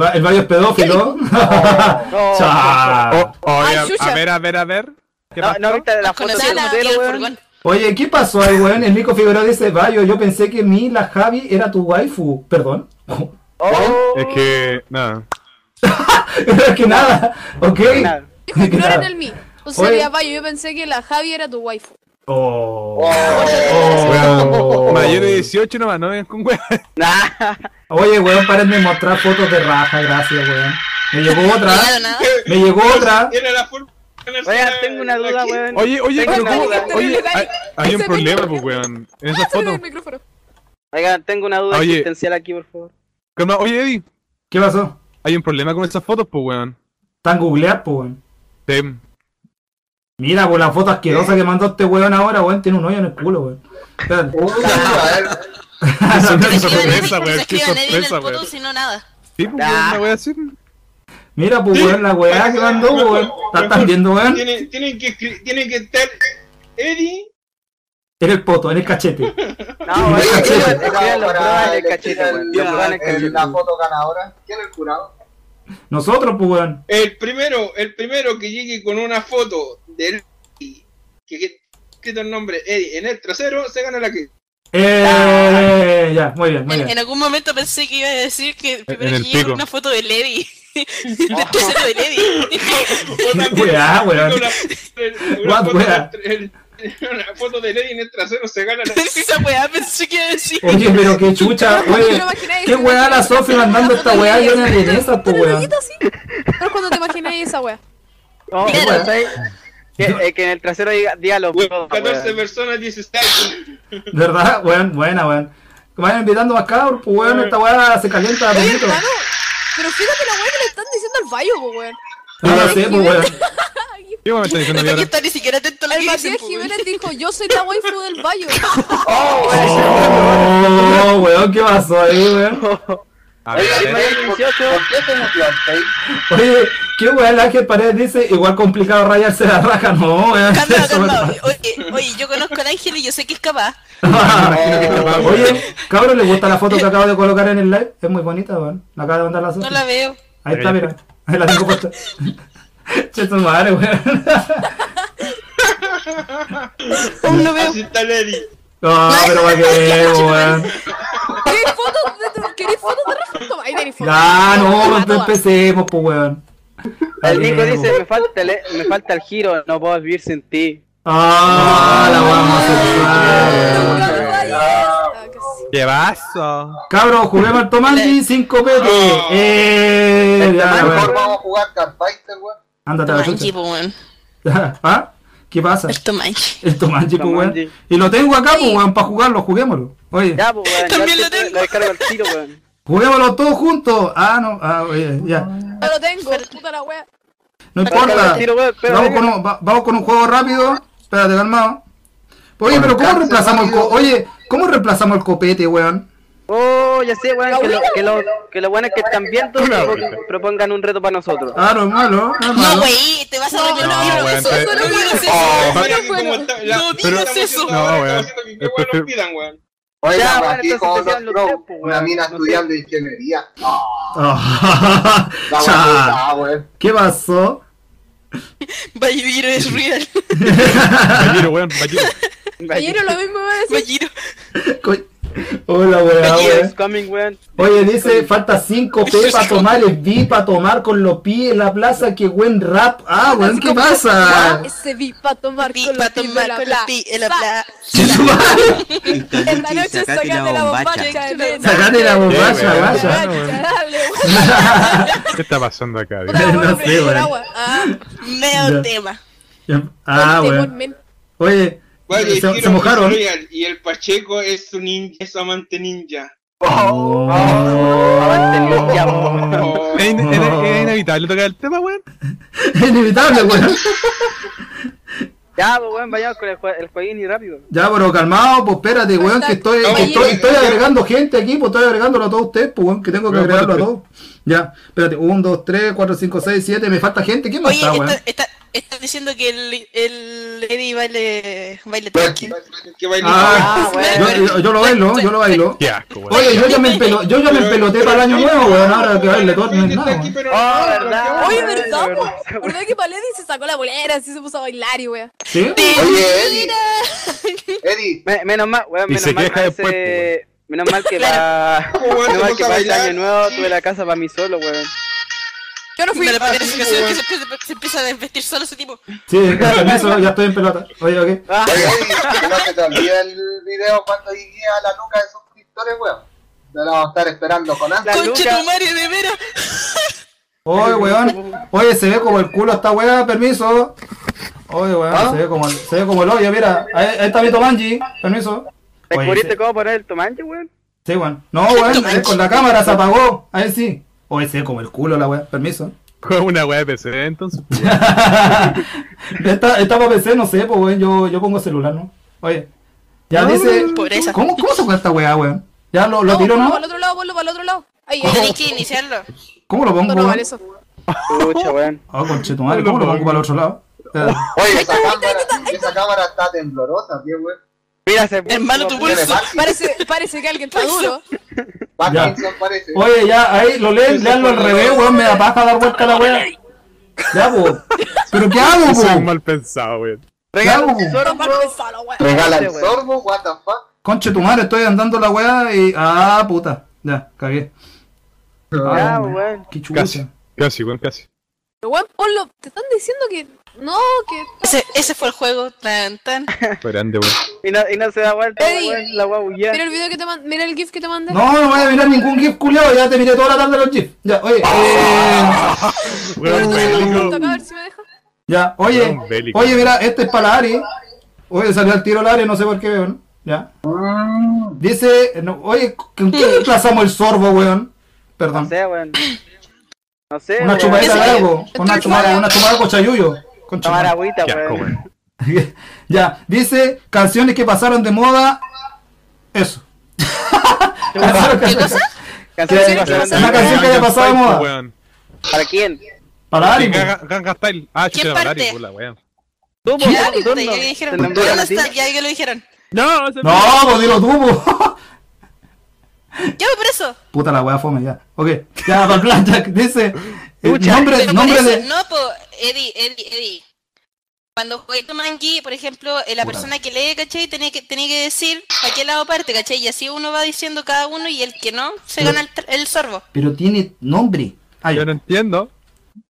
Speaker 4: Va- El barrio es pedófilo.
Speaker 3: No,
Speaker 4: Chao.
Speaker 2: Oh, oye,
Speaker 8: Ah,
Speaker 2: a
Speaker 8: chucha.
Speaker 2: ver, a ver, a ver. ¿Qué
Speaker 3: No,
Speaker 2: pasó?
Speaker 3: no, viste la foto
Speaker 8: Conocí a
Speaker 3: del
Speaker 8: la
Speaker 3: modelo,
Speaker 8: del
Speaker 3: weón.
Speaker 8: furgón.
Speaker 4: Oye, ¿qué pasó ahí, weón? El Nico Figueroa dice, Bayo, yo pensé que mi, la Javi, era tu waifu. Perdón.
Speaker 3: Oh,
Speaker 2: Es que, nada.
Speaker 4: Pero que nada, ok.
Speaker 3: nada.
Speaker 4: Que nada.
Speaker 5: Ignoren el mí. O sea,
Speaker 4: Oye.
Speaker 5: ya, Bayo, yo pensé que la Javi era tu waifu.
Speaker 4: Oh.
Speaker 2: Weón,
Speaker 4: Oh.
Speaker 2: Mayores de 18 nomás, no vengan con weón.
Speaker 3: Nah. <laughs>
Speaker 4: Oye, weón, paren de mostrar fotos de raja, gracias, weón. Me llegó otra,
Speaker 8: Claro, nada.
Speaker 4: me llegó otra.
Speaker 1: Era la forma de ganarse
Speaker 3: Oigan,
Speaker 1: la-
Speaker 3: tengo una duda,
Speaker 1: la-
Speaker 3: weón.
Speaker 2: Oye, oye,
Speaker 3: Tengo
Speaker 2: pero
Speaker 3: una
Speaker 2: ¿cómo?
Speaker 3: duda.
Speaker 2: Oye,
Speaker 5: Dale, dale.
Speaker 2: hay, hay un
Speaker 5: Ese
Speaker 2: problema,
Speaker 5: mismo.
Speaker 2: pues, weón. En esa
Speaker 5: Ah, se me
Speaker 2: foto.
Speaker 5: el micrófono.
Speaker 3: Oigan, tengo una duda
Speaker 2: Oye.
Speaker 3: existencial aquí, por favor.
Speaker 2: Calma, Oye, Eddie,
Speaker 4: ¿Qué pasó?
Speaker 2: hay un problema con esas fotos, pues, weón.
Speaker 4: Están googleadas, pues, weón.
Speaker 2: Te-
Speaker 4: Mira, por la foto asquerosa que mandó este weón ahora, weón, tiene un hoyo en el culo, weón. Espérate.
Speaker 6: A ver,
Speaker 2: Qué
Speaker 8: Se escriban-
Speaker 2: sorpresa, weón.
Speaker 8: se
Speaker 2: Qué
Speaker 8: escriban Eddie en el
Speaker 2: sorpresa,
Speaker 8: poto,
Speaker 2: weón.
Speaker 8: si no nada.
Speaker 2: Sí, pues,
Speaker 3: Ah.
Speaker 2: weón, la voy a decir.
Speaker 4: Mira, pues, weón, la weá que mandó, pues, weón. ¿La están viendo, weón?
Speaker 1: Tienen, tienen que, escri- tienen que estar Eddie
Speaker 4: En el poto, en el cachete.
Speaker 3: No,
Speaker 4: Oye,
Speaker 3: weón,
Speaker 4: cachete.
Speaker 3: escriban- escriban los pruebas en el cachete, weón. Los pruebas en el
Speaker 6: en
Speaker 3: cachete.
Speaker 6: la foto ganadora. ¿Quién es el curado?
Speaker 4: Nosotros, pues, weón.
Speaker 1: El primero, el primero que llegue con una foto de Eddie, que que- escrito el nombre Eddie en el trasero, se gana
Speaker 4: <laughs>
Speaker 1: la que.
Speaker 4: Eh, ya, muy bien, muy
Speaker 8: En,
Speaker 4: bien.
Speaker 8: en algún momento pensé que iba a decir que primero
Speaker 2: el
Speaker 8: que llega
Speaker 2: pico.
Speaker 8: una foto de Lady. <laughs> Del trasero de Lady.
Speaker 4: ¿Qué weá, weón?
Speaker 1: Una, una
Speaker 4: What,
Speaker 1: foto
Speaker 4: wea?
Speaker 1: del- el- una foto de Eddie en el trasero se gana
Speaker 8: <laughs>
Speaker 1: la
Speaker 8: Esa weá pensé que iba a decir.
Speaker 4: Oye, pero qué chucha,
Speaker 5: Pero
Speaker 4: oye.
Speaker 5: imagináis-
Speaker 4: Qué weá la Sofi mandando esta weá y una de esas, pues,
Speaker 5: Pero
Speaker 4: weón.
Speaker 5: loquito así. Pero cuando te imagináis esa wea.
Speaker 3: No,
Speaker 8: Claro.
Speaker 3: weón, ¿sabes? Que, eh, que en el trasero diga, diga los
Speaker 1: Weón,
Speaker 3: pros,
Speaker 1: 14
Speaker 3: weón.
Speaker 1: personas, 10 stacks.
Speaker 4: ¿Verdad? Weón, buena, weón. Vayan invitando más cabros, pues, weón. Esta weá se calienta a
Speaker 5: Oye,
Speaker 4: poquito.
Speaker 5: hermano. Pero fíjate la wea que le están diciendo al Bayo, po, weón.
Speaker 4: No lo sé, pues, weón.
Speaker 2: ¿Qué weón me está diciendo a mí
Speaker 8: No que
Speaker 2: ahora?
Speaker 8: estar ni siquiera atento a la
Speaker 5: El
Speaker 8: que
Speaker 5: Matías
Speaker 8: dicen, po, weón.
Speaker 5: Jiménez dijo, yo soy la waifu del Bayo.
Speaker 4: Oh, weón, ¿qué pasó ahí, weón?
Speaker 2: A ver, a
Speaker 3: Oye,
Speaker 2: ver.
Speaker 3: María del 18.
Speaker 6: ¿Por qué te metió al Face?
Speaker 4: Oye, qué weón, el Ángel Paredes dice, igual complicado rayarse la raja, no, weón. <laughs>
Speaker 8: Calma,
Speaker 4: eso
Speaker 8: calma.
Speaker 4: me-
Speaker 8: Oye, oye, yo conozco al ángel y yo sé que es capaz.
Speaker 4: Oye,
Speaker 3: <laughs>
Speaker 4: cabrón, ¿le gusta la foto que acabo de colocar en el live? Es muy bonita, weón. La acaba de mandar la Sofi.
Speaker 8: No la veo.
Speaker 4: Ahí está, mira. Ahí la tengo
Speaker 3: <laughs>
Speaker 4: puesta. Che, tu madre, weón.
Speaker 8: Aún no veo.
Speaker 1: Así está el Eddie.
Speaker 4: No, pero para qué, weón.
Speaker 5: ¿Queréis fotos de tu- ¿Queréis fotos de Rafa? Toma, Ahí tenéis fotos.
Speaker 4: Ah, no,
Speaker 5: Toma,
Speaker 4: no
Speaker 5: toma.
Speaker 4: empecemos, pues, weón.
Speaker 3: El Nico
Speaker 4: Dale,
Speaker 3: dice,
Speaker 4: weón.
Speaker 3: me falta, el, me falta el giro, no puedo vivir sin ti.
Speaker 4: Ah, la vamos a hacer.
Speaker 5: Ah, casi.
Speaker 2: ¿Qué pasó?
Speaker 4: Cabros, juguemos al Tomandi 5 petos.
Speaker 1: Oh.
Speaker 4: Eh, ya,
Speaker 3: Tomandi,
Speaker 4: weón.
Speaker 6: Mejor vamos a jugar Carpainter, weón.
Speaker 4: Ándate a la
Speaker 8: Tomanji,
Speaker 4: chucha. <laughs>
Speaker 8: po, weón.
Speaker 4: ¿Ah? ¿Qué <laughs> pasa?
Speaker 8: El Tomanji.
Speaker 4: El Tomanji, pues, weón.
Speaker 3: Tomanji.
Speaker 4: Y lo tengo acá, pues, weón, para jugarlo, juguémoslo. Oye,
Speaker 3: Ya, pues, weón. ya
Speaker 8: También
Speaker 3: te-
Speaker 8: lo tengo.
Speaker 3: Lo descargo al tiro, weón.
Speaker 4: juguémoslo todos juntos. Ah, no, ah, oye, ya.
Speaker 5: Ya lo tengo, puta la wea.
Speaker 4: No
Speaker 3: Descargo
Speaker 4: importa.
Speaker 3: al tiro, weón. Pero,
Speaker 4: Vamos con, un, va- vamos con un juego rápido. Espérate, calmado. Oye, pero ¿cómo
Speaker 6: Alcance,
Speaker 4: reemplazamos el co-
Speaker 6: rápido.
Speaker 4: Oye, ¿cómo reemplazamos el copete, weón?
Speaker 3: Oh, ya sé, weón, que lo, que lo, que lo bueno es que están viendo propon- propongan un reto para nosotros.
Speaker 4: Ah, no es malo, no es
Speaker 8: No,
Speaker 4: malo.
Speaker 8: wey, te vas a repetir.
Speaker 2: no, weón,
Speaker 8: eso,
Speaker 2: te-
Speaker 8: eso no
Speaker 5: Oh,
Speaker 8: puedes
Speaker 1: Oh,
Speaker 8: hacer.
Speaker 1: mira
Speaker 5: bueno,
Speaker 1: que
Speaker 5: bueno.
Speaker 1: como está- la-
Speaker 8: No
Speaker 1: estamos
Speaker 8: digas
Speaker 1: haciendo
Speaker 8: eso.
Speaker 1: ahora,
Speaker 2: No,
Speaker 1: estamos
Speaker 2: weón.
Speaker 1: haciendo que qué
Speaker 2: Es
Speaker 4: Este
Speaker 1: weón nos
Speaker 2: prefiero-
Speaker 1: pidan, weón.
Speaker 3: Ya,
Speaker 6: Oiga,
Speaker 3: bueno,
Speaker 6: aquí
Speaker 3: entonces
Speaker 6: con
Speaker 3: se
Speaker 6: los
Speaker 3: hacen los
Speaker 6: pro,
Speaker 3: tiempos,
Speaker 6: una
Speaker 3: weón.
Speaker 6: mina
Speaker 3: No sé.
Speaker 6: estudiando ingeniería.
Speaker 4: Ah, <laughs>
Speaker 6: La
Speaker 4: cha,
Speaker 6: weá, weón.
Speaker 4: ¿Qué pasó?
Speaker 8: Valliro es real. <laughs>
Speaker 2: Vallero, weón, Vallero.
Speaker 5: Ayer lo mismo iba a decir.
Speaker 8: Valliro.
Speaker 4: Co- Hola, weá,
Speaker 3: Year is
Speaker 4: weón.
Speaker 3: coming, weón.
Speaker 4: Oye, dice, falta 5 P para tomar el B, para tomar con los pies en la plaza, qué buen rap. Ah, weón, ¿qué pasa?
Speaker 5: "Ah, Ese vi pa' tomar
Speaker 8: Pi,
Speaker 5: con
Speaker 8: pa'
Speaker 5: los pi de
Speaker 8: tomar
Speaker 5: la
Speaker 8: con la
Speaker 5: pla.
Speaker 8: pi en la pla.
Speaker 7: Instalucci,
Speaker 5: noche
Speaker 7: sacate
Speaker 5: sacate
Speaker 7: la
Speaker 5: la
Speaker 7: bombacha.
Speaker 5: bombacha. Chalet.
Speaker 4: Sacate la
Speaker 2: Sí,
Speaker 4: bombacha,
Speaker 2: weón.
Speaker 4: vaya. <laughs>
Speaker 2: ¿Qué está pasando acá? Dios?
Speaker 4: Ah, No sé, weón. Ya.
Speaker 8: Medio tema.
Speaker 4: Ah, weón. Oye,
Speaker 1: Weón, el
Speaker 4: se, se
Speaker 1: Hero
Speaker 4: mojaron.
Speaker 1: es real Y el Pacheco es un ninja, es amante ninja.
Speaker 4: Oh.
Speaker 3: Avante, ninja,
Speaker 4: Ah.
Speaker 3: weón.
Speaker 1: Oh,
Speaker 2: ¿Es in- es- es inevitable tocar el tema, weón?
Speaker 4: Inevitable, weón.
Speaker 3: Ya, pues weón, vayamos con el, jue- el jueguín y rápido.
Speaker 4: Ya, pero calmado, pues espérate, weón, que estoy, que estoy, estoy agregando gente aquí, pues estoy agregándolo a todos ustedes, pues weón, que tengo que
Speaker 2: Weón,
Speaker 4: agregarlo a
Speaker 2: cuatro,
Speaker 4: todos. Ya, espérate, 1, 2, 3, 4, 5, 6, 7, me falta gente, ¿quién más
Speaker 8: Oye,
Speaker 4: está, weón?
Speaker 8: está- está- estás diciendo que el, el Eddie baile, baile
Speaker 1: Pero
Speaker 8: tranqui.
Speaker 1: que- que baile-
Speaker 4: Ah,
Speaker 3: Ah, weón.
Speaker 4: yo, yo- yo lo bailo, yo lo bailo.
Speaker 2: Qué asco, weón.
Speaker 4: Oye, yo ya me, empelo, yo ya me empeloté para el año nuevo, weón, ahora que baile todo, no es nada, weón.
Speaker 1: Pero-
Speaker 3: Oh, verdad.
Speaker 5: Oye,
Speaker 3: Ay,
Speaker 5: Ah, ¿verdad?
Speaker 3: de
Speaker 5: po?
Speaker 3: verdad, weón.
Speaker 5: ¿Verdad que Paledi se sacó la bolera, así se puso a bailar y wea?
Speaker 4: ¿Sí?
Speaker 6: Oye, Eddie. Eddie,
Speaker 3: Me- menos mal, weón,
Speaker 2: Y
Speaker 3: menos
Speaker 2: se
Speaker 3: mal.
Speaker 2: queja
Speaker 3: que
Speaker 2: después, pues,
Speaker 3: ese- Menos mal que la.
Speaker 1: Weón, te
Speaker 3: menos mal
Speaker 1: vas
Speaker 3: que
Speaker 1: a
Speaker 3: para este
Speaker 1: bailar.
Speaker 3: año nuevo tuve la casa para mí solo, weón.
Speaker 5: Yo no fui.
Speaker 8: Me la parece
Speaker 1: sí,
Speaker 8: que se,
Speaker 1: weón.
Speaker 8: que se empieza- se empieza a desvestir solo ese tipo.
Speaker 4: Sí, con permiso, ya estoy en pelota. Oye, ok.
Speaker 3: Ah,
Speaker 6: oye, Eddie, que no se te olvide el video cuando llegué a la nuca de suscriptores, weón. No la vamos a estar esperando con ansia.
Speaker 3: La
Speaker 8: Conche
Speaker 3: nuca.
Speaker 8: tu madre, de veras.
Speaker 4: <laughs> Oye, weón. Oye, se ve como el culo esta weá, permiso. Oye, weón, se, ve como el, se ve como el hoyo, mira. Ahí, ahí está mi Tomanji, permiso. Oye,
Speaker 3: ¿Descubriste
Speaker 4: se-
Speaker 3: cómo poner el tomate, weón?
Speaker 4: sí, weón. No, weón, ahí con la cámara se apagó. Ahí sí. Oye, se ve como el culo la weá, <laughs> permiso.
Speaker 2: Con una weá de PC, entonces.
Speaker 4: esta, esta para PC, no sé, pues weón, yo, yo pongo celular, ¿no? Oye. Ya dice.
Speaker 8: por esa.
Speaker 4: ¿Cómo, ¿Cómo se fue esta weá, weón? Ya lo, lo tiro,
Speaker 5: ponlo
Speaker 4: ¿no? Oh,
Speaker 5: para el otro lado, ponlo para el otro lado. Ahí, ahí,
Speaker 8: Tenéis
Speaker 5: ahí.
Speaker 8: que iniciarlo.
Speaker 4: ¿Cómo lo pongo?
Speaker 5: No, no,
Speaker 4: weón?
Speaker 5: eso.
Speaker 3: Pucha, weón.
Speaker 4: Oh, conchetumare, ¿cómo lo pongo para el otro lado? Eh,
Speaker 6: Oye, esa cámara, esa cámara está temblorosa, tío, weón.
Speaker 3: Mira, se.
Speaker 8: Hermano, tu
Speaker 6: Tiene
Speaker 8: pulso.
Speaker 6: Parkinson,
Speaker 5: Parece, parece que alguien
Speaker 4: <laughs>
Speaker 5: está duro.
Speaker 6: Parkinson parece.
Speaker 4: Oye, ya, ahí lo leen, leanlo al revés, weón, me da paja dar vuelta a la wea. Ya, po. ¿Pero qué hago,
Speaker 2: Soy un
Speaker 4: po?
Speaker 2: mal pensado, weón.
Speaker 3: Regalo
Speaker 4: Claro.
Speaker 3: un
Speaker 5: Toma el solo, wea.
Speaker 6: Regala
Speaker 3: Sí,
Speaker 6: el
Speaker 3: este weón.
Speaker 6: sorbo, what the fuck.
Speaker 4: Conche tu madre, estoy andando la wea y. Ah, puta. Ya, cagué. Ah,
Speaker 3: Ya,
Speaker 4: weón.
Speaker 3: weón.
Speaker 4: Qué
Speaker 2: Casi,
Speaker 4: chucha.
Speaker 2: casi, weón, casi.
Speaker 5: Pero weón, ponlo. Te están diciendo que. No, que.
Speaker 8: Ese, ese fue el juego. Tan, tan.
Speaker 2: Grande, weón.
Speaker 3: Y no, y no se da vuelta,
Speaker 5: Ey.
Speaker 3: weón. La weón ya.
Speaker 5: Mira el video que te mandé. Mira el GIF que te mandé.
Speaker 4: No, no voy a mirar ningún GIF culiao, ya te miré toda la tarde los GIFs. Ya, oye, eh,
Speaker 2: Weón,
Speaker 5: Acá,
Speaker 2: bélico.
Speaker 5: a ver si me deja.
Speaker 4: Ya, oye, oye, mira, este es para la Ari. Oye, salió al tiro la Ari, no sé por qué, weón. Ya. Dice, no, oye, ¿con qué reemplazamos el sorbo, weón?
Speaker 3: No
Speaker 4: Perdón.
Speaker 3: sé, weón. No sé,
Speaker 4: Una chupadita
Speaker 3: eh,
Speaker 4: de
Speaker 8: Ese-
Speaker 4: algo. Una
Speaker 5: Estoy
Speaker 4: chupada,
Speaker 5: fallando.
Speaker 4: una chupada con chayuyo. Con
Speaker 3: Tomar
Speaker 4: chayuyo.
Speaker 3: agüita,
Speaker 2: Qué asco,
Speaker 3: weón.
Speaker 2: weón.
Speaker 4: ya, dice canciones que pasaron de moda. Eso.
Speaker 8: ¿Qué cosa?
Speaker 3: Canciones
Speaker 4: ¿Qué?
Speaker 3: que pasaron de
Speaker 4: Una
Speaker 3: moda.
Speaker 4: canción que haya pasado de moda.
Speaker 2: pues, Weón.
Speaker 3: ¿Para quién?
Speaker 4: Para Ari. pues.
Speaker 2: Sí,
Speaker 4: po.
Speaker 2: Ganga Ganga Style. Ah,
Speaker 8: ¿Qué
Speaker 2: chucha, para Ari,
Speaker 8: parte?
Speaker 2: po, la weón.
Speaker 3: Tú, po,
Speaker 8: Ya,
Speaker 3: tú,
Speaker 8: viste,
Speaker 3: no.
Speaker 8: ya
Speaker 3: Te
Speaker 8: dijeron.
Speaker 3: nombraron
Speaker 8: ¿Dónde
Speaker 3: a ti.
Speaker 8: está? Ya que lo dijeron.
Speaker 2: No, ese
Speaker 4: No, pues <laughs> dilo tú. po.
Speaker 8: Ya, por eso.
Speaker 4: Puta la wea fome ya. Ok, ya, <laughs> para Blackjack. Dice eh,
Speaker 3: Escucha,
Speaker 4: nombre,
Speaker 8: Pero por
Speaker 4: nombre
Speaker 8: eso,
Speaker 4: de.
Speaker 8: No, po, Eddie, Eddie, Eddie. Cuando jugué Tomangi, por ejemplo, eh, la persona que lee, ¿cachai? Tenía que, tenía que decir para qué lado parte, ¿cachai? Y así uno va diciendo cada uno y el que no se gana el, tr- el sorbo.
Speaker 4: Pero tiene nombre. Ah, Ay.
Speaker 2: Yo no entiendo.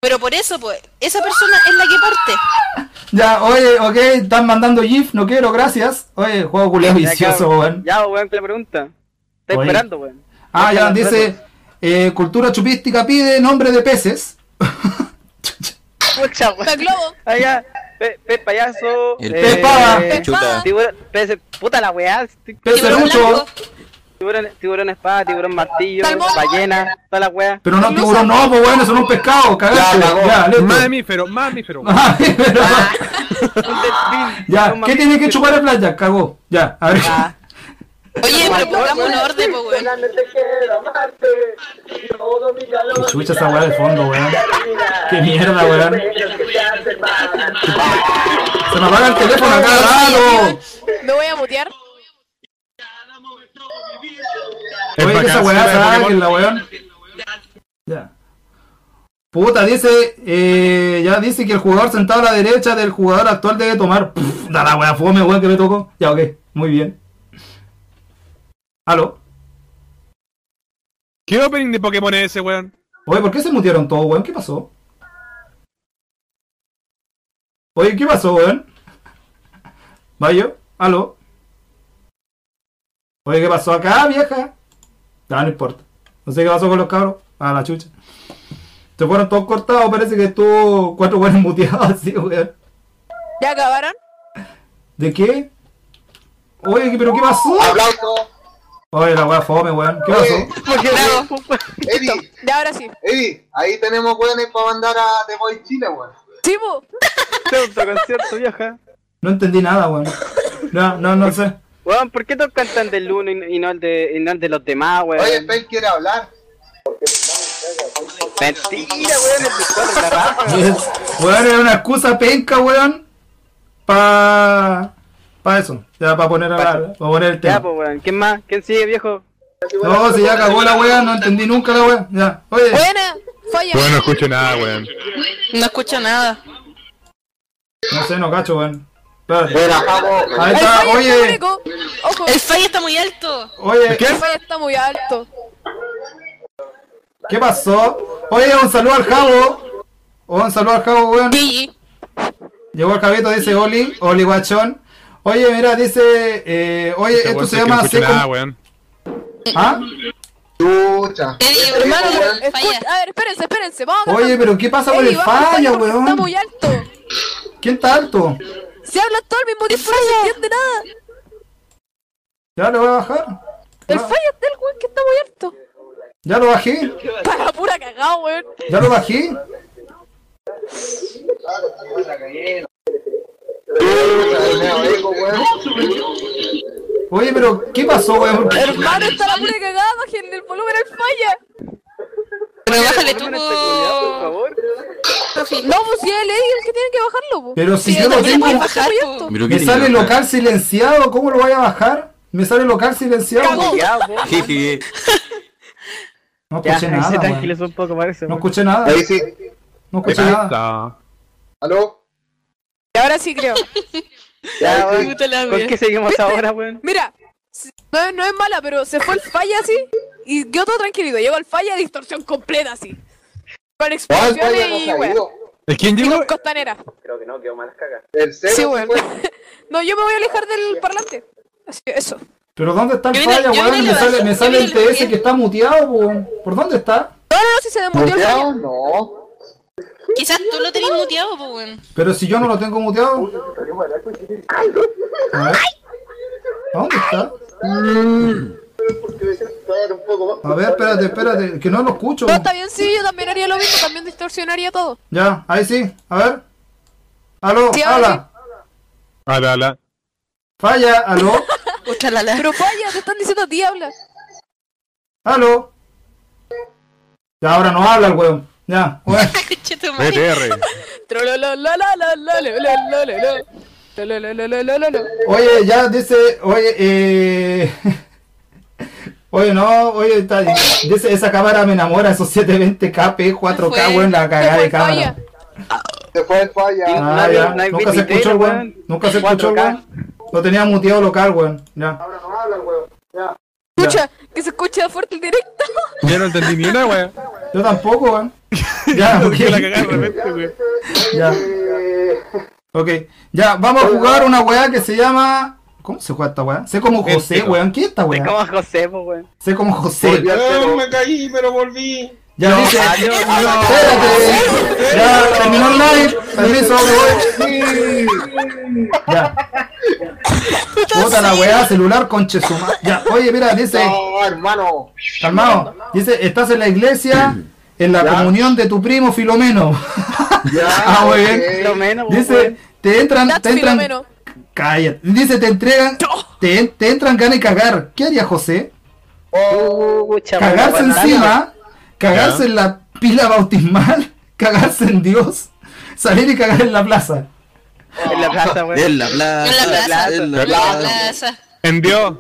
Speaker 8: Pero por eso, pues, esa persona es la que parte.
Speaker 4: Ya, oye, ok, están mandando GIF, no quiero, gracias. Oye, juego culiao
Speaker 3: Ya,
Speaker 4: vicioso,
Speaker 3: cabrón.
Speaker 4: weón.
Speaker 3: Ya, weón, que la pregunta. Estoy
Speaker 4: Oye.
Speaker 3: esperando, weón.
Speaker 4: Ah, ya,
Speaker 3: Déjala,
Speaker 4: dice, eh, cultura chupística pide nombre de peces.
Speaker 3: Pucha, weón.
Speaker 5: Está el globo.
Speaker 3: Allá, pe, pe payaso. eh,
Speaker 7: El
Speaker 4: pez pava.
Speaker 7: Chuta.
Speaker 3: Tiburón, pez, puta la weá. ti-
Speaker 4: Pese
Speaker 8: Tiburón
Speaker 4: mucho,
Speaker 8: blanco.
Speaker 3: Tiburón, tiburón espada, tiburón martillo,
Speaker 5: Salmón.
Speaker 3: ballena, toda la weá.
Speaker 4: pero no tiburón, no, pues bueno, son un pescado, cagaste.
Speaker 6: Ya, cagó.
Speaker 4: Ya, listo. <laughs>
Speaker 2: Mamífero, mamífero.
Speaker 4: Ay, pero-
Speaker 3: Un delfín,
Speaker 4: <laughs> ya,
Speaker 3: un
Speaker 4: ¿qué
Speaker 3: mamífero.
Speaker 4: tiene que chupar el playa? Cagó, ya, a ver.
Speaker 3: Ah,
Speaker 8: Oye, pero pongamos un orden, pues, weón.
Speaker 4: <laughs> Qué chucha esa weá de fondo, weón. Qué mierda, weón. Se me apaga el teléfono acá, rato.
Speaker 5: Me voy a mutear.
Speaker 2: Es
Speaker 4: Oye, que esa
Speaker 2: bacán,
Speaker 4: weá,
Speaker 2: sí, la de
Speaker 4: sáquenla,
Speaker 2: Pokémon.
Speaker 4: weón. Ya. Puta, dice, eh, ya dice que el jugador sentado a la derecha del jugador actual debe tomar. Pff, da la weá, fome, weón, que me tocó. Ya, ok, muy bien. Aló.
Speaker 2: ¿Qué opening de Pokémon es ese, weón?
Speaker 4: Oye, ¿por qué se mutearon todos, weón? ¿Qué pasó? Oye, ¿qué pasó, weón? Vaya, aló. Oye, ¿qué pasó acá, vieja? Ya, no importa. No sé qué pasó con los cabros. A la chucha. Se fueron todos cortados, parece que estuvo cuatro weones <laughs> muteados así, weón.
Speaker 5: ¿Ya acabaron?
Speaker 4: ¿De qué? Oye, ¿pero qué pasó?
Speaker 6: Aplauso.
Speaker 4: Oye, la weá fome, weón. ¿Qué
Speaker 6: Oye,
Speaker 4: pasó?
Speaker 6: Eddie,
Speaker 5: Ya ahora sí.
Speaker 6: Eddie, ahí tenemos weones para mandar a The Boy Chile, weón.
Speaker 5: Sí, po.
Speaker 3: pseudo concierto, vieja.
Speaker 4: No entendí nada, weón. No, no, no sé.
Speaker 3: <laughs> Weón, ¿por qué todos cantan del uno y, y no el de, y no el de los demás, weón?
Speaker 6: Oye, Pell quiere hablar.
Speaker 3: Mentira, weón, empezó a la raja.
Speaker 4: Weón, era una excusa penca, weón. Pa. Pa eso. Ya, pa poner, a la- pa poner el
Speaker 3: Ya,
Speaker 4: tema.
Speaker 3: pues, weón. ¿Quién más? ¿Quién sigue, viejo?
Speaker 4: No, si ya cagó la weá, no entendí nunca la weá. Ya, oye.
Speaker 5: Buena, falla.
Speaker 2: Bueno, no escucho nada, weón.
Speaker 8: No escucho nada.
Speaker 4: No sé, no cacho, weón. Espérate.
Speaker 6: Buena, Javo.
Speaker 4: Ahí
Speaker 5: El
Speaker 4: está,
Speaker 5: fallo está
Speaker 4: oye.
Speaker 5: rico. Ojo,
Speaker 8: El fallo está muy alto.
Speaker 4: Oye,
Speaker 5: el fallo está muy alto.
Speaker 4: ¿qué pasó? Oye, un saludo al Javo. Un saludo al Javo, weón.
Speaker 8: GG.
Speaker 4: Llegó el Javito, dice Oli, Oli Guachón. Oye, mira, dice. Eh, oye,
Speaker 2: Este
Speaker 4: esto
Speaker 2: weón
Speaker 4: se
Speaker 2: sé que no
Speaker 4: llama.
Speaker 2: escucho
Speaker 4: seco-
Speaker 2: nada, weón.
Speaker 4: ¿Ah?
Speaker 6: Chucha.
Speaker 8: Te digo, hermano,
Speaker 6: weón.
Speaker 8: falla.
Speaker 5: Escucha, a ver, espérense, espérense. Vamos a
Speaker 4: Ah, Oye, pero ¿qué pasa con el falla,
Speaker 5: Está
Speaker 4: weón?
Speaker 5: muy alto.
Speaker 4: ¿Quién está alto?
Speaker 5: Se habla todo al mismo tiempo, no se entiende nada.
Speaker 4: Ya lo voy a bajar.
Speaker 5: El
Speaker 4: Ah.
Speaker 5: fallo es del weón que está muy alto.
Speaker 4: Ya lo bajé.
Speaker 5: Para la pura cagada, weón.
Speaker 4: Ya lo bajé.
Speaker 6: Chucha, el neo eco, weón.
Speaker 4: Oye, pero ¿qué pasó, weón?
Speaker 5: Hermano, está la pura cagada, bájenle el volumen al falla.
Speaker 8: Pero bájale tú,
Speaker 3: Ponme este culiao, por
Speaker 8: po.
Speaker 3: favor.
Speaker 5: No, pues si es él es el que tiene que bajarlo, po.
Speaker 4: Pero si
Speaker 8: Sí,
Speaker 4: yo lo
Speaker 8: también
Speaker 4: tengo.
Speaker 8: puedes
Speaker 5: Está
Speaker 8: bajar,
Speaker 5: muy
Speaker 8: po.
Speaker 5: alto.
Speaker 7: Pero
Speaker 4: Me
Speaker 7: qué
Speaker 4: sale
Speaker 7: idiota.
Speaker 4: local silenciado. ¿Cómo lo voy a bajar? Me sale local silenciado.
Speaker 5: Cagó.
Speaker 3: Ya, po.
Speaker 7: Jeje.
Speaker 4: No
Speaker 3: Ya,
Speaker 4: escuché
Speaker 3: se
Speaker 4: nada. weón.
Speaker 3: tranquilos un poco, parece.
Speaker 4: No
Speaker 3: weón.
Speaker 4: escuché nada.
Speaker 6: Ahí sí.
Speaker 4: No escuché
Speaker 2: Ahí
Speaker 4: nada.
Speaker 2: está.
Speaker 6: ¿Aló?
Speaker 5: Y ahora sí creo.
Speaker 3: Ya, weón.
Speaker 8: Ah, Puta la
Speaker 3: ¿Con
Speaker 8: wea.
Speaker 3: qué
Speaker 4: <laughs>
Speaker 3: seguimos ahora, weón?
Speaker 5: Mira, si- no, es- no es mala, pero se fue el falla así y quedó todo tranquilito. Llegó el falla de distorsión completa así. Con
Speaker 6: No, el Falla
Speaker 5: explosiones y
Speaker 6: no ha
Speaker 5: weón.
Speaker 6: caído.
Speaker 2: ¿El quién
Speaker 5: Y
Speaker 2: llegó?
Speaker 5: con costanera.
Speaker 6: El cero
Speaker 5: Sí,
Speaker 6: se
Speaker 5: weón.
Speaker 6: fue.
Speaker 5: No, yo me voy a alejar del parlante. Así, eso.
Speaker 4: Pero ¿dónde está el
Speaker 8: Yo vine-
Speaker 4: falla,
Speaker 8: yo
Speaker 4: weón?
Speaker 8: vine
Speaker 4: Me
Speaker 8: lo
Speaker 4: sale,
Speaker 8: bajé,
Speaker 4: me
Speaker 8: yo
Speaker 4: sale
Speaker 8: vine
Speaker 4: el
Speaker 8: lo
Speaker 4: TS
Speaker 8: bajé.
Speaker 4: que está muteado, weón. ¿Por dónde está?
Speaker 5: No, no, no, si se desmuteó el
Speaker 6: ¿Muteado?
Speaker 5: falla.
Speaker 6: No.
Speaker 8: Quizás tú lo tenés muteado, po, weón.
Speaker 4: Pero si yo no lo tengo muteado. A ver. ¿A ¿Dónde está? A ver, espérate, espérate, que no lo escucho.
Speaker 5: No, está bien, sí, yo también haría lo mismo, también distorsionaría todo.
Speaker 4: Ya, ahí sí, a ver. Aló,
Speaker 5: Sí, ahora
Speaker 4: habla.
Speaker 2: Ala, ala.
Speaker 4: Falla, aló,
Speaker 8: Puta la la. <laughs>
Speaker 5: Pero falla, te están diciendo a ti, habla.
Speaker 4: aló. Ya ahora no habla el weón. Ya, weón.
Speaker 8: Che, tu madre.
Speaker 2: BTR.
Speaker 5: Trolololololololololo. Trololololololo.
Speaker 4: Oye, ya dice, oye, eh. <laughs> Oye, no, oye, está, dice, esa cámara me enamora, esos 720kp, 4K,
Speaker 8: Fue-
Speaker 4: weón, la
Speaker 5: Se
Speaker 4: cagada
Speaker 5: fue
Speaker 4: de
Speaker 5: el
Speaker 4: cámara.
Speaker 5: falla.
Speaker 6: Se fue el falla.
Speaker 4: Ah,
Speaker 3: No,
Speaker 4: ya.
Speaker 3: no hay
Speaker 4: Nunca se escuchó
Speaker 3: vititero,
Speaker 4: el weón.
Speaker 3: weón.
Speaker 4: Nunca se escuchó el
Speaker 3: 4K.
Speaker 4: weón. Lo tenía muteado local, weón. Ya.
Speaker 5: Escucha, que se escucha fuerte el directo.
Speaker 2: Yo no entendí ni una,
Speaker 4: <laughs>
Speaker 2: weón.
Speaker 4: Yo
Speaker 2: <laughs>
Speaker 4: tampoco, weón. Ya, ok.
Speaker 2: Porque la cagada de repente, weón.
Speaker 4: Ya. Ok. Ya, vamos a jugar una weá que se llama. ¿Cómo se juega esta weá? Sé como
Speaker 2: El
Speaker 4: José,
Speaker 2: seco.
Speaker 4: weón. ¿Qué es esta
Speaker 3: Es
Speaker 4: weá?
Speaker 3: como José, po, weón.
Speaker 4: Sé como José.
Speaker 6: Volvió.
Speaker 1: Ah, me caí, pero volví.
Speaker 4: Ya dice.
Speaker 2: <laughs>
Speaker 4: Espérate. Ya terminó el live. Permiso, me voy. Ya. Puta la weá, celular conchesuma. Ya, oye, mira, dice.
Speaker 6: No, hermano.
Speaker 4: Calmado. Dice, estás en la iglesia, <clears throat> en la comunión de tu primo Filomeno.
Speaker 6: Ya.
Speaker 4: Ah, muy bien.
Speaker 6: ok.
Speaker 3: Lo menos,
Speaker 4: <laughs>
Speaker 3: po,
Speaker 4: Dice,
Speaker 3: weón.
Speaker 4: te entran,
Speaker 5: That's
Speaker 4: te entran.
Speaker 5: Filomeno.
Speaker 4: Cállate. Dice, te entregan, te, en- te entran ganas de cagar. ¿Qué haría José?
Speaker 3: Pucha, weón,
Speaker 4: oh, Cagarse
Speaker 3: aguantando.
Speaker 4: encima, cagarse
Speaker 2: Ya.
Speaker 4: en la pila bautismal, <laughs> cagarse en Dios, salir y cagar en la plaza.
Speaker 3: En la plaza, weón.
Speaker 7: En la plaza.
Speaker 8: En la plaza.
Speaker 7: En la
Speaker 8: La
Speaker 7: plaza.
Speaker 8: plaza.
Speaker 2: En Dios.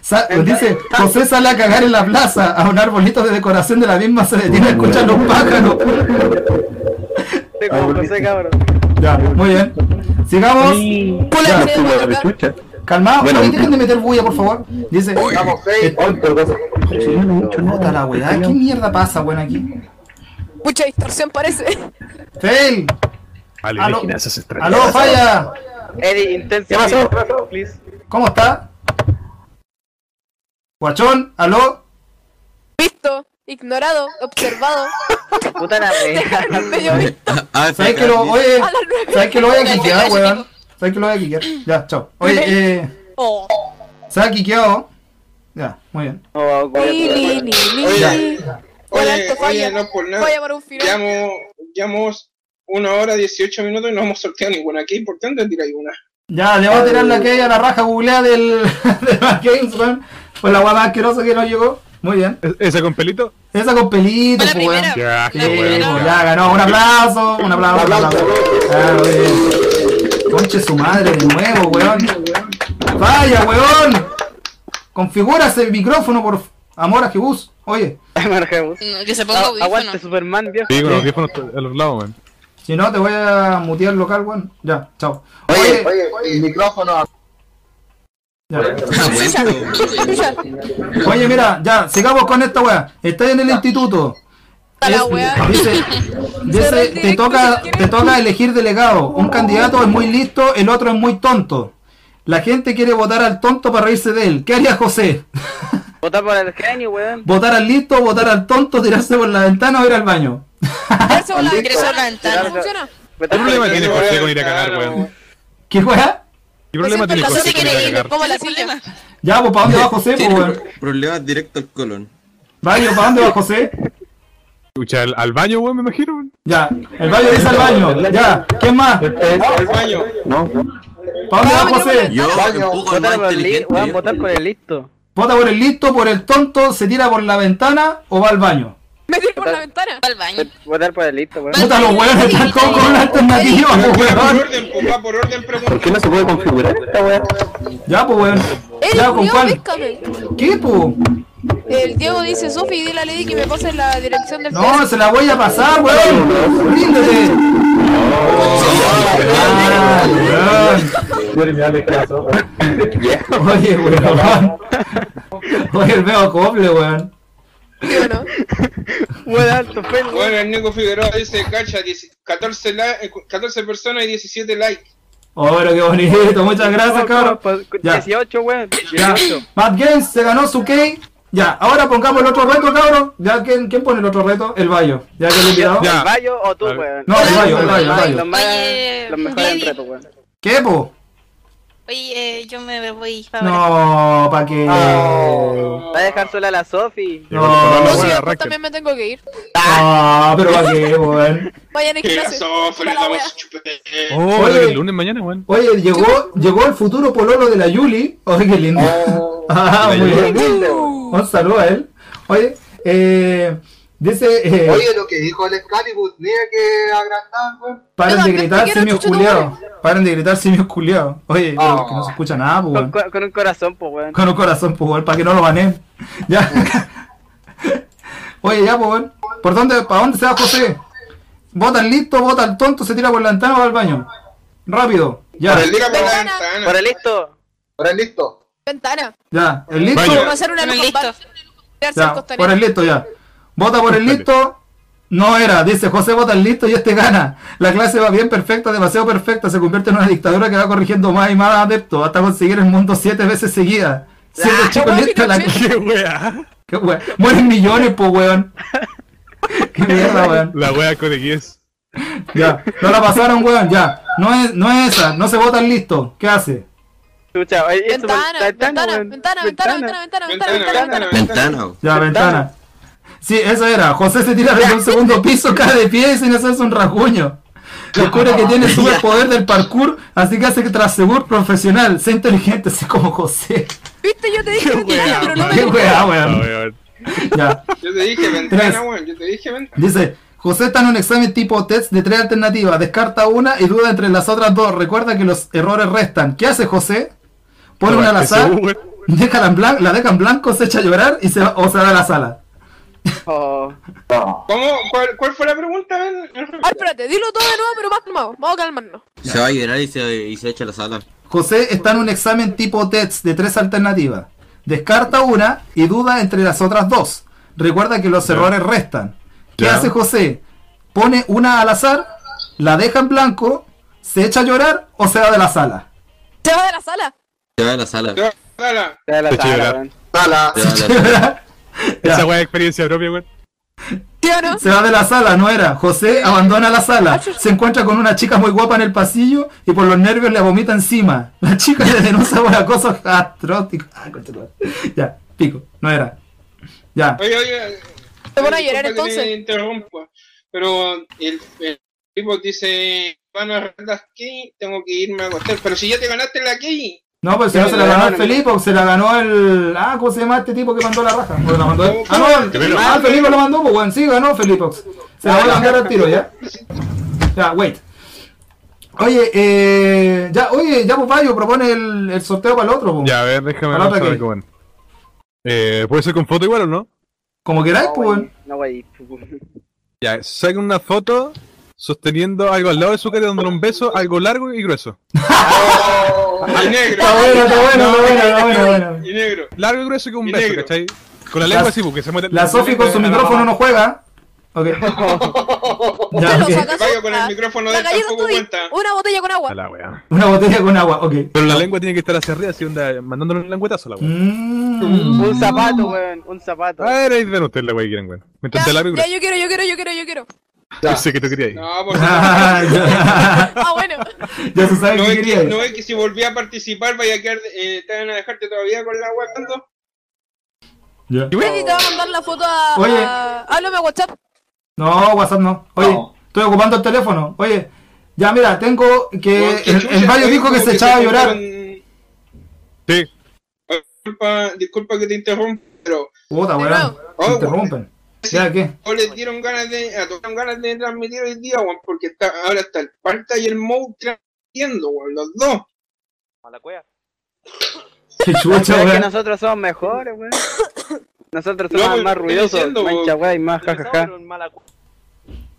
Speaker 4: Sa- pues, dice, José sale a cagar en la plaza, a un arbolito de decoración de la misma se detiene a escuchar los pájaros.
Speaker 3: Soy como José, cabrón.
Speaker 4: Ya, muy bien. Sigamos. Ya.
Speaker 5: Se desmuteó acá.
Speaker 4: Calmado, oye, dejen de meter bulla, por favor. Dice,
Speaker 6: Estamos seis.
Speaker 4: puta la weá, ¿qué mierda pasa, weón, aquí?
Speaker 5: Mucha distorsión parece. <laughs>
Speaker 4: Fail, aló,
Speaker 2: Alienígenas
Speaker 4: aló, falla,
Speaker 3: Eddie, intenso.
Speaker 4: ¿Qué pasó?
Speaker 3: Please.
Speaker 4: ¿cómo está? Guachón, aló,
Speaker 5: Visto, ignorado, observado.
Speaker 3: Puta la
Speaker 5: En el medio
Speaker 3: wea.
Speaker 5: visto.
Speaker 7: Ah,
Speaker 4: ¿sabes que lo, oye,
Speaker 5: A las nueve.
Speaker 4: sabes que lo voy a quiquear, weón? ¿Sabes que lo voy a quiquear? Ya, chao. Oye, eh,
Speaker 5: Oh.
Speaker 4: se ha quiqueado. Ya, muy bien.
Speaker 3: <laughs> Oh,
Speaker 5: <laughs> Ni,
Speaker 3: weón. <laughs>
Speaker 5: ni, ni, ni.
Speaker 1: Oye,
Speaker 5: Por
Speaker 1: Oye,
Speaker 5: alto
Speaker 1: oye,
Speaker 5: falla.
Speaker 1: no por nada.
Speaker 5: Falla por un filón.
Speaker 1: Llamo, llamo una hora 18 minutos y no hemos sorteado ninguna. Qué importante tirar una.
Speaker 4: Ya, le voy a tirar la que hay a la raja googleada del, <laughs> de Mad Games, weón. Pues la guapa más asquerosa que nos llegó. Muy bien.
Speaker 2: ¿E- ¿Esa con pelito?
Speaker 4: Esa con pelito,
Speaker 8: Fue la
Speaker 4: pues, weón.
Speaker 8: primera.
Speaker 2: Ya,
Speaker 4: Sí,
Speaker 8: La
Speaker 4: pues,
Speaker 8: primera.
Speaker 4: ya ganó. Un aplauso, un aplauso, un aplauso. Ah, muy bien. Conche su madre de nuevo, weón. Vaya, weón. Configuras el micrófono por amor a Jebus. Oye,
Speaker 3: Marjabus.
Speaker 8: No, Mm, Que se ponga
Speaker 3: A-
Speaker 8: audífono.
Speaker 3: Ah, Aguante Superman, viejo.
Speaker 2: Sí, con
Speaker 4: Sí.
Speaker 2: los audífonos a los lados, man.
Speaker 4: si no te voy a mutear local, weón. Ya, chao.
Speaker 6: Oye, oye, el micrófono.
Speaker 4: Ya.
Speaker 5: Chucha, chucha.
Speaker 4: Oye, mira, ya, sigamos con esta weá. Estás en el instituto.
Speaker 5: Está la
Speaker 4: Es-
Speaker 5: weá. <laughs>
Speaker 4: Dice, dice,
Speaker 5: Cerró el
Speaker 4: te,
Speaker 5: directo
Speaker 4: toca,
Speaker 5: si
Speaker 4: te
Speaker 5: quieres.
Speaker 4: toca elegir delegado. Un candidato es muy listo, el otro es muy tonto. La gente quiere votar al tonto para reírse de él. ¿Qué haría José?
Speaker 3: Vota por el genio, weón.
Speaker 4: ¿Votar al listo, votar al tonto, tirarse por la ventana o ir al baño?
Speaker 5: Ingreso por la
Speaker 8: Ingreso por la ventana.
Speaker 5: No funciona.
Speaker 3: Vota
Speaker 2: ¿Qué
Speaker 3: por el
Speaker 2: problema
Speaker 3: genio.
Speaker 2: tiene José con ir a cagar, weón?
Speaker 4: ¿Qué weá?
Speaker 2: ¿Qué problema tiene
Speaker 5: Siempre
Speaker 2: José
Speaker 8: José
Speaker 2: con
Speaker 5: pasó que
Speaker 2: ir
Speaker 8: quiere pues.
Speaker 2: a
Speaker 5: le-
Speaker 2: cagar?
Speaker 5: como la silla.
Speaker 4: Ya, pues, ¿para dónde va José? Pues,
Speaker 7: Tiene
Speaker 4: weón?
Speaker 7: pro- problemas directos al colon.
Speaker 4: Baño, ¿para dónde va José?
Speaker 2: Escucha, al, al baño, weón, me imagino, weón.
Speaker 4: Ya, el baño dice al baño. Ya, ¿quién más? ¿Para
Speaker 1: Al baño.
Speaker 4: dónde va
Speaker 5: Baño,
Speaker 4: José?
Speaker 7: Yo
Speaker 6: Baño,
Speaker 7: empujo al
Speaker 3: Vota
Speaker 7: más
Speaker 3: por el listo,
Speaker 7: inteligente.
Speaker 3: weón.
Speaker 7: viejo.
Speaker 3: Votar por el listo.
Speaker 4: ¿Vota por el listo, por el tonto, se tira por la ventana o va al baño?
Speaker 5: Me tiro por la ventana.
Speaker 8: Va al baño.
Speaker 3: Votar por el listo,
Speaker 4: <laughs>
Speaker 3: weón.
Speaker 4: Puta, los weones están todos con una alternativa, pues,
Speaker 1: Pero va por
Speaker 4: weón.
Speaker 1: orden, pues va por orden pregunta.
Speaker 9: ¿Por qué no se puede configurar esta weá?
Speaker 4: Ya, pues, weón.
Speaker 5: El
Speaker 4: Ya, ¿con
Speaker 5: culiao,
Speaker 4: cuál?
Speaker 5: píscame.
Speaker 4: ¿Qué, pues?
Speaker 5: El Diego dice, Sofi, dile a Lady que me pase la dirección del
Speaker 4: No, se la voy a pasar, weón. Ríndete. Ah,
Speaker 9: Yo le miraba el corazón.
Speaker 4: weón. Oye, weón. Oye, el veo coble, weón.
Speaker 5: Digo, ¿no?
Speaker 3: Weón, alto pelo.
Speaker 1: Bueno, el Nico Figueroa dice, cacha, 10 14, la- eh, 14 personas y 17 likes.
Speaker 4: Ahora Oh, qué bonito. Muchas gracias, cabrón. Ya.
Speaker 3: 18, weón.
Speaker 4: Ya.
Speaker 3: 18.
Speaker 4: Matt Games se ganó su key. Ya, ahora pongamos el otro reto, cabrón. Ya, ¿quién, quién pone el otro reto? El Bayo. Ya que el invitado.
Speaker 2: Ya.
Speaker 3: ¿El Bayo o tú,
Speaker 2: A ver.
Speaker 3: weón?
Speaker 4: No, el Bayo, el
Speaker 3: Los
Speaker 4: Bayo, el
Speaker 3: más-
Speaker 4: Bayo.
Speaker 3: Los más-
Speaker 8: Oye,
Speaker 3: los mejores
Speaker 8: Lady.
Speaker 3: retos, weón.
Speaker 4: ¿Qué, po?
Speaker 8: Oye, eh, yo me voy. ahora.
Speaker 4: No, pa' qué. No,
Speaker 3: Oh. Va a dejar sola a la Sofi.
Speaker 2: No,
Speaker 5: No, sí,
Speaker 2: weón,
Speaker 5: yo
Speaker 2: arranquen.
Speaker 5: también me tengo que ir.
Speaker 4: no, ah, pero pa' qué, po, weón.
Speaker 5: Vayan en
Speaker 1: Que la
Speaker 5: clase.
Speaker 1: sofa, le
Speaker 5: Está la
Speaker 1: damos
Speaker 5: wea.
Speaker 1: chupete.
Speaker 2: Oh,
Speaker 4: Oye.
Speaker 2: ahora que el lunes mañana, weón.
Speaker 4: Oye, llegó, llegó el futuro pololo de la Yuli. Oye, qué lindo.
Speaker 5: Oh,
Speaker 4: Ah, muy bien. Un saludo a él. Oye, eh, dice, eh,
Speaker 6: Oye, lo que dijo el Excalibur, tenía que agrandar, weón.
Speaker 4: paren
Speaker 5: Yo
Speaker 4: de
Speaker 5: también
Speaker 4: gritar
Speaker 5: te quiero,
Speaker 4: simios
Speaker 5: chucha tu
Speaker 4: culiados. Paren de gritar simios culiados. Oye,
Speaker 5: Ah.
Speaker 4: pero que no se escucha nada, pues,
Speaker 3: Con,
Speaker 4: weón.
Speaker 3: con- con un corazón, pues, weón.
Speaker 4: Con un corazón, pues, weón, para que no lo baneen. <laughs> Ya. Oye, ya, pues, weón. ¿Por dónde, para dónde se va José? Vota al listo, vota al tonto, se tira por la ventana o va al baño. Rápido. Ya,
Speaker 1: Por el día por la
Speaker 5: Ventana.
Speaker 1: ventana.
Speaker 3: Por el listo.
Speaker 6: Ahora listo.
Speaker 5: Ventana.
Speaker 4: ya. El listo.
Speaker 2: Baño.
Speaker 5: Pasar una
Speaker 8: Bueno,
Speaker 5: luz con
Speaker 8: listo.
Speaker 5: bar-
Speaker 4: Ya, por el listo ya. Vota por el listo. No era, dice José vota el listo y este gana. La clase va bien perfecta, demasiado perfecta. Se convierte en una dictadura que va corrigiendo más y más adeptos hasta conseguir el mundo siete veces seguida. Siete
Speaker 3: Ah,
Speaker 4: chicos
Speaker 5: guau,
Speaker 4: listos en la
Speaker 5: Pinochet.
Speaker 2: Qué weá.
Speaker 4: Qué wea. Mueren millones, po
Speaker 5: <laughs>
Speaker 4: weón. Qué mierda, weón.
Speaker 2: La weá con X.
Speaker 4: Ya, no la pasaron, weón, ya. No es, no es esa, no se vota el listo. ¿Qué hace?
Speaker 3: Escucha, oye, eso,
Speaker 5: Ventana,
Speaker 3: weón.
Speaker 5: ventana,
Speaker 3: weón.
Speaker 5: ventana, ventana, ventana, ventana,
Speaker 1: Ventana,
Speaker 5: ventana, ventana.
Speaker 1: ventana.
Speaker 7: Ventana. weón.
Speaker 4: Ya, ventana.
Speaker 3: Ventana.
Speaker 4: Sí, eso era. José se tira desde un segundo piso, cae de pie sin hacerse un rasguño. Descubre que
Speaker 5: <laughs>
Speaker 4: tiene el superpoder del parkour, así que hace que trasegur profesional. Sea inteligente, así como José.
Speaker 5: Viste, yo te dije ventana, pero no me
Speaker 4: Qué weá,
Speaker 2: Ah,
Speaker 4: weón.
Speaker 2: weón.
Speaker 4: Ya.
Speaker 1: Yo te dije
Speaker 4: Tres.
Speaker 1: ventana, weón. Yo te dije ventana.
Speaker 4: Dice, José está en un examen tipo test de tres alternativas. Descarta una y duda entre las otras dos. Recuerda que los errores restan. ¿Qué hace José? Pone una al azar,
Speaker 2: Ese weón.
Speaker 4: déjala en blan- la <laughs> deja en blanco, se echa a llorar y se va, o se va a la sala.
Speaker 3: Oh,
Speaker 1: ¿Cómo? ¿Cuál, cuál fue la pregunta? Ben?
Speaker 5: Ah, espérate, dilo todo de nuevo, pero más calmado. Vamos a calmarnos.
Speaker 7: Se va a llorar y se, y se echa a la sala.
Speaker 4: José está en un examen tipo TETS de tres alternativas. Descarta una y duda entre las otras dos. Recuerda que los errores restan. ¿Qué
Speaker 2: Ya.
Speaker 4: hace José? Pone una al azar, la deja en blanco, se echa a llorar o se va de la sala. <laughs>
Speaker 5: Se va de la sala.
Speaker 7: Se va a la sala.
Speaker 1: Te va a dar la-
Speaker 3: está de la
Speaker 2: Te
Speaker 3: sala,
Speaker 2: chivela.
Speaker 3: weón.
Speaker 6: Sala.
Speaker 7: Se va a la sala.
Speaker 4: Ya,
Speaker 2: Esa weá es experiencia propia, weón.
Speaker 5: ¿Sí o no?
Speaker 4: se va de la sala, no era. José abandona la sala, se encuentra con una chica muy guapa en el pasillo y por los nervios le vomita encima. La chica le denuncia por acoso Ah, astrótico. Ya, pico, no era. Ya.
Speaker 1: Oye, oye.
Speaker 5: Te van a
Speaker 1: disculpa que
Speaker 5: llorar
Speaker 1: te
Speaker 5: entonces.
Speaker 1: interrumpa, pero el, el tipo dice van a agarrar las key, tengo que irme a acostar. Pero si ya te ganaste la key,
Speaker 4: No, pues si no se la ganó el Felipe, se la ganó el. Ah, ¿cómo se llama este tipo que mandó la raja? ¿O la mandó él? Ah, no, el... ah, el Felipe lo mandó, pues weón, sí, ganó Felipe. Se la va a mandar al tiro, ¿ya? Ya, wait. Oye, eh. Ya, oye, ya, pues Bayo propone el, el sorteo para el otro, pues.
Speaker 2: Ya, a ver, déjame
Speaker 4: Anota
Speaker 2: ver
Speaker 4: aquí.
Speaker 2: cómo van. Eh, ¿Puede ser con foto igual o no?
Speaker 4: Como queráis,
Speaker 3: No,
Speaker 4: pues,
Speaker 3: wey,
Speaker 4: weón.
Speaker 3: no, wey. pu-
Speaker 2: Ya, saquen una foto sosteniendo algo al lado de su cara dándole un beso, algo largo y grueso.
Speaker 1: y negro,
Speaker 4: Está bueno, está bueno, está bueno, está bueno, está bueno.
Speaker 1: y negro.
Speaker 2: Largo y grueso y con un
Speaker 1: Y
Speaker 2: beso,
Speaker 1: negro.
Speaker 2: ¿cachai? Con la lengua
Speaker 4: La-
Speaker 2: así, porque se muere.
Speaker 4: La Sofi con su micrófono no juega. Ok.
Speaker 5: Te
Speaker 4: Ya,
Speaker 5: lo ah,
Speaker 4: ok.
Speaker 5: sacas
Speaker 1: Vaya
Speaker 5: otra.
Speaker 1: con el micrófono
Speaker 5: La
Speaker 1: de él,
Speaker 5: galleta
Speaker 1: tampoco
Speaker 5: Tudy,
Speaker 1: cuenta.
Speaker 5: Una botella con agua.
Speaker 2: A la wea.
Speaker 4: Una botella con agua, ok.
Speaker 2: Pero la lengua tiene que estar hacia arriba, así onda, mandándole un lengüetazo a la wea.
Speaker 4: Mm. <laughs>
Speaker 3: Un zapato, weón, un zapato.
Speaker 2: A ver, ahí ven ustedes la wea que quieren, weón. Mientras sea
Speaker 5: Ya,
Speaker 2: largo y
Speaker 5: ya,
Speaker 2: grueso.
Speaker 5: yo quiero, yo quiero, yo quiero,
Speaker 4: <laughs>
Speaker 5: yo quiero.
Speaker 2: Yo sé que tú querías ir.
Speaker 1: No, pues
Speaker 4: Ah, ya,
Speaker 5: Ah, bueno.
Speaker 4: ya se sabe
Speaker 1: no
Speaker 4: qué
Speaker 1: es
Speaker 4: quería.
Speaker 1: que, no es que si volví a participar vaya a quedar, eh, te van a dejarte todavía con la aguantando.
Speaker 4: Ya.
Speaker 2: Y
Speaker 5: Baby,
Speaker 2: bueno,
Speaker 5: te va a mandar la foto a.
Speaker 4: Oye.
Speaker 5: a- Háblame a WhatsApp.
Speaker 4: No, WhatsApp no. Oye, estoy ocupando el teléfono. Oye, ya mira, tengo que.
Speaker 1: Porque,
Speaker 4: Eh, el,
Speaker 1: chucha,
Speaker 4: el Mario
Speaker 1: oye,
Speaker 4: dijo que
Speaker 1: como
Speaker 4: se echaba a llorar.
Speaker 1: juntaron-
Speaker 2: sí.
Speaker 1: Disculpa, disculpa que te interrumpa, pero
Speaker 4: Puta,
Speaker 5: De
Speaker 4: weón.
Speaker 5: nuevo.
Speaker 4: Me interrumpen. ¿Ya qué?
Speaker 1: no les dieron ganas de, a todos ganas de transmitir hoy día, weón, porque está, ahora está el Parta y el Mou transmitiendo, weón, los dos.
Speaker 4: Qué
Speaker 3: Pero
Speaker 4: chucha,
Speaker 3: es que
Speaker 4: weón.
Speaker 3: nosotros somos mejores,
Speaker 5: <coughs>
Speaker 3: weón. Nosotros
Speaker 1: No,
Speaker 3: somos
Speaker 1: pero
Speaker 3: más
Speaker 1: estoy
Speaker 3: ruidosos,
Speaker 1: diciendo,
Speaker 3: mancha,
Speaker 1: weón.
Speaker 3: weón, y más jajaja.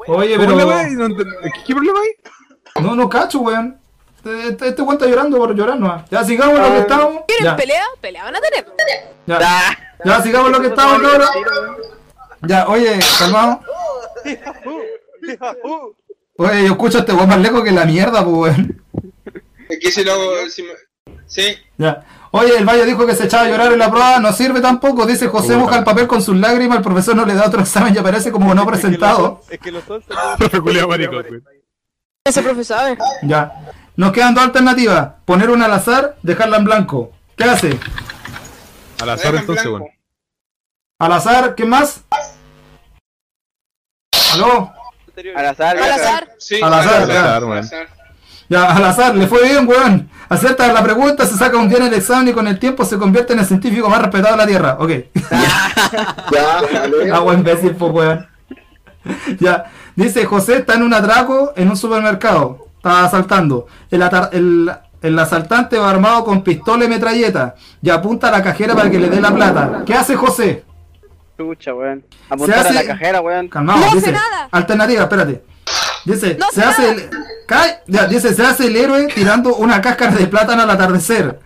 Speaker 4: Oye,
Speaker 2: ¿Cómo la wea?
Speaker 4: pero.
Speaker 2: No ent- ¿Qué- ¿Qué problema hay?
Speaker 4: No, no cacho, weón. Este- Este este weón está llorando por llorar, no. Ya sigamos lo que estamos.
Speaker 5: ¿Quieren
Speaker 4: Ya,
Speaker 5: pelea? Pelea van a tener.
Speaker 4: ya. Ya sigamos lo que estamos, cabrón. Ya, oye, calmado. Uh, Oye, yo escucho a este weón más lejos que la mierda, pues, weón.
Speaker 1: Es que si lo. Si me- sí,
Speaker 4: Ya. Oye, el Valle dijo que se echaba a llorar en la prueba, no sirve tampoco, dice José moja el papel con sus lágrimas, el profesor no le da otro <laughs> examen y aparece como no presentado.
Speaker 2: <laughs> Profe culiao marico, weón.
Speaker 5: Ese profe sabe.
Speaker 4: Ya. Nos quedan dos alternativas, poner una al azar, dejarla en blanco. ¿Qué hace?
Speaker 2: Al
Speaker 1: la
Speaker 2: azar
Speaker 1: dejan
Speaker 2: entonces,
Speaker 1: blanco.
Speaker 2: weón.
Speaker 4: Al azar, ¿qué más? ¿Aló?
Speaker 3: Al azar,
Speaker 5: Al azar.
Speaker 1: Sí,
Speaker 4: Al azar,
Speaker 2: Al azar,
Speaker 1: al
Speaker 2: weón.
Speaker 1: azar.
Speaker 4: Ya, al azar, le fue bien, weón. Acepta la pregunta, se saca un día en el examen y con el tiempo se convierte en el científico más respetado de la Tierra. Ok. <laughs>
Speaker 6: Ya, dale.
Speaker 4: Agua imbécil, pues, weón. <laughs> ya. Dice, José está en un atraco en un supermercado. Está asaltando. El, atar- el- el asaltante va armado con pistola y metralleta. Y apunta a la cajera para que le dé la plata. ¿Qué hace José?
Speaker 3: chucha, weón. Apuntar a
Speaker 4: hace-
Speaker 3: la cajera, weón.
Speaker 4: Calmado,
Speaker 5: No hace
Speaker 4: dice.
Speaker 5: nada.
Speaker 4: Alternativa, espérate. Dice,
Speaker 5: No
Speaker 4: se
Speaker 5: hace
Speaker 4: hace el. Cay- ya, dice, se hace el héroe tirando una cáscara de plátano al atardecer.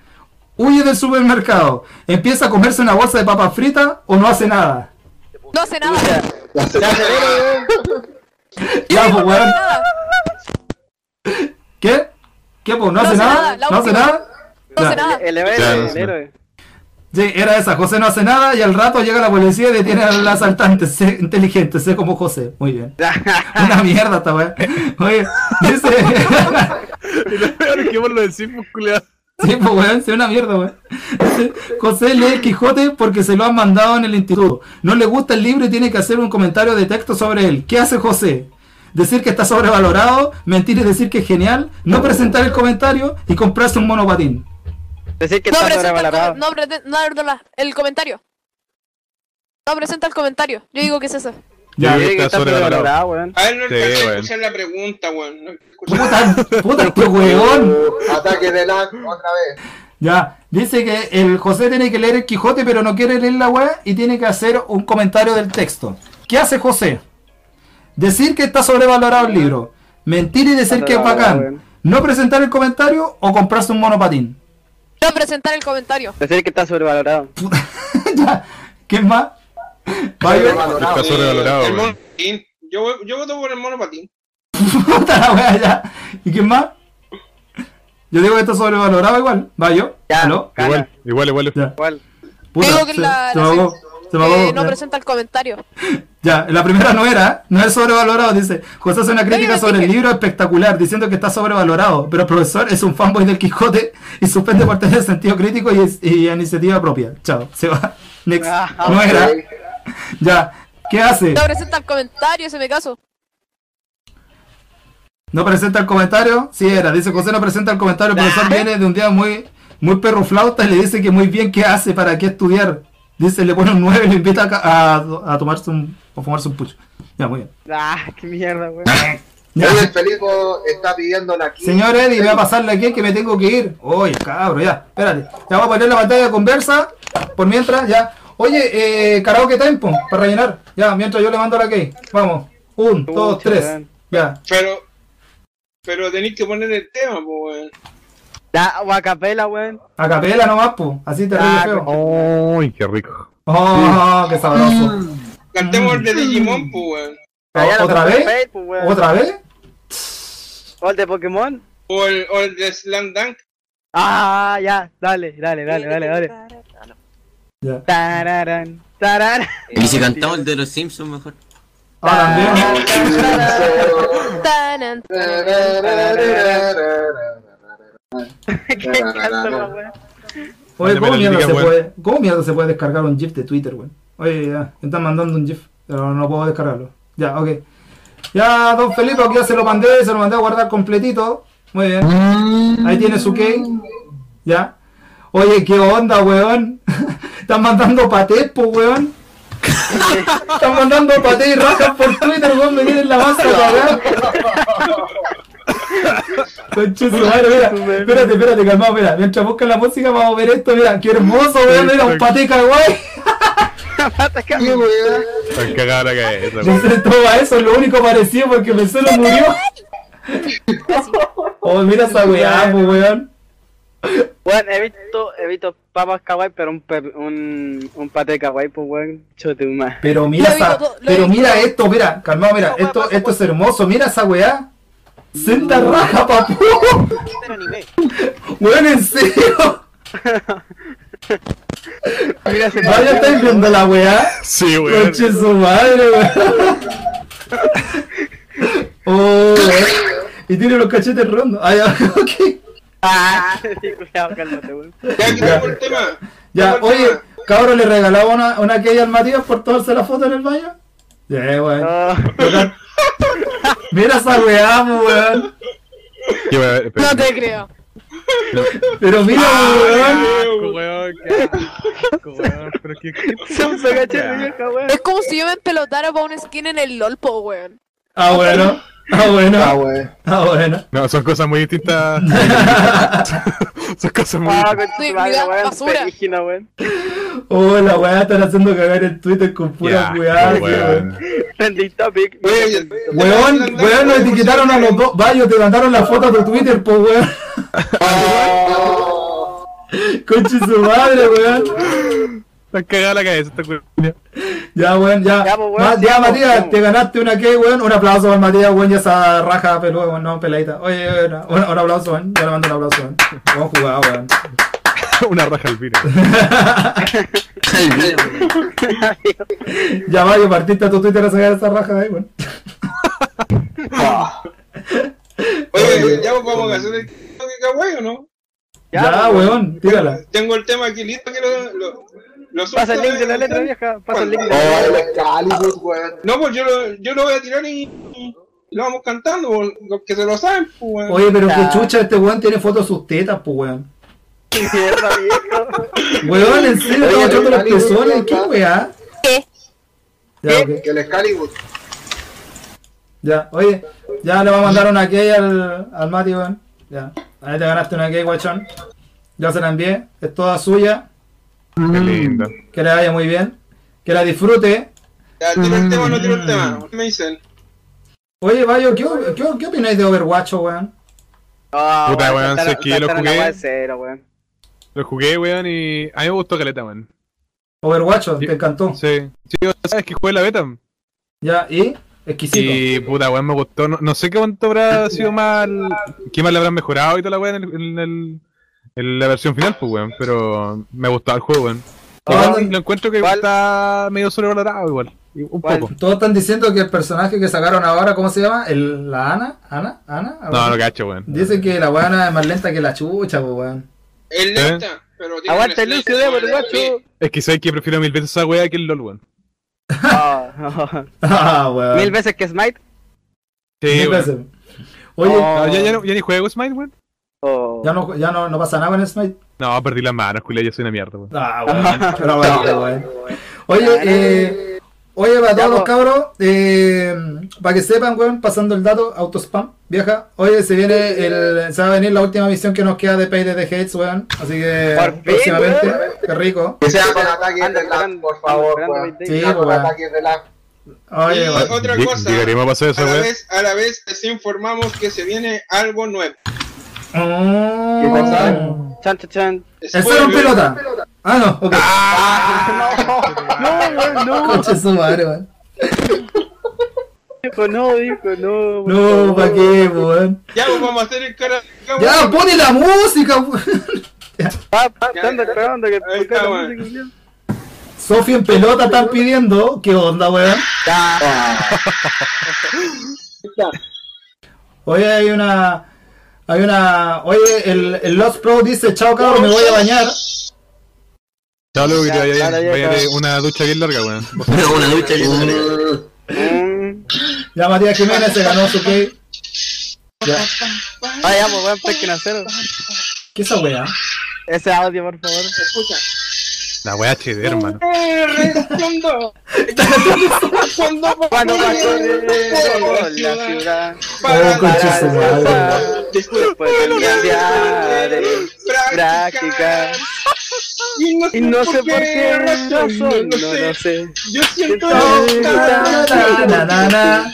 Speaker 4: Huye del supermercado. Empieza a comerse una bolsa de papas fritas o no hace nada.
Speaker 5: No hace nada.
Speaker 4: Ya, pues,
Speaker 5: No hace
Speaker 4: weón.
Speaker 5: nada.
Speaker 4: ¿Qué? ¿Qué, pues? ¿No, hace nada?
Speaker 5: la
Speaker 4: ¿No hace
Speaker 5: última.
Speaker 4: nada?
Speaker 5: No
Speaker 4: Ya.
Speaker 5: hace nada.
Speaker 3: El héroe,
Speaker 2: Ya, no
Speaker 3: el
Speaker 2: sé.
Speaker 3: héroe.
Speaker 4: Sí, era esa. José no hace nada y al rato llega la policía y detiene al asaltante. Sé inteligente, sé como José. Muy bien. Una mierda esta weá. Oye, dice.
Speaker 2: Y lo peor es que vos lo decís, pues, culiao.
Speaker 4: Sí, pues weón, sí, una mierda, weón. <laughs> Dice, José lee el Quijote porque se lo han mandado en el instituto. No le gusta el libro y tiene que hacer un comentario de texto sobre él. ¿Qué hace José? Decir que está sobrevalorado, mentir y decir que es genial, no presentar el comentario y comprarse un monopatín.
Speaker 3: Decir que
Speaker 5: No
Speaker 3: está
Speaker 5: presenta, el,
Speaker 3: sobrevalorado.
Speaker 5: com- no, prete- no, no, no, el comentario. No presenta el comentario. Yo digo que es eso.
Speaker 2: Ya,
Speaker 3: Sí,
Speaker 2: está
Speaker 3: que está sobrevalorado,
Speaker 2: sobrevalorado.
Speaker 3: weón.
Speaker 1: A él no
Speaker 2: Sí,
Speaker 1: alcanzó a
Speaker 2: weón.
Speaker 1: escuchar la pregunta, weón. No escuchó.
Speaker 4: Puta, puta este weón.
Speaker 6: Ataque de lag otra vez.
Speaker 4: Ya, dice que el José tiene que leer el Quijote, pero no quiere leer la web y tiene que hacer un comentario del texto. ¿Qué hace José? Decir que está sobrevalorado el libro, mentir y decir que es bacán, no presentar el comentario o comprarse un monopatín. <laughs>
Speaker 5: No presentar el comentario.
Speaker 3: Decir que está sobrevalorado.
Speaker 4: ya, ¿qué más? Vaya,
Speaker 2: Está sobrevalorado,
Speaker 1: Eh, El
Speaker 2: weón.
Speaker 1: monopatín. Yo, yo voto por el monopatín.
Speaker 4: <laughs> puta la wea, ya. ¿Y qué más? Yo digo que está sobrevalorado igual. Va yo.
Speaker 3: Ya.
Speaker 4: ¿Aló?
Speaker 3: Gana.
Speaker 2: Igual, igual, igual.
Speaker 4: Ya.
Speaker 3: ¿Cuál?
Speaker 4: Puta,
Speaker 5: Digo que
Speaker 4: se,
Speaker 5: la-
Speaker 4: se
Speaker 5: la-
Speaker 4: me ahogó, se me ahogó.
Speaker 5: Eh, no
Speaker 4: Ya.
Speaker 5: presenta el comentario.
Speaker 4: Ya, la primera no era, ¿eh? no es sobrevalorado, dice. José hace una crítica
Speaker 5: yo
Speaker 4: sobre el
Speaker 5: dije.
Speaker 4: libro espectacular, diciendo que está sobrevalorado, pero el profesor es un fanboy del Quijote y suspende por tener sentido crítico y, es- y iniciativa propia. Chao, se va. Next.
Speaker 3: Ah,
Speaker 4: No era. Ya, ¿qué hace?
Speaker 5: No presenta el comentario, se me caso.
Speaker 4: No presenta el comentario. Sí era, dice José no presenta el comentario. El profesor viene de un día muy, muy perro flauta y le dice que muy bien qué hace, para qué estudiar. Dice, le pone un 9 y le invita a, ca- a, a tomarse un, a fumarse un pucho. Ya, muy bien.
Speaker 3: Ah, qué mierda,
Speaker 2: <laughs>
Speaker 3: weón.
Speaker 4: Ya.
Speaker 6: Oye, el Felipo está pidiéndola aquí.
Speaker 4: Señor Eddie, voy a pasarle aquí que me tengo que ir. Oye, cabro, ya, espérate. Ya voy a poner la pantalla de conversa. Por mientras, ya. Oye, eh, karaoke tiempo, para rellenar. Ya, mientras yo le mando la key. Vamos. Un, dos,
Speaker 3: Pucha,
Speaker 4: tres.
Speaker 3: weón.
Speaker 4: Ya.
Speaker 1: Pero, pero tenéis que poner el tema, po, weón.
Speaker 3: Da guacapela, weón.
Speaker 4: A capela nomás, po. Así te
Speaker 3: Ah,
Speaker 4: feo.
Speaker 2: ¡Ay, qué rico!
Speaker 4: Oh, qué
Speaker 3: Mm.
Speaker 4: sabroso.
Speaker 1: Cantemos el de
Speaker 2: Mm.
Speaker 1: Digimon, po, weón.
Speaker 3: Allá no
Speaker 4: ¿Otra
Speaker 3: te
Speaker 4: vez?
Speaker 3: preocupes, pues, weón.
Speaker 4: ¿Otra vez?
Speaker 3: ¿O el de Pokémon?
Speaker 1: O el, o el de Slam Dunk.
Speaker 3: Ah, ya, dale, dale, dale, dale,
Speaker 4: <laughs>
Speaker 3: dale.
Speaker 4: Ya.
Speaker 3: Tararán, tararán.
Speaker 7: Y si cantamos el de los Simpsons mejor.
Speaker 4: Ah, también.
Speaker 3: Ah,
Speaker 5: Tanan.
Speaker 3: <laughs> Qué canto, la weón.
Speaker 4: Oye,
Speaker 2: Dale,
Speaker 4: ¿cómo
Speaker 2: me la
Speaker 4: mierda, se
Speaker 2: indica, weón.
Speaker 4: puede, ¿cómo mierda se puede descargar un GIF de Twitter, weón? Oye, ya, me están mandando un GIF, pero no puedo descargarlo. Ya, ok. Ya, don Felipe, aquí ya se lo mandé, se lo mandé a guardar completito. Muy bien. Ahí tiene su key. Ya. Oye, ¿qué onda, weón? <laughs> Están mandando patés, po, weón. Están mandando patés y rajas por Twitter, weón. Me tienen la masa cagada. Conche su madre, mira, espérate, espérate, calmado, mira, mientras buscan la música vamos a ver esto, mira, qué hermoso, weón, mira, un pateca, güey.
Speaker 3: Mata, cabrón.
Speaker 6: Sí, weón.
Speaker 2: Tan cagada la cabeza,
Speaker 4: No <laughs>
Speaker 2: weón.
Speaker 4: se toma eso, lo único parecido porque me solo murió. <laughs> Oh, mira esa weá, pues, weón.
Speaker 3: Weón, he visto, he visto papas kawaii, pero un, per- un, un pate kawaii, pues weón, chote más.
Speaker 4: Pero mira
Speaker 5: Lo he
Speaker 4: esa,
Speaker 5: visto todo, lo he
Speaker 4: pero
Speaker 5: visto
Speaker 4: mira
Speaker 5: todo.
Speaker 4: esto, mira, calmado, mira,
Speaker 5: Esa weá
Speaker 4: esto,
Speaker 5: pasa
Speaker 4: esto
Speaker 5: por-
Speaker 4: es hermoso, mira esa weá. Senta raja, papu. Weón, en serio.
Speaker 3: Mira, se
Speaker 4: Vaya, estáis viendo la weá.
Speaker 2: Sí, weón.
Speaker 4: Coche su madre, weón. Oh, weón. Y tiene los cachetes rondos. Ah, ya, <laughs> ok.
Speaker 3: Ah, <laughs> sí, cuidado, cálmate, weón.
Speaker 1: Ya quitamos el tema.
Speaker 4: Ya, oye, cabrón, ¿le regalaba una, una que al Matías por tomarse la foto en el baño? Ya, weón.
Speaker 3: No,
Speaker 4: Total. <laughs> Mira esa weá, po, weón.
Speaker 2: Qué weón, espera.
Speaker 5: No te creo.
Speaker 4: Pero mira, weón.
Speaker 2: Asco, weón, qué asco, weón. Pero qué- qué-
Speaker 3: se puso cachete, vieja, weón.
Speaker 5: Es como si yo me pelotara para un skin en el LOL, po, weón.
Speaker 4: Ah, bueno. Ah,
Speaker 6: Ah,
Speaker 4: bueno.
Speaker 6: weón.
Speaker 4: Ah, bueno.
Speaker 2: No, son cosas muy distintas. <laughs> son cosas muy
Speaker 3: Ah,
Speaker 2: distintas.
Speaker 3: con
Speaker 5: Sí,
Speaker 3: tu madre,
Speaker 5: mira,
Speaker 3: weón,
Speaker 5: basura.
Speaker 3: perígino, weón.
Speaker 4: Oh, la weá están haciendo cagar el Twitter con pura
Speaker 2: Ya,
Speaker 4: weá, sí, weón.
Speaker 2: weón.
Speaker 3: Trending topic.
Speaker 1: Oye, el-
Speaker 4: Weón,
Speaker 1: el-
Speaker 4: weón, nos etiquetaron a los dos. Vaya, te mandaron la foto de Twitter, po, weón. Conche su madre, weón.
Speaker 2: Están cagada la cabeza esta weón.
Speaker 4: Ya, weón, ya.
Speaker 3: Ya, pues, weón,
Speaker 4: Ma- ya,
Speaker 3: sigamos,
Speaker 4: Matías,
Speaker 3: sigamos.
Speaker 4: te ganaste una K, weón. Un aplauso para Matías, weón, y esa raja peluda, weón, no, peladita. Oye, weón, un, un aplauso, weón. Yo le mando un aplauso, weón. Buen jugado, weón.
Speaker 2: <laughs> Una raja al vino.
Speaker 7: Al vino.
Speaker 4: Ya, Mario, partiste a tu Twitter a sacar esa raja de ahí, weón.
Speaker 1: Oye, ya vamos a hacer el karaoke kawaii, ¿o no?
Speaker 4: Ya,
Speaker 3: Ya, pues,
Speaker 4: weón, tírala.
Speaker 1: Tengo el tema aquí listo que lo, lo, lo suelto
Speaker 3: Pasa el link de la letra,
Speaker 1: en-
Speaker 3: vieja. Pasa el link de la
Speaker 6: Oh,
Speaker 3: letra.
Speaker 6: el Excalibur, weón.
Speaker 1: No, pues yo lo, yo lo voy a tirar y, y lo vamos cantando, pues, los que se lo saben, pues, weón.
Speaker 4: Oye, pero qué
Speaker 3: Ya.
Speaker 4: chucha, este weón tiene fotos de sus tetas, po, weón.
Speaker 3: Qué mierda, viejo.
Speaker 4: Weón, en serio,
Speaker 6: Oye,
Speaker 4: está mostrando las
Speaker 6: Mario,
Speaker 4: personas.
Speaker 6: weón,
Speaker 4: ¿Qué
Speaker 6: ya.
Speaker 4: weá?
Speaker 5: ¿Qué?
Speaker 4: Ya, ok.
Speaker 6: Que el Excalibur.
Speaker 4: Ya, oye, ya le va a mandar una key al, al Mati, weón. Ya, ahí te ganaste una key, guachón. Ya se la envié, es toda suya.
Speaker 2: Qué lindo.
Speaker 4: Que le vaya muy bien, que la disfrute.
Speaker 1: Ya, tiro el tema o no tiro
Speaker 3: mm.
Speaker 1: el tema. ¿Qué me dicen?
Speaker 4: Oye, Bayo, ¿qué, qué, qué opináis de Overwatch, weón?
Speaker 3: Ah,
Speaker 2: Puta, weón,
Speaker 3: saltaron-
Speaker 2: sé que yo lo
Speaker 3: saltaron la
Speaker 2: jugué.
Speaker 3: weá de cero, weón.
Speaker 2: Lo jugué, weón, y a mí me gustó caleta, weón.
Speaker 4: Overwatch,
Speaker 2: Sí.
Speaker 4: te encantó.
Speaker 2: Sí. Sí, o sea, sabes que jugué la beta.
Speaker 4: Ya, y exquisito.
Speaker 2: Y puta, weón, me gustó. No, no sé qué cuánto habrá sido mal. ¿Qué más le habrán mejorado y toda la weón en, el- en el- en la versión final, pues, weón? Pero me gustó el juego, weón.
Speaker 4: Ah,
Speaker 2: Igual lo encuentro que
Speaker 3: ¿Cuál?
Speaker 2: está medio sobrevalorado, igual. Y Un
Speaker 3: ¿Cuál?
Speaker 2: poco.
Speaker 4: Todos están diciendo que el personaje que sacaron ahora, ¿cómo se llama? El, la Ana, Ana, Ana. algo
Speaker 2: No,
Speaker 4: así.
Speaker 2: no cacho, weón.
Speaker 4: Dicen que la weona es más lenta que la chucha, po, weón. <laughs>
Speaker 1: El lenta, pero tiene un
Speaker 3: Aguanta el Lucio
Speaker 1: sniper,
Speaker 3: de
Speaker 1: weón,
Speaker 3: Overwatch.
Speaker 2: Es que sabes que prefiero mil veces esa weá que el LOL, weón.
Speaker 3: <laughs> Ah, <laughs> ah,
Speaker 4: Ah, weón.
Speaker 3: Mil veces que Smite.
Speaker 2: Sí,
Speaker 4: Mil
Speaker 2: weón.
Speaker 4: veces. Oye,
Speaker 2: No, ¿Ya, ya, no- ya ni juego Smite, weón?
Speaker 3: Oh.
Speaker 4: ya, no, ya no, no pasa nada con el Smite.
Speaker 2: No, perdí las manos, culia, yo soy una mierda, weón.
Speaker 4: <laughs> Ah, weón. Pero bueno, weón. Oye, eh, oye, para todos los cabros, eh, para que sepan, weón, pasando el dato, autospam, vieja. Oye, se viene el, se va a venir la última misión que nos queda de Payday de Hates, weón. Así que
Speaker 3: Por fin,
Speaker 4: próximamente,
Speaker 3: weón.
Speaker 4: qué rico.
Speaker 6: Que sea con ataques
Speaker 3: Ando
Speaker 6: de lag,
Speaker 3: esperando-
Speaker 6: por
Speaker 3: ando
Speaker 6: favor,
Speaker 3: esperando
Speaker 6: weón.
Speaker 3: Payday.
Speaker 4: Sí,
Speaker 6: Sea con
Speaker 4: weón.
Speaker 6: ataques de lag.
Speaker 4: Oye,
Speaker 1: Y
Speaker 4: weón.
Speaker 1: otra
Speaker 2: Lleg-
Speaker 1: cosa.
Speaker 2: Llegaremos a pasar
Speaker 1: A
Speaker 2: esa,
Speaker 1: la,
Speaker 2: weón.
Speaker 1: vez, a la vez les informamos que se viene algo nuevo.
Speaker 4: Mm.
Speaker 6: ¿Qué cosa?
Speaker 3: Chan, chan, chan.
Speaker 4: El cero en
Speaker 1: Spoiler.
Speaker 4: pelota. Ah, no, ok.
Speaker 3: No, weón, no.
Speaker 4: Concha de su madre, weón.
Speaker 3: Dijo no, dijo no.
Speaker 4: No, ¿para qué, weón?
Speaker 1: Ya pues, vamos a hacer el cara.
Speaker 4: Ya, pone la música, weón.
Speaker 3: Pa, pa, están esperando que
Speaker 1: Ahí está,
Speaker 3: tocara
Speaker 1: weón.
Speaker 3: música, weón.
Speaker 4: Sofi en pelota están pidiendo. ¿Qué onda, <laughs> weón? Oye, hay una. Hay una. Oye, el, el Lost Pro dice: Chao, cabrón, me voy a bañar.
Speaker 2: Chao, luego, que te vaya bien.
Speaker 3: Ahora ya
Speaker 2: Váyate
Speaker 3: está.
Speaker 2: una ducha bien larga, weón.
Speaker 7: Pero una ducha bien larga.
Speaker 3: Mm.
Speaker 4: Ya Matías Jiménez se ganó su key. Ya.
Speaker 3: Ay, vamos, Ah, pues, weón, pesquen a cero.
Speaker 4: ¿Qué es esa weá?
Speaker 3: Ese audio, por favor.
Speaker 2: La weá HD, hermano.
Speaker 1: Respondo. Respondo
Speaker 3: Cuando
Speaker 1: por mí,
Speaker 3: pasó la
Speaker 1: ciudad,
Speaker 3: ciudad.
Speaker 1: para
Speaker 4: Oh, concha
Speaker 1: la
Speaker 4: su madre.
Speaker 1: ciudad, Después
Speaker 3: Pues
Speaker 1: de
Speaker 3: cambiar de práctica.
Speaker 1: práctica. Y no sé,
Speaker 3: Y no sé
Speaker 1: por qué razón,
Speaker 3: no
Speaker 1: no,
Speaker 3: lo
Speaker 1: sé.
Speaker 3: sé.
Speaker 1: Yo siento
Speaker 3: Tal-
Speaker 1: la-
Speaker 4: Na, na, na, na.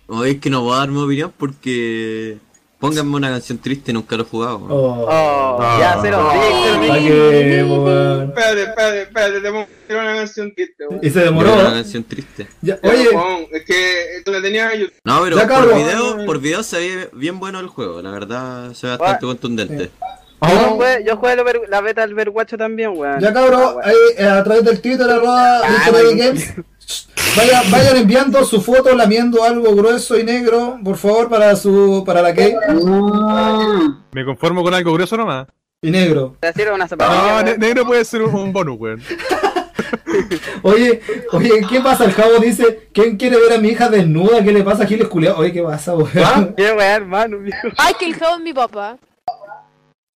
Speaker 7: Oye, es que no voy a dar mi opinión porque... Pónganme una canción triste, nunca lo he jugado. weón.
Speaker 4: Oh,
Speaker 3: Oh, ya se lo dije.
Speaker 4: ¿para qué, weón?
Speaker 1: Espérate, espérate, espérate, te voy a poner una canción triste, weón.
Speaker 4: Y se
Speaker 7: Yo Una
Speaker 4: demoró.
Speaker 7: canción triste.
Speaker 4: Ya, oye,
Speaker 1: Weón, es que eh, la tenía yo.
Speaker 7: No, pero
Speaker 4: Ya,
Speaker 7: por
Speaker 4: cabrón.
Speaker 7: video, por video se ve bien bueno el juego, la verdad se ve bastante contundente.
Speaker 6: Ah,
Speaker 3: Yo jugué, yo jugué el Over- la beta del Verguacho también, weón.
Speaker 4: ya
Speaker 6: Ah,
Speaker 4: cabros, ahí, eh, a través del Twitter, arroba Little Baby Games, vaya- vayan enviando su foto lamiendo algo grueso y negro, por favor, para su, para la que
Speaker 2: Me conformo con algo grueso nomás.
Speaker 4: y negro.
Speaker 3: Te hicieron una zapatilla.
Speaker 4: Ah,
Speaker 3: weón.
Speaker 2: No, ne- negro puede ser un, un bonus, weón.
Speaker 4: Oye, oye, ¿qué pasa? El cabo dice, ¿quién quiere ver a mi hija desnuda? ¿Qué le pasa a Giles Culeado? Oye, ¿qué pasa,
Speaker 2: ¿Ah?
Speaker 4: <laughs> weón?
Speaker 3: ¿Ah? Qué weón, hermano, viejo.
Speaker 5: Ay, que el jabón es mi papá.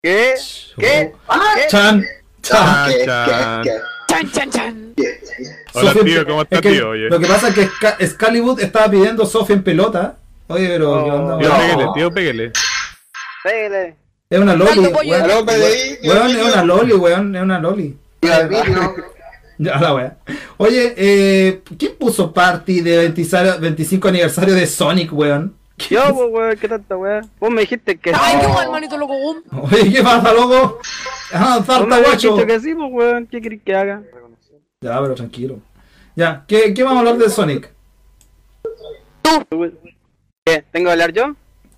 Speaker 3: ¿Qué? ¿Qué?
Speaker 4: Chan, chan.
Speaker 2: Chan,
Speaker 6: Ah, ¿Qué,
Speaker 2: chan.
Speaker 6: qué,
Speaker 5: Chan, chan, chan.
Speaker 2: Hola,
Speaker 4: Sophie en
Speaker 2: tío,
Speaker 4: pe-
Speaker 2: ¿cómo
Speaker 4: es
Speaker 2: estás,
Speaker 4: que
Speaker 2: tío? Oye.
Speaker 4: Lo que pasa es que Sca- Excalibur estaba pidiendo Sofía en pelota. Oye, pero ¿qué onda,
Speaker 3: Oh.
Speaker 2: Tío,
Speaker 4: weón?
Speaker 2: pégale, tío, pégale.
Speaker 3: Pégale.
Speaker 4: Es una loli.
Speaker 5: Tanto pollo.
Speaker 4: weón.
Speaker 1: Aló, PDI, tío,
Speaker 4: Weón,
Speaker 1: tío.
Speaker 4: es una loli, weón, es una loli.
Speaker 6: qué? El vídeo.
Speaker 4: Ya la weá. Oye, eh, ¿quién puso party de 25 25 aniversario de Sonic, weón?
Speaker 3: Yo, pues, weón, qué tanta weón. Vos me dijiste que sí.
Speaker 5: Ay, qué mal, manito loco. gum.
Speaker 4: Oye, ¿qué pasa, loco?
Speaker 3: Vos
Speaker 4: Ah,
Speaker 3: me
Speaker 4: zarta,
Speaker 3: habías
Speaker 4: guacho.
Speaker 3: dicho que sí, pues, weón. ¿Qué querés que haga?
Speaker 4: Ya, pero tranquilo. Ya, ¿qué, ¿qué vamos a hablar de Sonic?
Speaker 3: ¿Qué? ¿Tengo que hablar yo?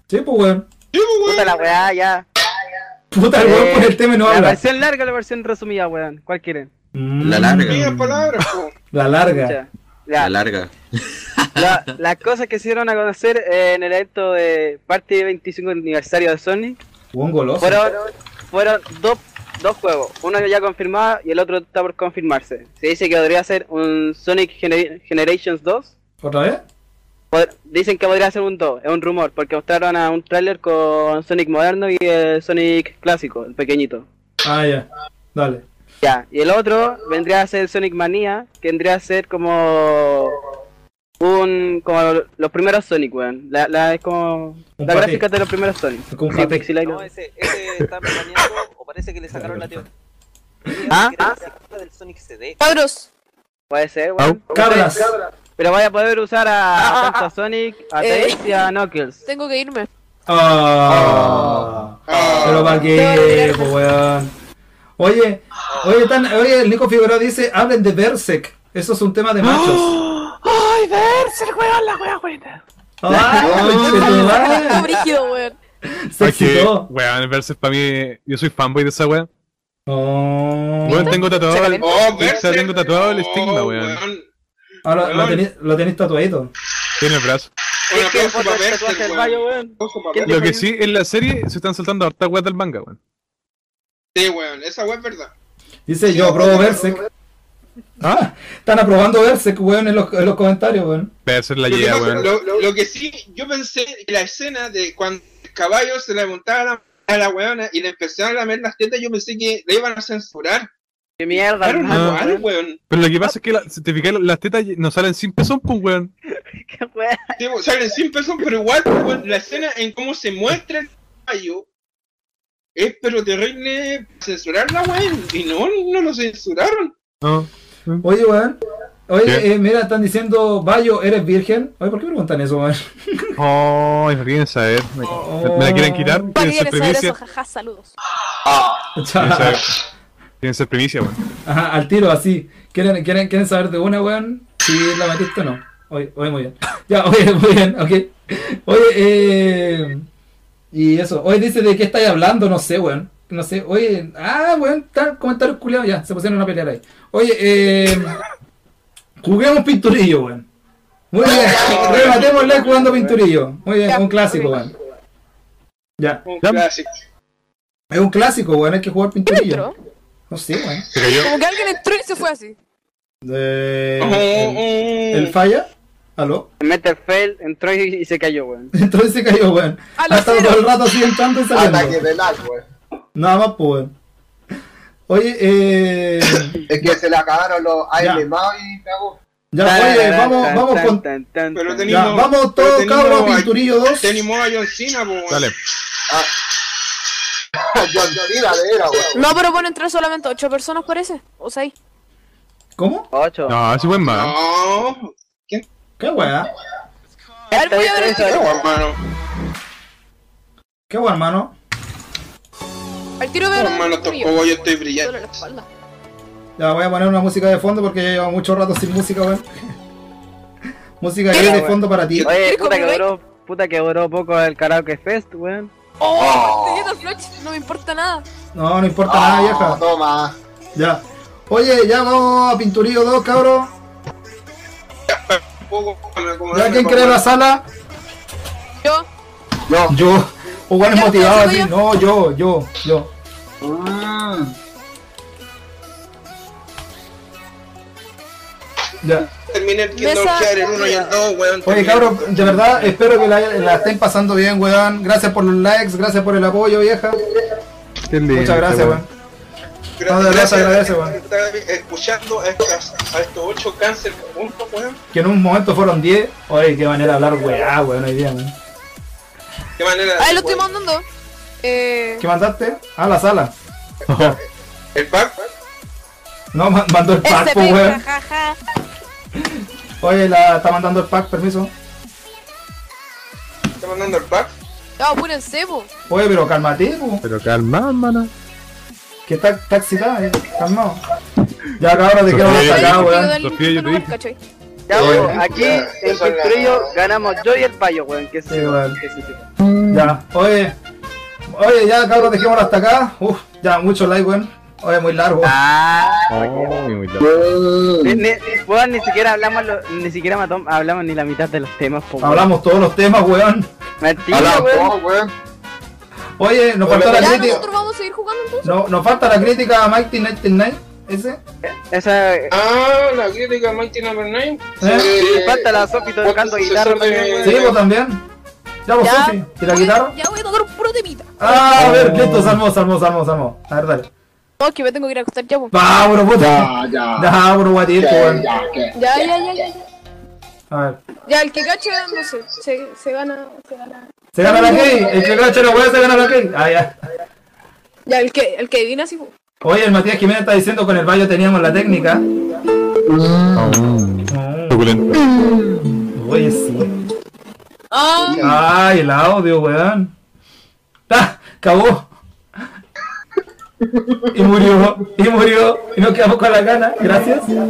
Speaker 4: Sí, pues, weón.
Speaker 3: Puta la weá, ya.
Speaker 4: Puta, el weón
Speaker 3: Eh,
Speaker 4: por el tema y no
Speaker 3: La
Speaker 4: habla.
Speaker 3: versión larga o la versión resumida, weón. ¿Cuál quieren?
Speaker 4: Mm,
Speaker 7: La larga.
Speaker 1: Mira palabras, po.
Speaker 4: La
Speaker 3: O
Speaker 4: larga.
Speaker 3: sea,
Speaker 7: La
Speaker 3: ya,
Speaker 7: larga.
Speaker 3: la- las cosas que se dieron a conocer eh, en el evento de parte de 25 aniversario de Sonic
Speaker 4: Weón goloso.
Speaker 3: Fueron, fueron dos, dos juegos, uno ya confirmado y el otro está por confirmarse. Se dice que podría ser un Sonic Gener- Generations 2.
Speaker 4: ¿Otra vez?
Speaker 3: Pod- dicen que podría ser un 2, es un rumor, porque mostraron a un tráiler con Sonic moderno y el Sonic clásico, el pequeñito.
Speaker 4: Ah, ya. Dale.
Speaker 3: Ya, y el otro vendría a ser Sonic Mania, que vendría a ser como son como los primeros Sonic, weón. La, la, es como. La
Speaker 4: paté.
Speaker 3: gráfica de los primeros Sonic.
Speaker 4: Es como
Speaker 3: Sí,
Speaker 4: un
Speaker 3: pues,
Speaker 4: paté.
Speaker 3: pixel art.
Speaker 10: No, ese, ese está planeando o parece que le sacaron la teoría.
Speaker 3: ¿Ah?
Speaker 10: Que era la secuela del Sonic CD.
Speaker 5: Cabros,
Speaker 3: Puede ser, weón.
Speaker 4: Cabras.
Speaker 3: Pero vaya a poder usar a, a tanto a Sonic, a
Speaker 5: Eh.
Speaker 3: Tails y a Knuckles.
Speaker 5: tengo que irme.
Speaker 4: Ah. Pero pa' qué, po, weón. Oye, oye, tan, oye, el Nico Figueroa dice, hablen de Berserk. Eso es un tema de machos.
Speaker 3: <gasps> ¡Ay, verse el weón, la weá buena!
Speaker 4: Ah,
Speaker 3: <laughs>
Speaker 5: Está
Speaker 4: conchetumare.
Speaker 5: brígido, weón.
Speaker 4: Se
Speaker 2: Porque,
Speaker 4: excitó.
Speaker 2: weón, versus para mí, yo soy fanboy de esa weón.
Speaker 4: Oh.
Speaker 2: Weón, tengo tatuado el,
Speaker 1: Oh,
Speaker 2: o sea,
Speaker 1: Berserk.
Speaker 2: tengo tatuado el estigma,
Speaker 1: Oh,
Speaker 2: weón.
Speaker 4: Ahora lo tenéis lo tenéis tatuadito.
Speaker 2: Tiene el brazo.
Speaker 1: Un
Speaker 3: ¿Qué
Speaker 1: aplauso
Speaker 3: foto
Speaker 1: para
Speaker 3: de tatuaje
Speaker 1: Berserk,
Speaker 3: del baño,
Speaker 1: weón.
Speaker 3: weón?
Speaker 1: Aplauso pa'
Speaker 3: ¿Quién
Speaker 1: Berserk.
Speaker 2: Lo que sí, en la serie se están saltando harta weas del manga, weón.
Speaker 1: Sí, weón, esa weón es verdad.
Speaker 4: Dice, yo apruebo Berserk. Ah, están aprobando Berserk, weón, en los, en los comentarios, weón.
Speaker 2: Berserk la
Speaker 1: Lo que
Speaker 2: llega,
Speaker 1: pasa-
Speaker 2: weón.
Speaker 1: lo- lo- lo que sí, yo pensé en la escena de cuando el caballo se le montaba a la, a la weona y le empezaron a lamer las tetas, yo pensé que le iban a censurar.
Speaker 3: ¡Qué mierda,
Speaker 1: Claro,
Speaker 3: hermano,
Speaker 1: igual,
Speaker 3: weón.
Speaker 1: weón.
Speaker 2: Pero lo que pasa es que, la- si te fijas, las tetas no salen sin pezón, pues, weón.
Speaker 3: ¡Qué weón!
Speaker 1: Sí, weón, salen sin peso, pero igual weón, la escena en cómo se muestra el caballo es pero terrible censurar la weón. Y no, no lo censuraron.
Speaker 2: No.
Speaker 4: Oye, weón. Oye,
Speaker 2: ¿Qué?
Speaker 4: eh, mira, están diciendo, Bayo, ¿eres virgen? Oye, ¿por qué preguntan eso, weón?
Speaker 2: Ay, me quieren saber. Me, me la quieren quitar.
Speaker 4: <laughs>
Speaker 5: ¿Para
Speaker 2: Quieren
Speaker 5: qué
Speaker 2: ser
Speaker 5: quieres saber eso?
Speaker 2: primicia.
Speaker 5: Jaja, saludos.
Speaker 2: Quieren saber. Quieren ser primicia, weón.
Speaker 4: Ajá, al tiro, así. ¿Quieren, quieren, quieren saber de una, weón? Si la metiste o no. Oye, oye, muy bien. <laughs> Ya, oye, muy bien, ok. Oye, eh. Y eso. Oye, dice de qué estáis hablando, no sé, weón. No sé, oye. Ah, weón, tal comentario culiado, ya. Se pusieron a pelear ahí. Oye, eh. Juguemos pinturillo, weón. Muy <laughs> bien. Rematémosle jugando pinturillo. Muy bien, un clásico, weón. Ya.
Speaker 1: Un
Speaker 2: Ya.
Speaker 1: clásico.
Speaker 4: Es un clásico, weón. Hay que jugar
Speaker 5: ¿Quién
Speaker 4: pinturillo.
Speaker 5: entró?
Speaker 4: No sé, weón.
Speaker 2: Se cayó.
Speaker 5: Como que alguien entró y se fue así.
Speaker 4: Eh,
Speaker 1: Oh,
Speaker 4: el-
Speaker 1: oh.
Speaker 4: ¿El falla? ¿Aló? <laughs>
Speaker 3: Metterfeld entró y, y se cayó, weón.
Speaker 4: Entonces se cayó, weón.
Speaker 5: A
Speaker 4: Ha
Speaker 5: los
Speaker 4: estado
Speaker 5: cero.
Speaker 4: todo el rato así entrando y
Speaker 6: Ataque
Speaker 4: saliendo.
Speaker 6: de lag, weón.
Speaker 4: Nada más, pues, weón. Oye, eh.
Speaker 6: Es que se le acabaron los
Speaker 4: Ya.
Speaker 6: aire más y cagó.
Speaker 4: Ya,
Speaker 3: Tan,
Speaker 4: oye,
Speaker 3: tan,
Speaker 4: vamos,
Speaker 3: tan,
Speaker 4: vamos
Speaker 3: tan,
Speaker 4: con.
Speaker 3: tan, tan,
Speaker 1: Pero
Speaker 3: tan.
Speaker 1: tenía-
Speaker 4: Ya, vamos
Speaker 1: Pero
Speaker 4: todos,
Speaker 1: tenemos
Speaker 4: cabros,
Speaker 1: a-
Speaker 4: pinturillo 2.
Speaker 1: Se animó a John Cena, po, weón.
Speaker 2: Dale.
Speaker 6: <laughs> John Cena de era, weón.
Speaker 5: No, pero bueno, entrar solamente ocho personas, parece. O seis.
Speaker 4: ¿Cómo?
Speaker 3: Ocho.
Speaker 2: No, ese weón más.
Speaker 1: No,
Speaker 4: Qué weá.
Speaker 5: A ver, voy a ver el
Speaker 1: no,
Speaker 5: tiro.
Speaker 1: hermano.
Speaker 4: Qué weá, hermano.
Speaker 5: Al tiro veo
Speaker 1: No,
Speaker 5: el
Speaker 1: hermano,
Speaker 5: tuyo.
Speaker 1: tocó, yo estoy
Speaker 5: Duele la
Speaker 1: brillante.
Speaker 5: espalda.
Speaker 4: Ya voy a poner una música de fondo porque ya llevo mucho rato sin música, weón. <laughs> música
Speaker 5: ¿Qué?
Speaker 4: que es de fondo para ti.
Speaker 3: Oye,
Speaker 5: ¿Quieres
Speaker 3: puta que,
Speaker 5: copyright?
Speaker 3: duró, puta que duró poco el Karaoke Fest, weón.
Speaker 1: Ah.
Speaker 5: ¡Oh! Te llega el flash, no me importa nada.
Speaker 4: No, no importa nada,
Speaker 6: Ah,
Speaker 4: vieja.
Speaker 6: toma.
Speaker 4: Ya. Oye, ya vamos a pinturillo 2, cabros.
Speaker 1: Poco, como- como-
Speaker 4: ¿Ya quién cree la sala?
Speaker 5: Yo,
Speaker 4: No. Yo. O bueno,
Speaker 5: Ya,
Speaker 4: motivado
Speaker 5: ya,
Speaker 4: así.
Speaker 5: ya.
Speaker 4: No, yo, yo, yo. Ah. Ya.
Speaker 1: Terminé el Kingdom
Speaker 5: Mesa-
Speaker 1: Hearts, el 1 y el 2, weón.
Speaker 4: Oye,
Speaker 1: terminé.
Speaker 4: cabros, de verdad, espero que la, la estén pasando bien, weón. Gracias por los likes, gracias por el apoyo, vieja. Muchas gracias, weón. No, de verdad se agradece,
Speaker 1: por
Speaker 4: weón.
Speaker 1: estar Escuchando a, estas- a estos ocho cáncer juntos, weón.
Speaker 4: Que en un momento fueron 10. Oye, qué manera de hablar, weá, weón, hoy día, weón.
Speaker 1: Qué manera de-
Speaker 5: ahí lo estoy
Speaker 1: weón.
Speaker 5: mandando. Eh,
Speaker 4: ¿Qué mandaste? Ah, la
Speaker 3: <laughs>
Speaker 4: sala.
Speaker 1: El pack,
Speaker 4: No, ma- mandó el pack,
Speaker 5: SP,
Speaker 4: pues, weón.
Speaker 5: jajaja.
Speaker 4: Oye, la está mandando el pack, permiso.
Speaker 1: está mandando el pack.
Speaker 5: No, apúrense, po.
Speaker 4: Oye, pero cálmate, pues.
Speaker 2: Pero calma, mana.
Speaker 4: Que está, está excitada, eh. calmado. Ya, cabrón, te quiero
Speaker 2: Oye,
Speaker 4: hasta acá,
Speaker 5: Ahí te
Speaker 4: weón.
Speaker 5: digo del
Speaker 2: Sofía, yo te
Speaker 5: lugar,
Speaker 2: dije.
Speaker 5: ¿cachai?
Speaker 3: Ya,
Speaker 4: Oye.
Speaker 3: weón, aquí en
Speaker 1: Eso es la-
Speaker 3: Pinturillo ganamos yo y el payo, weón. Que
Speaker 4: Sí,
Speaker 3: se
Speaker 4: weón.
Speaker 3: que se-
Speaker 4: Ya, oye, oye, ya cabros, dejémoslo hasta acá. Uf, ya, mucho like, weón. Oye, muy largo.
Speaker 3: Ah,
Speaker 2: Ay, muy la-
Speaker 3: ni, ni, weón, ni siquiera hablamos, lo- ni siquiera mató- hablamos ni la mitad de los temas, po, weón.
Speaker 4: Hablamos todos los temas, weón.
Speaker 3: Mentira,
Speaker 6: Hablamos,
Speaker 3: weón.
Speaker 6: weón.
Speaker 4: Oye, nos falta la
Speaker 5: Ya,
Speaker 4: crítica.
Speaker 5: nosotros vamos a seguir jugando entonces.
Speaker 4: No, nos falta la crítica a Mighty 99, ese. ¿eh?
Speaker 3: Esa. eh,
Speaker 1: Ah, la crítica Mighty Number 9.
Speaker 4: ¿Eh?
Speaker 3: me falta la Sofi tocando guitarra también, weón.
Speaker 4: Sí, vos también. Ya vos,
Speaker 5: Ya.
Speaker 4: Sofi, ¿y la guitarra?
Speaker 5: Ya voy a tocar un puro temita.
Speaker 4: Ah, a ver, listo, salmó, salmó, salmó, salmó. A ver, dale.
Speaker 5: No, que me tengo que ir a acostar ya, po.
Speaker 4: Va, bro, puta.
Speaker 6: Ya, ya.
Speaker 4: Da, bro, guatito,
Speaker 6: Ya,
Speaker 4: weón.
Speaker 6: ya, que-
Speaker 5: Ya, ya, ya, ya. ya.
Speaker 4: A ver.
Speaker 5: Ya, el que cache, no sé, se, se gana, se gana.
Speaker 4: Se gana la Key. El que cacha la weá se gana la Key. Ah, ya.
Speaker 5: Ya, el que, el que adivina sí. po.
Speaker 4: Oye, el Matías Jiménez está diciendo con el baño teníamos la técnica.
Speaker 2: Suculento.
Speaker 4: Oye, sí.
Speaker 5: Ah,
Speaker 4: Ay, el audio, weón. ¡Ta! ¡Cagó! Y murió, y murió, y nos quedamos con la gana, gracias.
Speaker 2: ¿Ya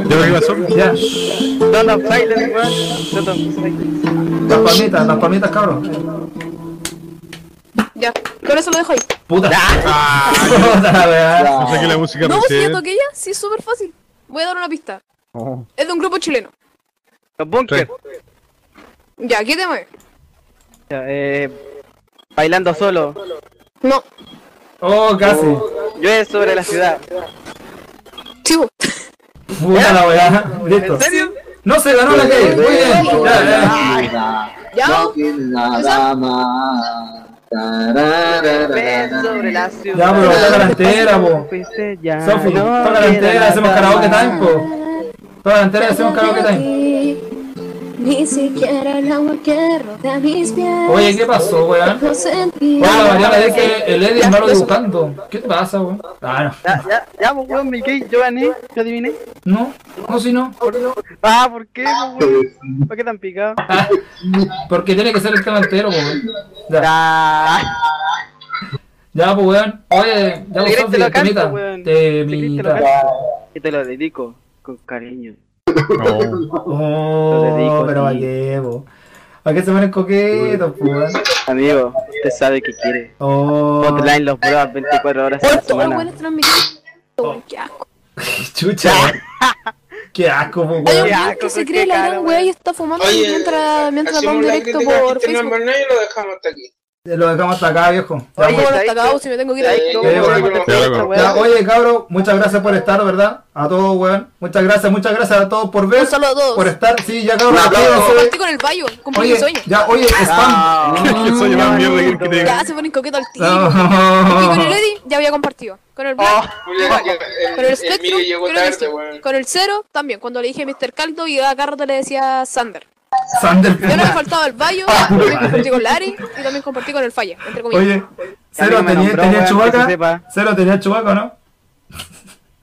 Speaker 2: lo que pasó?
Speaker 4: Ya,
Speaker 3: Son of Silence, weón. Son of Silence.
Speaker 4: las palmitas, las palmitas, cabrón.
Speaker 5: ya, con eso lo dejo ahí.
Speaker 4: Puta. Puta la weá.
Speaker 2: Pensé que la música
Speaker 5: No, si yo
Speaker 2: recién.
Speaker 5: toqué ya, sí, es súper fácil. Voy a dar una pista. Es de un grupo chileno.
Speaker 3: Los bunkers.
Speaker 5: Ya, ¿qué tema es?
Speaker 3: Ya, eh, bailando solo.
Speaker 5: No,
Speaker 4: Oh, casi.
Speaker 3: Llueve sobre la ciudad.
Speaker 5: chivo.
Speaker 4: Puta la weá. Listo.
Speaker 3: ¿En serio?
Speaker 4: No se ganó la que. Muy bien. Ya, ya.
Speaker 5: <laughs> Ya,
Speaker 6: nada más.
Speaker 3: Llueve sobre la ciudad.
Speaker 4: Ya, pero toca la entera, po.
Speaker 3: Fuiste ya.
Speaker 4: Sofi,
Speaker 3: no
Speaker 4: toca la entera,
Speaker 3: queda
Speaker 4: hacemos
Speaker 3: nada
Speaker 4: karaoke
Speaker 3: más.
Speaker 4: time, po. Toca la entera, hacemos karaoke time.
Speaker 11: Ni siquiera el agua que rodea mis pies.
Speaker 4: Oye, ¿qué pasó, weón?
Speaker 11: Lo sentí.
Speaker 4: Oye, la Mariana es que el Eddie andaba dibujando. ¿Qué te pasa, weón? Ah,
Speaker 3: Ya, ya, ya, pues, weón, mi gay, yo gané, yo adiviné.
Speaker 4: no. No, no, si no.
Speaker 3: Ah, ¿por qué, pues, weón? ¿Por qué tan picado?
Speaker 4: Ah, Porque tiene que ser el tema entero, po, weón. Ya,
Speaker 3: Ah,
Speaker 4: ya, pues, weón. Oye, ya, pues,
Speaker 3: Te
Speaker 4: Sofi,
Speaker 3: lo canto,
Speaker 4: temita.
Speaker 3: weón. Te lo
Speaker 4: Temita.
Speaker 3: y te lo dedico con cariño.
Speaker 2: No.
Speaker 4: Oh,
Speaker 3: Lo dedico a
Speaker 4: pero ¿a
Speaker 3: ti.
Speaker 4: qué, po? ¿A qué se ponen coquetos, po, weón?
Speaker 3: Amigo, usted sabe que quiere.
Speaker 4: Oh,
Speaker 3: Hotline los bros 24 horas a la
Speaker 5: Todo
Speaker 3: semana.
Speaker 5: bueno transmitir. Oh, qué asco.
Speaker 4: chucha. Qué asco, po,
Speaker 5: Hay un
Speaker 4: weón.
Speaker 5: weón que
Speaker 3: asco,
Speaker 5: se
Speaker 3: qué
Speaker 5: cree la
Speaker 3: cara,
Speaker 5: gran
Speaker 3: weón.
Speaker 5: wea y está fumando
Speaker 1: Oye,
Speaker 5: mientras, mientras va
Speaker 1: hacemos
Speaker 5: un
Speaker 1: la
Speaker 5: directo
Speaker 1: crítica
Speaker 5: por
Speaker 1: que tiene
Speaker 5: Facebook.
Speaker 1: Bernal y lo dejamos hasta aquí.
Speaker 4: Lo dejamos hasta acá, viejo. Ya,
Speaker 3: Oye,
Speaker 4: pues.
Speaker 5: Bueno,
Speaker 3: ¿sabes
Speaker 5: hasta
Speaker 3: qué?
Speaker 5: acabado, si me tengo que ir
Speaker 3: ¿Sabes
Speaker 1: Eh,
Speaker 3: cómo
Speaker 1: eh,
Speaker 3: podemos
Speaker 1: bueno,
Speaker 3: hacer
Speaker 2: ya,
Speaker 3: esta
Speaker 4: Ya,
Speaker 3: weá?
Speaker 4: oye, cabro, muchas gracias por estar, ¿verdad? A todos, weón. Muchas gracias, muchas gracias a todos por ver.
Speaker 5: Un saludo a todos.
Speaker 4: Por estar, sí, ya, cabro.
Speaker 6: Un aplauso.
Speaker 4: despídanse.
Speaker 5: Partí con el baño, cumplí mi
Speaker 4: Oye,
Speaker 5: sueño. Ah.
Speaker 4: ya, oye, spam.
Speaker 2: <laughs>
Speaker 4: Ah.
Speaker 2: Que soy más mierda que pues, el que te
Speaker 5: Ya se ponen coqueto al tiro. Y con el
Speaker 4: No.
Speaker 5: Eddie ya había compartido. Con el Black,
Speaker 1: Julián, que Oh, el-
Speaker 5: con el
Speaker 1: el
Speaker 5: Spectrum,
Speaker 1: Miguel llegó
Speaker 5: creo que sí.
Speaker 1: tarde, weón.
Speaker 5: Con el Cero también. Cuando le dije Mr. Caldo y a Cardo le decía Sander.
Speaker 4: Sander. <laughs>
Speaker 5: Yo no me faltaba el Bayo, también compartí con Larry y también compartí con el Falla, entre comillas.
Speaker 4: Oye, cero
Speaker 3: mí me
Speaker 4: tenía,
Speaker 3: nombró,
Speaker 4: tenía
Speaker 3: weón, este que
Speaker 4: chubaca.
Speaker 3: se sepa.
Speaker 4: Cero tenía chubaca, ¿no?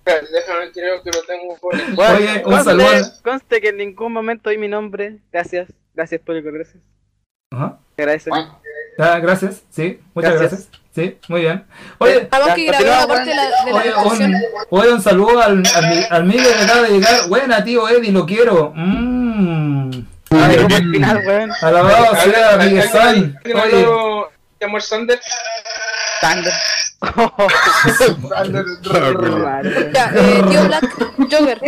Speaker 1: Déjame, creo que lo tengo por ahí.
Speaker 3: Bueno,
Speaker 4: Oye, un
Speaker 3: conste-
Speaker 4: saludo.
Speaker 3: Conste que en ningún momento oí mi nombre. Gracias, gracias por el gracias.
Speaker 4: Ajá.
Speaker 3: Te agradezco.
Speaker 4: Ya, gracias. Sí, muchas gracias.
Speaker 3: Gracias.
Speaker 4: Sí, muy bien. Oye,
Speaker 5: Además
Speaker 3: Ya,
Speaker 5: que grabé
Speaker 3: continúa,
Speaker 5: una parte de la, de la
Speaker 4: Oye,
Speaker 5: locución.
Speaker 4: un, oye, un saludo al, al, Mi- al Miguel que acaba de llegar. Buena, tío Eddie, lo quiero. Mmm.
Speaker 3: Ay, como al Ah, final, weón.
Speaker 4: Alabado sea
Speaker 1: ¿Alguien-
Speaker 4: Miguel San.
Speaker 1: alguien
Speaker 4: Oye,
Speaker 1: habló de amor Sander?
Speaker 3: Thunder.
Speaker 5: Ya, eh, tío Black, Joker,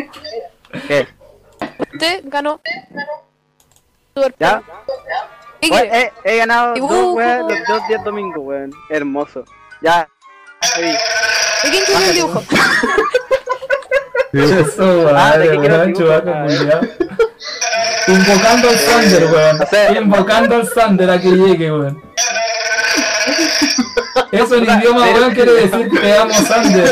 Speaker 3: ¿Qué?
Speaker 5: usted ganó. Super
Speaker 3: ¿Ya?
Speaker 5: ¿Qué
Speaker 3: Weón,
Speaker 5: quiere?
Speaker 3: eh, he, ganado
Speaker 5: Y
Speaker 3: dos,
Speaker 5: bubu.
Speaker 3: weón, los dos días domingo, weón. Hermoso. Ya. Ahí. <laughs>
Speaker 5: ¿De quién quiere el dibujo?
Speaker 4: eso,
Speaker 3: de
Speaker 4: madre,
Speaker 3: que quiero
Speaker 4: weón,
Speaker 3: dibujo,
Speaker 4: chubaca,
Speaker 3: ah,
Speaker 4: culiao. Invocando al Sander, weón.
Speaker 3: no sé.
Speaker 4: Invocando al Sander a que llegue, weón. Eso en idioma, weón, quiere decir te amo, Sander.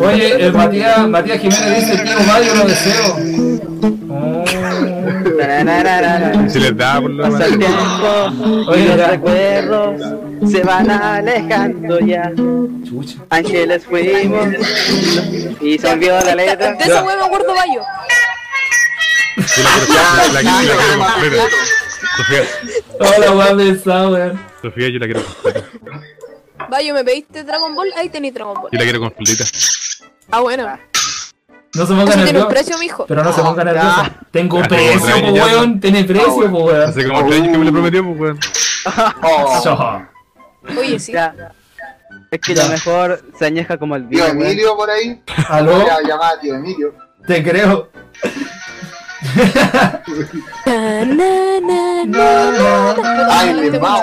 Speaker 4: Oye, el Matías, Matías Jiménez dice, tío Mario, lo deseo. Oh.
Speaker 3: Tarararara.
Speaker 2: Si les da por lo
Speaker 3: Pasa el
Speaker 2: menos.
Speaker 3: tiempo y
Speaker 4: Oye,
Speaker 3: los
Speaker 4: ya.
Speaker 3: recuerdos se van alejando ya.
Speaker 4: Chucha.
Speaker 3: Ángeles fuimos y se olvidó la letra.
Speaker 5: De esa wea me acuerdo Bayo.
Speaker 2: Si la quiero- la- la- la quiero completa. Sofía,
Speaker 4: Hola, weón, besado, weón.
Speaker 2: Sofía, yo la quiero completa.
Speaker 5: Bayo, me pediste Dragon Ball, ahí tenéis Dragon Ball.
Speaker 2: Yo la quiero completa.
Speaker 5: Ah, bueno.
Speaker 4: No se ponga
Speaker 5: Eso tiene un
Speaker 4: nervioso.
Speaker 5: precio, Ah, mijo.
Speaker 4: Pero no se ponga nervioso. Tengo
Speaker 2: Ya,
Speaker 4: precio,
Speaker 2: ya,
Speaker 4: po,
Speaker 2: ya.
Speaker 4: weón. Tiene precio, po, weón.
Speaker 2: Hace como tres años que me lo prometió, pues, weón.
Speaker 4: Yo.
Speaker 5: Oye, sí.
Speaker 3: Ya. Es que lo mejor se añeja como el
Speaker 6: Tío
Speaker 3: vino. weón.
Speaker 6: Emilio por ahí.
Speaker 4: Aló.
Speaker 6: Voy a llamar a tío Emilio.
Speaker 4: Te creo.
Speaker 5: Na, na, na, na, na, na.
Speaker 6: Ay,
Speaker 5: Te
Speaker 6: limao.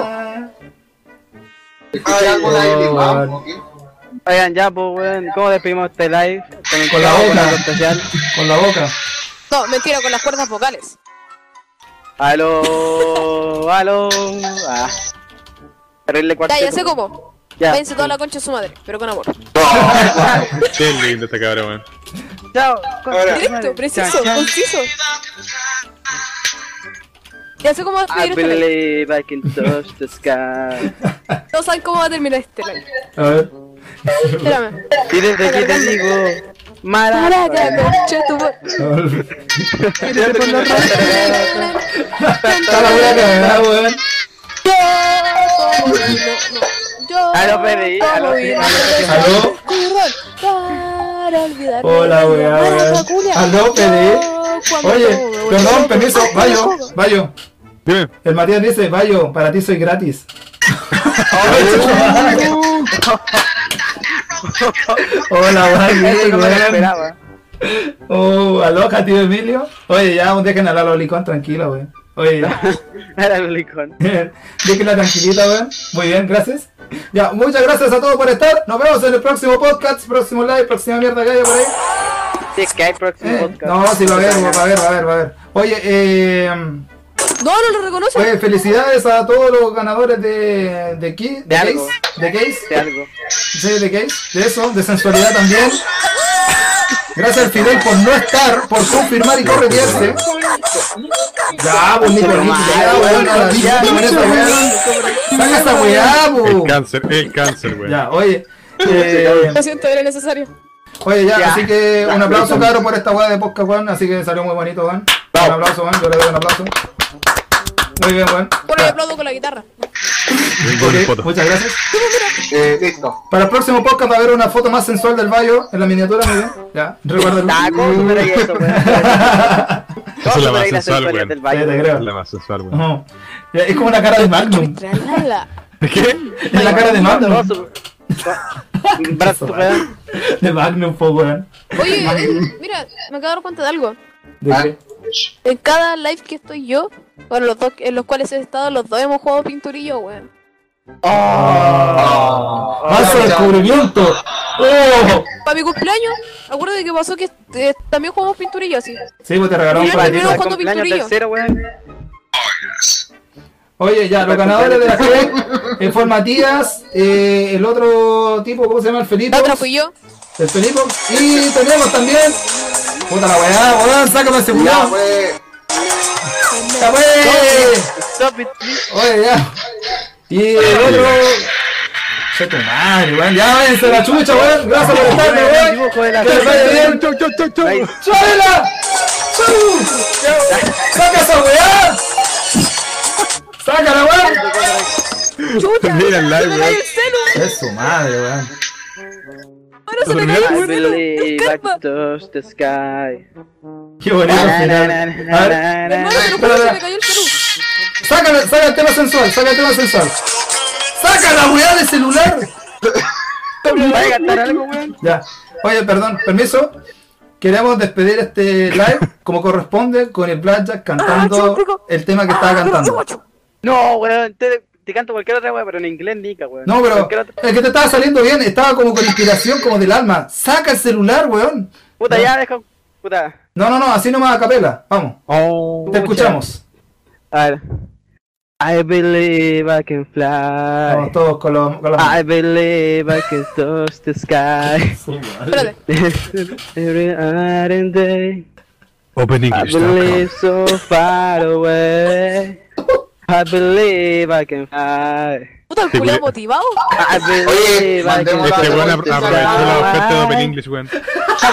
Speaker 6: Escuché algo de ahí
Speaker 4: Eh,
Speaker 6: limao, ¿o qué?
Speaker 3: Oigan, ya, pues, weón, ¿cómo despedimos este live? Con, el
Speaker 4: Con la
Speaker 3: chavo,
Speaker 4: boca.
Speaker 3: algo especial.
Speaker 4: Con la boca.
Speaker 5: No, mentira, con las cuerdas vocales.
Speaker 3: Aló, aló. Ah. Terrible cuarto.
Speaker 5: Ya, ya sé cómo.
Speaker 3: Ya.
Speaker 5: Váyanse toda la concha de su madre, pero con amor.
Speaker 2: Qué lindo esta cabra, weón.
Speaker 3: Chao.
Speaker 1: Ahora.
Speaker 5: Directo, preciso,
Speaker 3: Chao.
Speaker 5: conciso. Ya sé cómo va a
Speaker 3: I
Speaker 5: terminar este live.
Speaker 3: believe I can touch the sky.
Speaker 5: No saben cómo va a terminar este live.
Speaker 4: A ver.
Speaker 5: Espérame.
Speaker 3: Y desde que te digo,
Speaker 5: Para
Speaker 3: Maraca.
Speaker 5: acá, concha tu madre.
Speaker 4: Está la wea cagada, weón.
Speaker 5: Yo tomo vino, no, yo
Speaker 3: A lo pedí, a lo
Speaker 5: tomo
Speaker 3: pedí.
Speaker 5: vino,
Speaker 4: ¿Aló?
Speaker 5: Currón, para olvidarme
Speaker 4: Hola,
Speaker 5: de ti,
Speaker 4: weá,
Speaker 5: maraca,
Speaker 4: weón.
Speaker 5: culia.
Speaker 4: ¿Aló, pedí?
Speaker 5: Yo cuando
Speaker 4: Oye,
Speaker 5: tomo, weón,
Speaker 4: perdón,
Speaker 5: yo
Speaker 4: permiso,
Speaker 5: tomo,
Speaker 4: Bayo,
Speaker 5: yo tomo.
Speaker 4: Bayo.
Speaker 2: Dime.
Speaker 4: El Matías dice, Bayo, para ti soy gratis. <laughs> Hola,
Speaker 3: Eso
Speaker 4: Bayo,
Speaker 3: no me lo
Speaker 4: weón.
Speaker 3: esperaba.
Speaker 4: Oh, aloja, tío Emilio. Oye, ya, dejen hablar a Lolicón tranquila, weón. Oye, ya. <laughs>
Speaker 3: Era el licón.
Speaker 4: Déjenla tranquilita, weón. Muy bien, gracias. Ya, muchas gracias a todos por estar. Nos vemos en el próximo podcast, próximo live, próxima mierda que haya por ahí.
Speaker 3: Si es que hay próximo
Speaker 4: Eh,
Speaker 3: podcast.
Speaker 4: no, sí, va a haber, va a haber, va a haber, va a haber. Oye, eh,
Speaker 5: No, no lo reconoce.
Speaker 4: oye, felicidades a todos los ganadores de, de aquí, de, Case,
Speaker 3: algo.
Speaker 4: de Case,
Speaker 3: De algo.
Speaker 4: sí, de Case, de eso, de sensualidad también. Gracias al Fidel por no estar, por confirmar y corretearse. Ya, pues Nico, Nico, ya, weón, a la vida, con esa weá. Saca esa weá,
Speaker 2: El
Speaker 4: bu.
Speaker 2: cáncer, el cáncer, weón.
Speaker 4: Ya, oye. eh,
Speaker 5: Lo siento, era necesario.
Speaker 4: Oye, ya,
Speaker 3: Ya.
Speaker 4: así que un aplauso, caro, por esta weá de podcast, weón. Así que salió muy bonito, weón. Un aplauso, weón. Yo le doy un aplauso. Muy bien, weón.
Speaker 5: Bueno, yo aplaudo con la guitarra.
Speaker 2: Vengo con el
Speaker 4: Ok,
Speaker 2: poto.
Speaker 4: muchas gracias.
Speaker 6: Eh, listo.
Speaker 4: Para el próximo podcast va a haber una foto más sensual del Bayo en la miniatura, muy bien. Ya, recuerden.
Speaker 3: Nah, ¿cómo superáis eso, weón?
Speaker 2: Esa es la más
Speaker 3: superáis las
Speaker 2: sensual,
Speaker 3: historias
Speaker 2: weón.
Speaker 3: del
Speaker 2: Esa
Speaker 4: <laughs> Ya te
Speaker 3: valle?
Speaker 4: creo.
Speaker 2: es la más sensual, weón.
Speaker 4: Ujú. Ya, Es como una cara
Speaker 3: <laughs>
Speaker 4: de Magnum.
Speaker 5: Tralala.
Speaker 2: ¿Qué?
Speaker 4: Es la cara de
Speaker 3: No,
Speaker 4: Magnum.
Speaker 3: su- su- Brazo, weón.
Speaker 4: De Magnum, po, weón.
Speaker 5: Oye, eh, mira, me acabo de dar cuenta de algo.
Speaker 4: ¿De
Speaker 6: Ah.
Speaker 4: qué?
Speaker 5: En cada live que estoy yo, bueno, los dos, en los cuales he estado, los dos hemos jugado pinturillo, weón.
Speaker 6: Ah.
Speaker 4: ¡Oh! ¡Más
Speaker 6: Ya, ya.
Speaker 4: descubrimiento! ¡Oh!
Speaker 5: Para mi cumpleaños, acuérdate que pasó que eh, también jugamos pinturillo así.
Speaker 4: Sí, pues te regalaron un
Speaker 5: Mira,
Speaker 4: platito.
Speaker 5: primero- ¿Cuándo
Speaker 3: Cumpleaños
Speaker 5: pinturillo?
Speaker 3: tercero, weón.
Speaker 4: Oye, ya, los ganadores
Speaker 6: <laughs>
Speaker 4: de la G eh, fue el Matías, eh, el otro tipo, ¿cómo se llama? El Felipe.
Speaker 5: La otra fui yo.
Speaker 4: El Felipe. Y tenemos también. Puta la weá, weón, sácame ese
Speaker 6: Ya,
Speaker 4: cuidado.
Speaker 6: pues.
Speaker 4: ¡Ya, wey!
Speaker 3: Stop it, please.
Speaker 4: Oye, ya. Y el otro. Che tu madre, weón. Ya váyanse a la chucha, weón. Gracias por estarme,
Speaker 3: El
Speaker 4: weón.
Speaker 3: dibujo de la
Speaker 4: Que les vaya bien.
Speaker 2: Chau, chau, chau, chau.
Speaker 3: Ahí.
Speaker 4: ¡Suéltela! ¡Chu! ¡Saca esa weá! ¡Sácala, weón!
Speaker 5: Chucha,
Speaker 2: Mira el
Speaker 5: se
Speaker 2: live,
Speaker 5: me
Speaker 2: weón.
Speaker 5: cayó el celu.
Speaker 4: Es su madre, weón.
Speaker 5: Ahora se me
Speaker 2: Mira,
Speaker 5: cayó
Speaker 3: I
Speaker 5: el celu.
Speaker 3: believe I
Speaker 5: Escarpa.
Speaker 3: can touch the sky.
Speaker 4: Qué bonito final. A ver.
Speaker 5: Hermano, te lo juro, se me cayó el celu.
Speaker 4: Sácala, saca el tema sensual, saca el tema sensual. ¡Saca la weá del celular!
Speaker 3: <laughs> ¿Va a cantar algo, weón?
Speaker 4: Ya. Oye, perdón, permiso. Queremos despedir este live como corresponde con el Blackjack
Speaker 5: Ah,
Speaker 4: cantando
Speaker 5: chico.
Speaker 4: el tema que
Speaker 3: Ah,
Speaker 4: estaba cantando.
Speaker 3: No, weón. Te, te canto cualquier otra weón, pero en inglés nica, weón.
Speaker 4: No, pero
Speaker 3: Cualquier otra-
Speaker 4: es que te estaba saliendo bien, estaba como con inspiración como del alma. Saca el celular, weón.
Speaker 3: Puta, ya, deja. Puta.
Speaker 4: No, no, no, así nomás a capela. Vamos, Oh,
Speaker 3: Pucha.
Speaker 4: te escuchamos.
Speaker 3: A ver. I believe I can fly.
Speaker 4: Vamos todos con los... Con los-
Speaker 3: I believe I can touch the sky. <laughs>
Speaker 5: Espérate.
Speaker 3: Every night and day.
Speaker 2: Open
Speaker 3: I
Speaker 2: English.
Speaker 3: believe so far away. I believe I can fly.
Speaker 5: Puta, el
Speaker 2: Te
Speaker 5: culo
Speaker 2: cuide-
Speaker 5: motivado.
Speaker 3: I believe I can
Speaker 6: mandemos
Speaker 2: Este weón apro-
Speaker 6: Hola, hola,
Speaker 2: aprovechó la
Speaker 3: hola.
Speaker 2: oferta de Open English, weón.
Speaker 3: I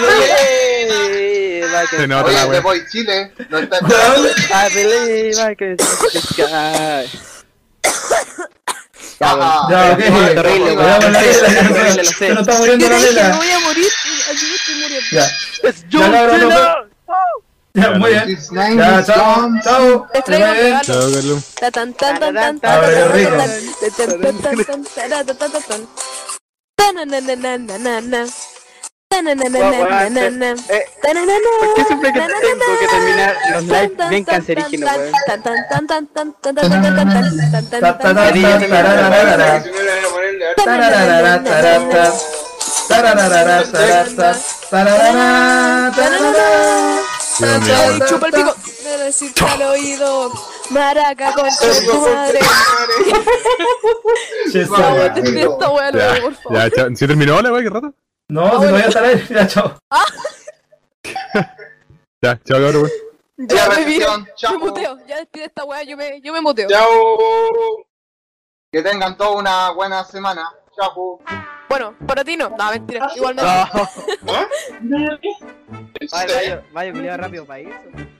Speaker 3: believe I can
Speaker 2: Se nota
Speaker 6: Oye,
Speaker 2: la
Speaker 6: te
Speaker 2: weón.
Speaker 6: voy Chile. No está esperando.
Speaker 3: I believe I can touch the sky. Ya,
Speaker 6: Ah,
Speaker 3: weón.
Speaker 4: Ya, ok.
Speaker 6: Terrible,
Speaker 3: terrible, weón.
Speaker 4: Ya, vale,
Speaker 3: Terrible, lo sé.
Speaker 4: Se nos está muriendo
Speaker 5: Yo
Speaker 4: la
Speaker 5: te dije, me
Speaker 4: vela.
Speaker 5: voy a morir. y Aquí estoy muriendo.
Speaker 4: Ya,
Speaker 3: It's
Speaker 4: Ya, cabrón,
Speaker 3: Justina.
Speaker 4: no, ya, muy bien.
Speaker 6: His name
Speaker 4: Ya,
Speaker 6: is
Speaker 4: chao,
Speaker 6: John.
Speaker 4: chao.
Speaker 5: Les traigo
Speaker 4: Muy bien.
Speaker 5: regalos.
Speaker 2: Chao, Carlos.
Speaker 5: Ta tan tan tan tan tan
Speaker 4: Ah,
Speaker 5: tan,
Speaker 4: qué
Speaker 5: tan,
Speaker 4: rico.
Speaker 5: tan, tan, tan, tan, tan, tan, tan, tan, tan. Tanananananana. Tanananananana.
Speaker 3: Eh,
Speaker 5: Tananana.
Speaker 3: ¿Por qué siempre que tengo que terminar los lives bien cancerígenos, weón?
Speaker 5: Tan, tan, tan, tan, tan, tan, tan, tan, tan, tan, tan, tan,
Speaker 4: Ta, ta,
Speaker 5: tan,
Speaker 4: ta,
Speaker 5: tan,
Speaker 4: ta,
Speaker 5: tan.
Speaker 4: tarararara.
Speaker 1: Si no le van a ponerle harto.
Speaker 4: Tarararara, tarata. Tarararara, tarata. Tararara, tararara.
Speaker 2: Dios mío,
Speaker 5: Ay, chupa el pico. Me decirte al oído, maraca con tu madre.
Speaker 4: Che, esa
Speaker 5: Ya,
Speaker 4: weá.
Speaker 5: weón, termina esta weá,
Speaker 2: Ya,
Speaker 5: luego, por favor.
Speaker 2: ya, chao. ¿Sí terminó la weón? ¿Qué rato?
Speaker 4: <laughs> No, si no voy a estar ahí. Ya, chao.
Speaker 2: Ya, chao, cabrón. weón.
Speaker 5: Ya me viro,
Speaker 6: repetición,
Speaker 5: me muteo, ya despide esta weá, yo me, yo me muteo.
Speaker 1: oh, Chao.
Speaker 6: Que tengan toda una buena semana. Chao.
Speaker 5: Bueno, para ti no, no, mentira, igualmente.
Speaker 10: Mayo, Mayo, Mayo, culiao, rápido, país.